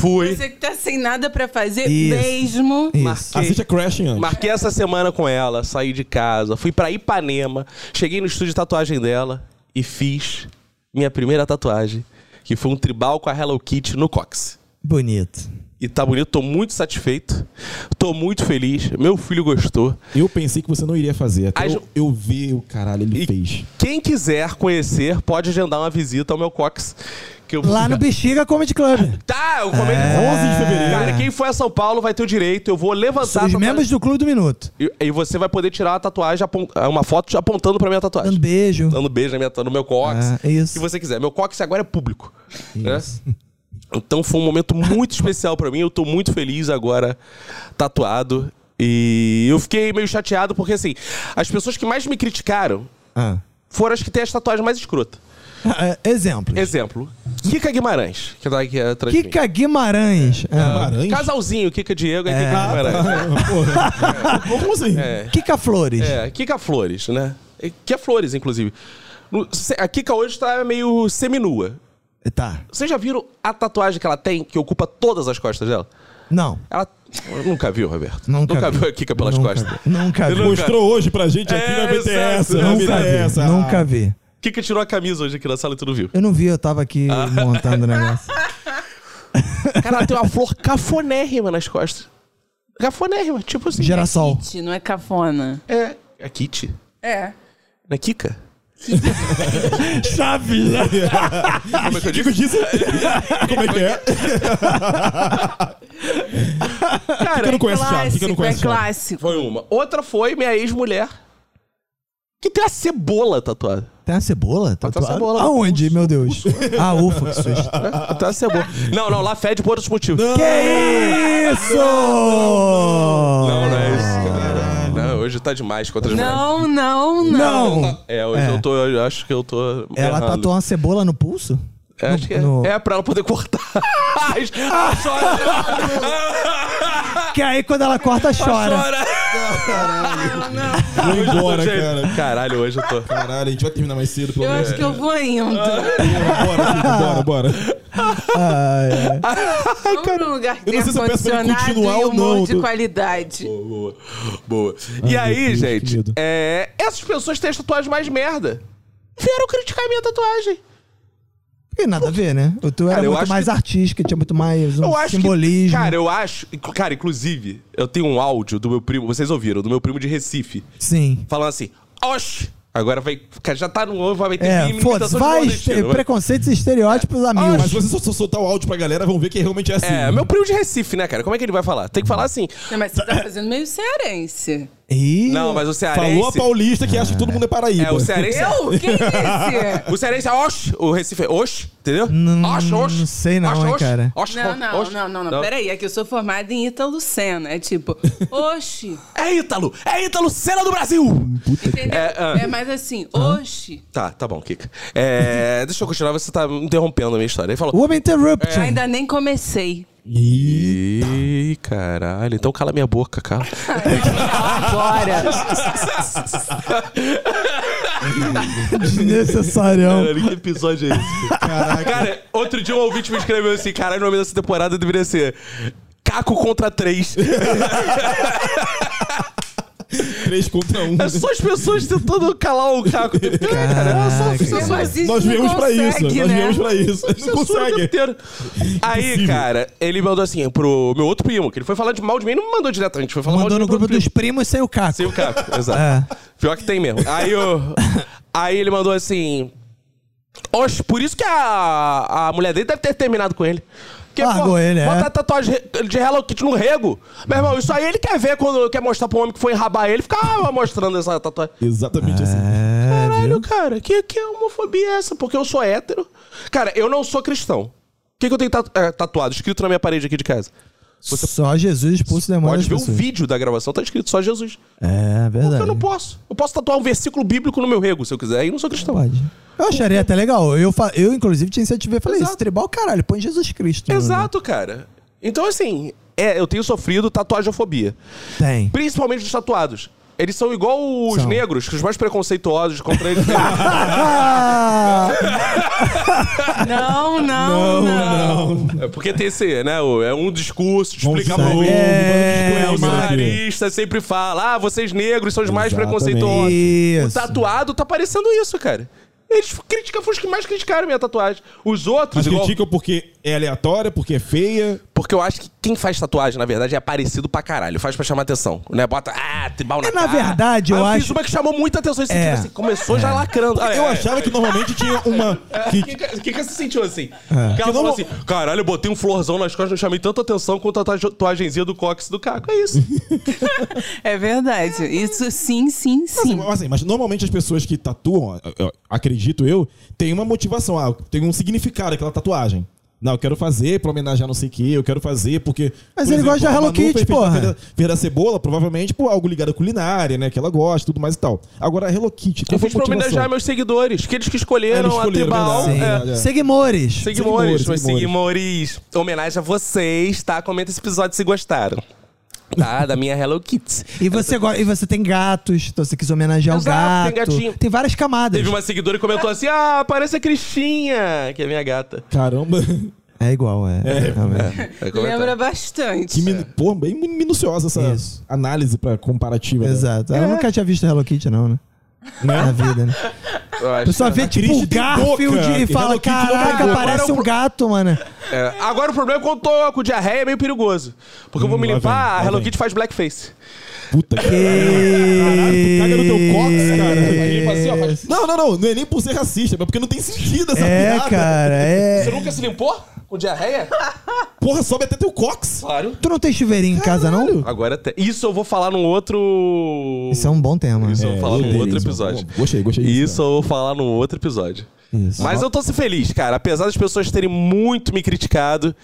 Speaker 1: fui.
Speaker 3: Você que tá sem nada pra fazer
Speaker 2: Isso.
Speaker 3: mesmo. é
Speaker 2: Isso.
Speaker 4: Assiste a Crashing antes.
Speaker 1: Marquei essa semana com ela, saí de casa, fui pra Ipanema, cheguei no estúdio de tatuagem dela e fiz minha primeira tatuagem, que foi um tribal com a Hello Kitty no cox.
Speaker 2: Bonito.
Speaker 1: E tá bonito, tô muito satisfeito, tô muito feliz, meu filho gostou.
Speaker 4: Eu pensei que você não iria fazer. Até
Speaker 1: Ai,
Speaker 4: eu,
Speaker 1: Ju-
Speaker 4: eu vi o caralho, ele
Speaker 1: E-
Speaker 4: fez.
Speaker 1: Quem quiser conhecer, pode agendar uma visita ao meu cox. Que eu...
Speaker 2: Lá no É. Bexiga Comedy Club.
Speaker 1: Tá, eu comento.
Speaker 4: 11 de fevereiro.
Speaker 1: Cara, quem for a São Paulo vai ter o direito, eu vou levantar... a
Speaker 2: Os
Speaker 1: tatuagem-
Speaker 2: membros do Clube do Minuto.
Speaker 1: E, e você vai poder tirar uma tatuagem, apon- uma foto apontando pra minha tatuagem.
Speaker 2: Dando beijo.
Speaker 1: dando beijo na minha, no meu cox.
Speaker 2: Ah, isso.
Speaker 1: Se você quiser. Meu cox agora é público. né? Então foi um momento muito especial pra mim. Eu tô muito feliz agora tatuado. E eu fiquei meio chateado porque, assim, as pessoas que mais me criticaram
Speaker 2: Ah.
Speaker 1: foram as que têm as tatuagens mais escrotas.
Speaker 2: Ah, é, exemplos.
Speaker 1: Exemplo, Kika Guimarães, que tá aqui atrás de mim.
Speaker 2: Kika
Speaker 1: É.
Speaker 2: Guimarães. É. Ah.
Speaker 4: Maranhão?
Speaker 1: Casalzinho, Kika Diego e Kika Guimarães.
Speaker 4: Porra. Como assim?
Speaker 2: Kika Flores.
Speaker 1: É, Kika Flores, né? É, Kika Flores, inclusive. No- se- A Kika hoje tá meio seminua.
Speaker 2: Tá.
Speaker 1: Vocês já viram a tatuagem que ela tem, que ocupa todas as costas dela?
Speaker 2: Não.
Speaker 1: Ela. Nunca viu, Roberto.
Speaker 2: Nunca vi.
Speaker 1: viu a Kika pelas
Speaker 2: Nunca
Speaker 1: costas.
Speaker 2: vi. Nunca vi.
Speaker 1: nunca-
Speaker 4: Mostrou hoje pra gente aqui
Speaker 1: É,
Speaker 4: na BTS.
Speaker 1: exato.
Speaker 4: na
Speaker 2: Nunca vi.
Speaker 1: É
Speaker 4: BTS. Ah.
Speaker 2: Nunca vi.
Speaker 1: Kika tirou a camisa hoje aqui na sala e tu não viu.
Speaker 2: Eu não vi, eu tava aqui
Speaker 1: Ah.
Speaker 2: montando o negócio.
Speaker 1: Cara, ela tem uma flor cafonérrima nas costas. Cafonérrima, tipo assim.
Speaker 2: Girassol.
Speaker 3: Kit, não é cafona.
Speaker 1: É. A Kit?
Speaker 3: É.
Speaker 1: Na Kika?
Speaker 2: Chave.
Speaker 1: Como é que eu
Speaker 4: Digo disso. Como é que é?
Speaker 1: Cara,
Speaker 4: não conhece Thiago? Por
Speaker 3: é Clássico,
Speaker 4: que eu não conheço
Speaker 3: é
Speaker 4: Thiago?
Speaker 3: clássico.
Speaker 1: foi uma. Outra foi minha ex-mulher. Que tem a cebola tatuada. né?
Speaker 2: Tem uma cebola?
Speaker 1: Tem uma
Speaker 2: tatuada?
Speaker 1: cebola.
Speaker 2: Aonde, meu Deus? Ah, ufa, que susto.
Speaker 1: Né? Tem a cebola. Não, não, lá fede por outros motivos. Não,
Speaker 2: Que isso? Não,
Speaker 1: não, é isso, cara. Não, hoje tá demais com outras mulheres.
Speaker 3: Não, não, não.
Speaker 1: É, hoje
Speaker 2: É.
Speaker 1: eu tô. Eu acho que eu tô.
Speaker 2: Ela
Speaker 1: errando.
Speaker 2: tatuou uma cebola no pulso?
Speaker 1: É, acho que é.
Speaker 2: No-
Speaker 1: É, pra ela poder cortar. Ah! Ai, chora,
Speaker 2: Que aí quando ela corta, chora.
Speaker 1: chora.
Speaker 4: Vou
Speaker 1: Hoje eu tô
Speaker 4: embora,
Speaker 1: cheio-
Speaker 4: cara.
Speaker 1: Caralho, hoje eu tô.
Speaker 4: Caralho, a gente vai terminar mais cedo, pelo
Speaker 3: Eu
Speaker 4: menos.
Speaker 3: acho que eu vou indo.
Speaker 4: Bora, Kika, bora, bora.
Speaker 3: Vamos pra um lugar que
Speaker 4: eu
Speaker 3: tem
Speaker 4: não sei se eu peço pra ele
Speaker 3: ar-condicionado
Speaker 4: continuar
Speaker 3: e
Speaker 4: ou
Speaker 3: um
Speaker 4: não,
Speaker 3: monte de
Speaker 4: tô-
Speaker 3: qualidade.
Speaker 1: Boa, boa. E
Speaker 4: Ai, meu
Speaker 1: aí,
Speaker 4: Deus, que
Speaker 1: gente,
Speaker 4: medo.
Speaker 1: é, essas pessoas têm as tatuagens mais merda. Vieram criticar minha tatuagem.
Speaker 2: Tem nada a ver, né? O tu era
Speaker 1: Cara, eu
Speaker 2: muito
Speaker 1: acho
Speaker 2: mais
Speaker 1: que-
Speaker 2: artístico, tinha muito mais um
Speaker 1: Eu acho
Speaker 2: simbolismo.
Speaker 1: que. Cara, eu acho. Cara, inclusive, eu tenho um áudio do meu primo. Vocês ouviram? Do meu primo de Recife.
Speaker 2: Sim.
Speaker 1: Falando assim: Oxi! Agora vai. ficar- Já tá no ovo, vai ter
Speaker 2: É,
Speaker 1: crime,
Speaker 2: foda-se,
Speaker 1: imitação de
Speaker 2: vai
Speaker 1: nordestino,
Speaker 2: ter
Speaker 1: vai-
Speaker 2: preconceitos e estereótipos a
Speaker 1: Ah,
Speaker 2: mil.
Speaker 4: Mas se você só- só soltar o áudio pra galera, vão ver que realmente é assim.
Speaker 1: É, meu primo de Recife, né, cara? Como é que ele vai falar? Tem que falar assim.
Speaker 3: Não, mas você tá fazendo meio cearense.
Speaker 2: Ih,
Speaker 1: Não, mas o cearense.
Speaker 4: Falou a paulista que acha que todo mundo é paraíba.
Speaker 1: É, o cearense.
Speaker 3: Eu? Quem disse?
Speaker 1: O cearense é oxe. O Recife é oxe, entendeu?
Speaker 2: Não-
Speaker 1: Oxe, oxe.
Speaker 2: não sei não,
Speaker 1: oxe,
Speaker 2: hein,
Speaker 1: oxe,
Speaker 2: cara.
Speaker 1: Oxe,
Speaker 3: Não, não,
Speaker 1: oxe.
Speaker 3: não, não, não. Peraí, é que eu sou formada em Ítalo Senna. É tipo, oxi.
Speaker 1: É Ítalo! É Ítalo Senna do Brasil!
Speaker 3: Entendeu?
Speaker 1: É, ah.
Speaker 3: É mais assim, oxi.
Speaker 1: Tá, tá bom, Kika. É, deixa eu continuar, você tá me interrompendo a minha história. Ele falou.
Speaker 2: Woman
Speaker 1: É,
Speaker 2: Interruption.
Speaker 3: Ainda nem comecei.
Speaker 4: Ih,
Speaker 1: Ih, caralho. Então cala minha boca, cara.
Speaker 3: Agora.
Speaker 2: Desnecessarião.
Speaker 1: Caralho, que episódio é esse? Cara, outro dia um ouvinte me escreveu assim: caralho, o nome dessa temporada deveria ser Caco contra três.
Speaker 4: três contra um.
Speaker 1: É só as pessoas tentando calar o Caco. o tempo inteiro, né, cara, é só as
Speaker 2: Caraca.
Speaker 1: pessoas.
Speaker 4: Nós viemos pra isso. Nós
Speaker 1: né?
Speaker 3: né?
Speaker 4: viemos pra isso. Não
Speaker 1: Censura o tempo
Speaker 4: consegue.
Speaker 1: inteiro. Aí, cara, ele mandou assim pro meu outro primo, que ele foi falar de mal de mim, não me mandou diretamente, foi falar mal
Speaker 2: Mandou
Speaker 1: de
Speaker 2: no
Speaker 1: mim pro
Speaker 2: grupo
Speaker 1: outro
Speaker 2: dos primos sem o caco.
Speaker 1: primo. Sim, o Caco, exato.
Speaker 2: É.
Speaker 1: Pior que tem mesmo. Aí, eu, aí ele mandou assim... Oxe, por isso que a, a mulher dele deve ter terminado com ele. Porque,
Speaker 2: Largou ele, é.
Speaker 1: Botar tatuagem de Hello Kitty no rego. Meu irmão, isso aí ele quer ver quando quer mostrar pro homem que foi enrabar ele, ficar mostrando essa tatuagem.
Speaker 4: Exatamente assim.
Speaker 2: É,
Speaker 1: Caralho,
Speaker 2: viu?
Speaker 1: cara, que, que homofobia é essa? Porque eu sou hétero. Cara, eu não sou cristão. O que, que eu tenho tatu- eh, tatuado, escrito na minha parede aqui de casa?
Speaker 2: Só Jesus expulsa o demônio
Speaker 1: Pode
Speaker 2: das
Speaker 1: ver o
Speaker 2: pessoas.
Speaker 1: vídeo da gravação, tá escrito só Jesus.
Speaker 2: É,
Speaker 1: Porque
Speaker 2: verdade.
Speaker 1: eu não posso. Eu posso tatuar um versículo bíblico no meu rego, se eu quiser, e não sou cristão.
Speaker 2: Pode. Eu acharia até legal. Eu, fa- eu inclusive, tinha iniciativa e falei
Speaker 1: Exato.
Speaker 2: isso. Tribal, caralho, põe Jesus Cristo. mano.
Speaker 1: Exato, cara. Então, assim, é, eu tenho sofrido tatuagemfobia.
Speaker 2: Tem.
Speaker 1: Principalmente dos tatuados. Eles são igual os
Speaker 2: São.
Speaker 1: negros, que os mais preconceituosos contra eles.
Speaker 2: Ah!
Speaker 3: Não, não, não.
Speaker 1: é porque tem esse, né? o- É um discurso,
Speaker 4: Vamos
Speaker 1: explica
Speaker 4: sair.
Speaker 1: muito.
Speaker 2: É,
Speaker 1: É, o
Speaker 4: Vamos discutir aqui.
Speaker 1: seminarista sempre fala: ah, vocês negros são os mais
Speaker 4: Exatamente.
Speaker 1: preconceituosos. O
Speaker 2: Isso.
Speaker 1: tatuado tá parecendo isso, cara. Eles criticam, foram os que mais criticaram minha tatuagem. Os outros,
Speaker 4: Mas
Speaker 1: igual.
Speaker 4: criticam porque é aleatória, porque é feia.
Speaker 1: Porque eu acho que quem faz tatuagem, na verdade, é parecido pra caralho. Faz pra chamar atenção. Né? Bota, ah, tribal na
Speaker 2: É, na
Speaker 1: cara.
Speaker 2: verdade,
Speaker 1: Aí
Speaker 2: eu
Speaker 1: fiz
Speaker 2: acho-
Speaker 1: uma que chamou muita atenção. Esse
Speaker 2: É.
Speaker 1: sentido, assim, começou já lacrando. Ah,
Speaker 4: eu
Speaker 1: é,
Speaker 4: achava que normalmente tinha uma.
Speaker 1: é.
Speaker 4: que-
Speaker 1: Que, que, que, que você sentiu
Speaker 2: É.
Speaker 1: assim? Que ela falou assim: caralho, eu botei um florzão nas costas, não chamei tanta atenção quanto a tatuagenzinha do cóccix do caco. É isso.
Speaker 3: É verdade. Isso sim, sim, sim.
Speaker 4: Mas, assim, mas normalmente as pessoas que tatuam, eu- eu- acredito eu, tem uma motivação, ah, tem um significado aquela tatuagem. Não, eu quero fazer pra homenagear não sei o que, eu quero fazer porque.
Speaker 2: Mas
Speaker 4: por
Speaker 2: ele gosta de
Speaker 4: a
Speaker 2: Hello
Speaker 4: Manu
Speaker 2: Kitty,
Speaker 4: fez feito
Speaker 2: porra.
Speaker 4: na Feira- Feira da cebola, provavelmente por algo ligado à culinária, né? Que ela gosta, tudo mais e tal. Agora, a Hello Kitty, qual
Speaker 1: Eu
Speaker 4: foi
Speaker 1: fiz
Speaker 4: a
Speaker 1: pra
Speaker 4: motivação?
Speaker 1: homenagear meus seguidores, aqueles que escolheram,
Speaker 4: É, Eles escolheram,
Speaker 1: a tribal.
Speaker 4: verdade.
Speaker 1: É.
Speaker 4: Sim. É.
Speaker 2: Seguimores.
Speaker 1: Seguimores,
Speaker 4: Seguimores,
Speaker 1: meus
Speaker 4: seguimores.
Speaker 1: seguimores. Homenagem a vocês, tá? Comenta esse episódio se gostaram. Tá? Da minha Hello Kids.
Speaker 2: E você, go- e você tem gatos, então você quis homenagear
Speaker 1: Exato,
Speaker 2: o
Speaker 1: tem
Speaker 2: gato.
Speaker 1: gatinho.
Speaker 2: Tem várias camadas.
Speaker 1: Teve uma seguidora que comentou assim: Ah, parece a Cristinha, que é minha gata.
Speaker 4: Caramba,
Speaker 2: É igual, é. Realmente.
Speaker 3: Lembra bastante.
Speaker 4: é tá? que min... Pô, bem minuciosa essa
Speaker 2: Isso.
Speaker 4: análise pra comparativa. né?
Speaker 2: Exato. Eu nunca tinha visto Hello Kitty, não, né? Na vida, né?
Speaker 1: Eu
Speaker 2: A
Speaker 1: acho.
Speaker 2: pessoa vê tipo
Speaker 4: Christie
Speaker 2: um
Speaker 4: tem
Speaker 2: Garfield
Speaker 4: boca.
Speaker 2: e fala:
Speaker 4: Hello Kitty não tem
Speaker 2: caraca,
Speaker 1: boca."
Speaker 2: parece um gato, mano.
Speaker 1: É, Agora o problema é quando eu tô com diarreia é meio perigoso. Porque eu vou me
Speaker 4: Hum, lá
Speaker 1: limpar,
Speaker 4: vem,
Speaker 1: a
Speaker 4: lá
Speaker 1: Hello
Speaker 4: vem.
Speaker 1: Kitty faz blackface.
Speaker 4: Puta que
Speaker 2: Caralho,
Speaker 4: Caralho, tu caga no teu cox, cara. Aí
Speaker 1: tipo
Speaker 4: ele fala assim, ó, faz- Não, não, não. Não é nem por ser racista, mas porque não tem sentido essa
Speaker 2: É,
Speaker 4: piada.
Speaker 2: cara,
Speaker 1: Você
Speaker 2: é.
Speaker 1: nunca se limpou com diarreia?
Speaker 4: Porra, sobe até teu cox.
Speaker 1: Claro.
Speaker 2: Tu não tem chuveirinho em casa, não?
Speaker 1: Agora até. Isso eu vou falar num outro.
Speaker 2: Isso é um bom tema.
Speaker 1: Isso eu vou falar num
Speaker 4: É, beleza.
Speaker 1: outro episódio.
Speaker 4: Boa, Gostei, gostei. disso,
Speaker 2: né?
Speaker 1: Isso eu vou falar num outro episódio.
Speaker 2: Isso.
Speaker 1: Mas eu tô se feliz, cara. Apesar das pessoas terem muito me criticado.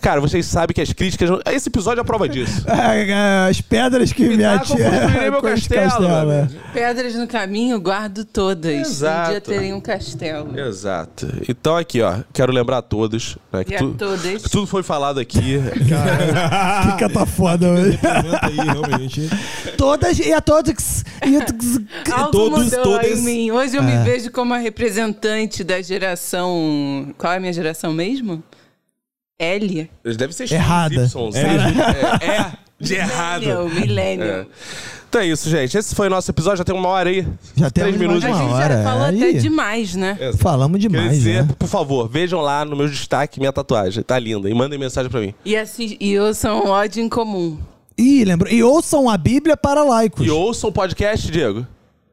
Speaker 1: Cara, vocês sabem que as críticas. não- Esse episódio é a prova disso.
Speaker 2: Ah, As pedras que me
Speaker 1: Pitaco, construirei
Speaker 2: atiram.
Speaker 1: meu castelo, meu amigo.
Speaker 3: Pedras no caminho, guardo todas.
Speaker 1: Exato.
Speaker 3: Um dia terei um castelo.
Speaker 4: É,
Speaker 1: Exato. Então aqui, ó, quero lembrar a todos né, que,
Speaker 3: E a
Speaker 1: tu-
Speaker 3: todas.
Speaker 1: que tudo foi falado aqui.
Speaker 2: Fica tá foda hoje.
Speaker 4: Apresenta aí, realmente.
Speaker 2: Todas e a todos. E a todos.
Speaker 3: Algo
Speaker 4: é Todos,
Speaker 3: mudou
Speaker 4: todas. É.
Speaker 3: em mim. Hoje eu me vejo como a representante da geração. Qual é a minha geração mesmo? L.
Speaker 1: Deve ser
Speaker 2: Errada.
Speaker 1: XYZ. É, é de errado.
Speaker 3: Millennial, millennial.
Speaker 1: É. Então é isso, gente. Esse foi o nosso episódio. Já tem uma hora aí.
Speaker 2: Já temos
Speaker 1: Três minutos.
Speaker 2: mais
Speaker 3: A
Speaker 2: uma
Speaker 3: gente
Speaker 2: hora,
Speaker 3: já falou até
Speaker 2: aí.
Speaker 3: demais, né?
Speaker 2: Falamos
Speaker 1: Quer
Speaker 2: demais,
Speaker 1: dizer,
Speaker 2: né?
Speaker 1: por favor, vejam lá no meu destaque minha tatuagem. Tá linda. E mandem mensagem pra mim.
Speaker 3: E, assim, e eu sou um ódio em comum.
Speaker 2: Ih, lembrou. E ouçam a Bíblia para laicos.
Speaker 1: E ouçam o podcast, Diego.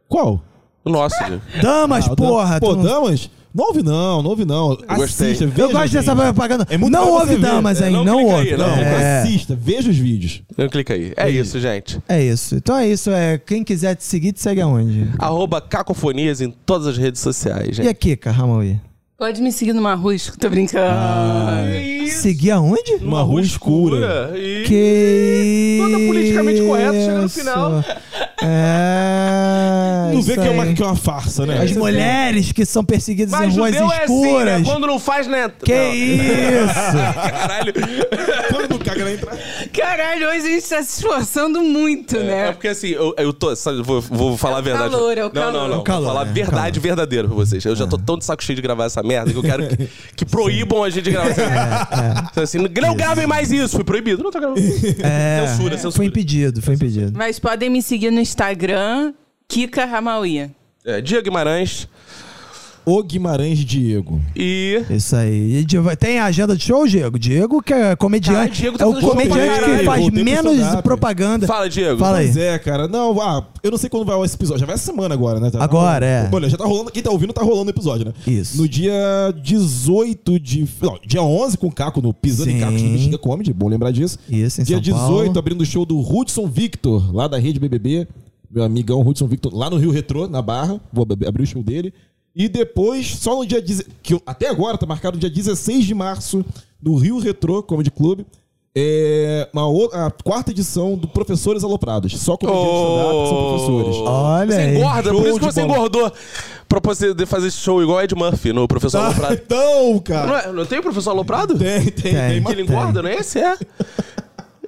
Speaker 4: Qual?
Speaker 1: O nosso, Diego.
Speaker 2: Damas,
Speaker 4: Ah, o Dan-
Speaker 2: porra.
Speaker 4: Pô,
Speaker 2: tu não-
Speaker 4: damas? Não ouve não, não ouve não.
Speaker 1: gostei.
Speaker 4: Assista, veja,
Speaker 2: Eu gosto
Speaker 4: gente.
Speaker 2: dessa propaganda.
Speaker 4: É muito
Speaker 2: não
Speaker 4: pra você
Speaker 2: ouve
Speaker 4: ver.
Speaker 2: damas,
Speaker 1: É,
Speaker 2: hein?
Speaker 1: não
Speaker 2: Não
Speaker 1: clica
Speaker 2: ouve.
Speaker 1: aí,
Speaker 4: Não,
Speaker 2: É.
Speaker 4: assista, veja os vídeos.
Speaker 1: Então clica aí. É isso, gente.
Speaker 2: É isso. Então é isso. É, quem quiser te seguir, te segue aonde?
Speaker 1: Arroba Cacofonias em todas as redes sociais,
Speaker 2: E
Speaker 1: gente.
Speaker 2: a Kika, Ramauí?
Speaker 3: Pode me seguir no Marrusco, tô brincando.
Speaker 2: Seguir aonde?
Speaker 1: Uma rua escura. E-
Speaker 2: Que.
Speaker 1: Toda politicamente correta chega no
Speaker 2: isso.
Speaker 1: final.
Speaker 2: É.
Speaker 4: Tu
Speaker 2: isso
Speaker 4: vê que é, uma,
Speaker 2: aí.
Speaker 4: que é uma farsa, né?
Speaker 2: As mulheres que são perseguidas
Speaker 1: Mas
Speaker 2: em ruas
Speaker 1: judeu é assim,
Speaker 2: escuras.
Speaker 1: né? Quando não faz, né?
Speaker 2: Que
Speaker 1: Não.
Speaker 2: isso?
Speaker 1: Caralho.
Speaker 4: Quando não caga na entrada.
Speaker 3: Caralho, hoje a gente tá se esforçando muito,
Speaker 1: É
Speaker 3: né?
Speaker 1: porque assim, eu, eu tô. sabe, vou, vou falar a verdade.
Speaker 3: calor, é o
Speaker 1: não, não,
Speaker 3: calor.
Speaker 1: não.
Speaker 2: É o calor,
Speaker 1: vou falar a
Speaker 2: é o
Speaker 1: verdade verdadeira pra vocês. Eu já tô tão de saco cheio de gravar essa merda que eu quero que, que proíbam a gente de gravar essa
Speaker 2: É,
Speaker 1: merda. Então, assim, não gravem mais isso. Fui proibido. Não tô gravando.
Speaker 2: É,
Speaker 1: Censura, censura.
Speaker 2: Foi impedido, foi impedido.
Speaker 3: Mas podem me seguir no Instagram, Kika Ramauia.
Speaker 1: É, Diego Guimarães
Speaker 4: O Guimarães Diego.
Speaker 1: e.
Speaker 2: Isso aí. E Diego- Tem a agenda de show, Diego? Diego, que é comediante.
Speaker 1: Cara, Diego tá
Speaker 2: é o
Speaker 1: fazendo show pra
Speaker 2: comediante que
Speaker 1: caralho.
Speaker 2: faz
Speaker 4: Voltei pro
Speaker 2: menos
Speaker 4: stand-up.
Speaker 2: propaganda.
Speaker 1: Fala, Diego.
Speaker 2: Fala aí.
Speaker 4: Pois é, cara. Não, ah, eu não sei quando vai esse episódio. Já vai essa semana agora, né? Tá-
Speaker 2: Agora, é.
Speaker 4: Olha, já tá rolando. Quem tá ouvindo tá rolando o episódio, né?
Speaker 2: Isso.
Speaker 4: No dia 18 de. Não, dia 11 com o Caco no Pisando em
Speaker 2: Sim.
Speaker 4: Cacos no Bexiga Comedy. Bom lembrar disso.
Speaker 2: Isso, em
Speaker 4: dia
Speaker 2: São Paulo.
Speaker 4: 18, abrindo o show do Hudson Victor, lá da Rede BBB. meu amigão Hudson Victor, lá no Rio Retrô, na Barra. Vou ab- abrir o show dele. E depois, só no dia. deze- Que eu- até agora tá marcado no dia 16 de março, no Rio Retrô Comedy Club. É uma o- a quarta edição do Professores Aloprados. Só comediantes de stand-up que são professores.
Speaker 2: Olha
Speaker 1: Oh. Você
Speaker 2: aí.
Speaker 1: engorda, por
Speaker 4: Show
Speaker 1: isso que
Speaker 4: de
Speaker 1: você
Speaker 4: bola.
Speaker 1: engordou. Pra você de- fazer esse show igual Ed Murphy no Professor
Speaker 4: Ah,
Speaker 1: Aloprado.
Speaker 4: então, cara.
Speaker 1: Não, é- não tem o Professor Aloprado?
Speaker 4: Tem, tem,
Speaker 2: Tem.
Speaker 4: tem.
Speaker 1: Que
Speaker 4: mas-
Speaker 1: ele engorda, não é esse?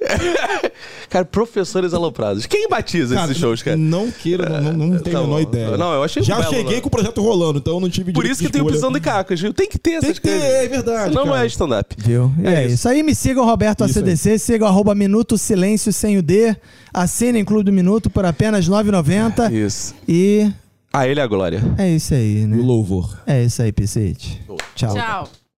Speaker 1: É. cara, professores aloprados. Quem batiza esses shows, cara?
Speaker 4: Não queira, não, não, não tenho
Speaker 1: Tá
Speaker 4: a menor
Speaker 1: bom.
Speaker 4: ideia.
Speaker 1: Não, eu achei
Speaker 4: Já
Speaker 1: belo,
Speaker 4: cheguei
Speaker 1: né?
Speaker 4: com o projeto rolando, então eu não tive
Speaker 1: Por
Speaker 4: direito
Speaker 1: isso
Speaker 4: de
Speaker 1: que tem o
Speaker 4: escolha.
Speaker 1: pisão de cacas. viu? Tem que ter
Speaker 4: Tem
Speaker 1: essas
Speaker 4: que ter,
Speaker 1: coisas.
Speaker 4: é verdade.
Speaker 1: Senão não
Speaker 4: cara.
Speaker 1: é stand-up.
Speaker 2: Viu? E é, isso. aí. Me sigam Roberto
Speaker 4: Isso
Speaker 2: ACDC, sigam arroba Minuto Silêncio sem o D. Assinem Clube do Minuto por apenas R$ 9,90.
Speaker 1: Isso.
Speaker 2: E
Speaker 1: A ele é a glória.
Speaker 2: é isso aí,
Speaker 4: O
Speaker 2: né?
Speaker 4: louvor.
Speaker 2: É isso aí, Piscite. Tchau.
Speaker 3: Tchau.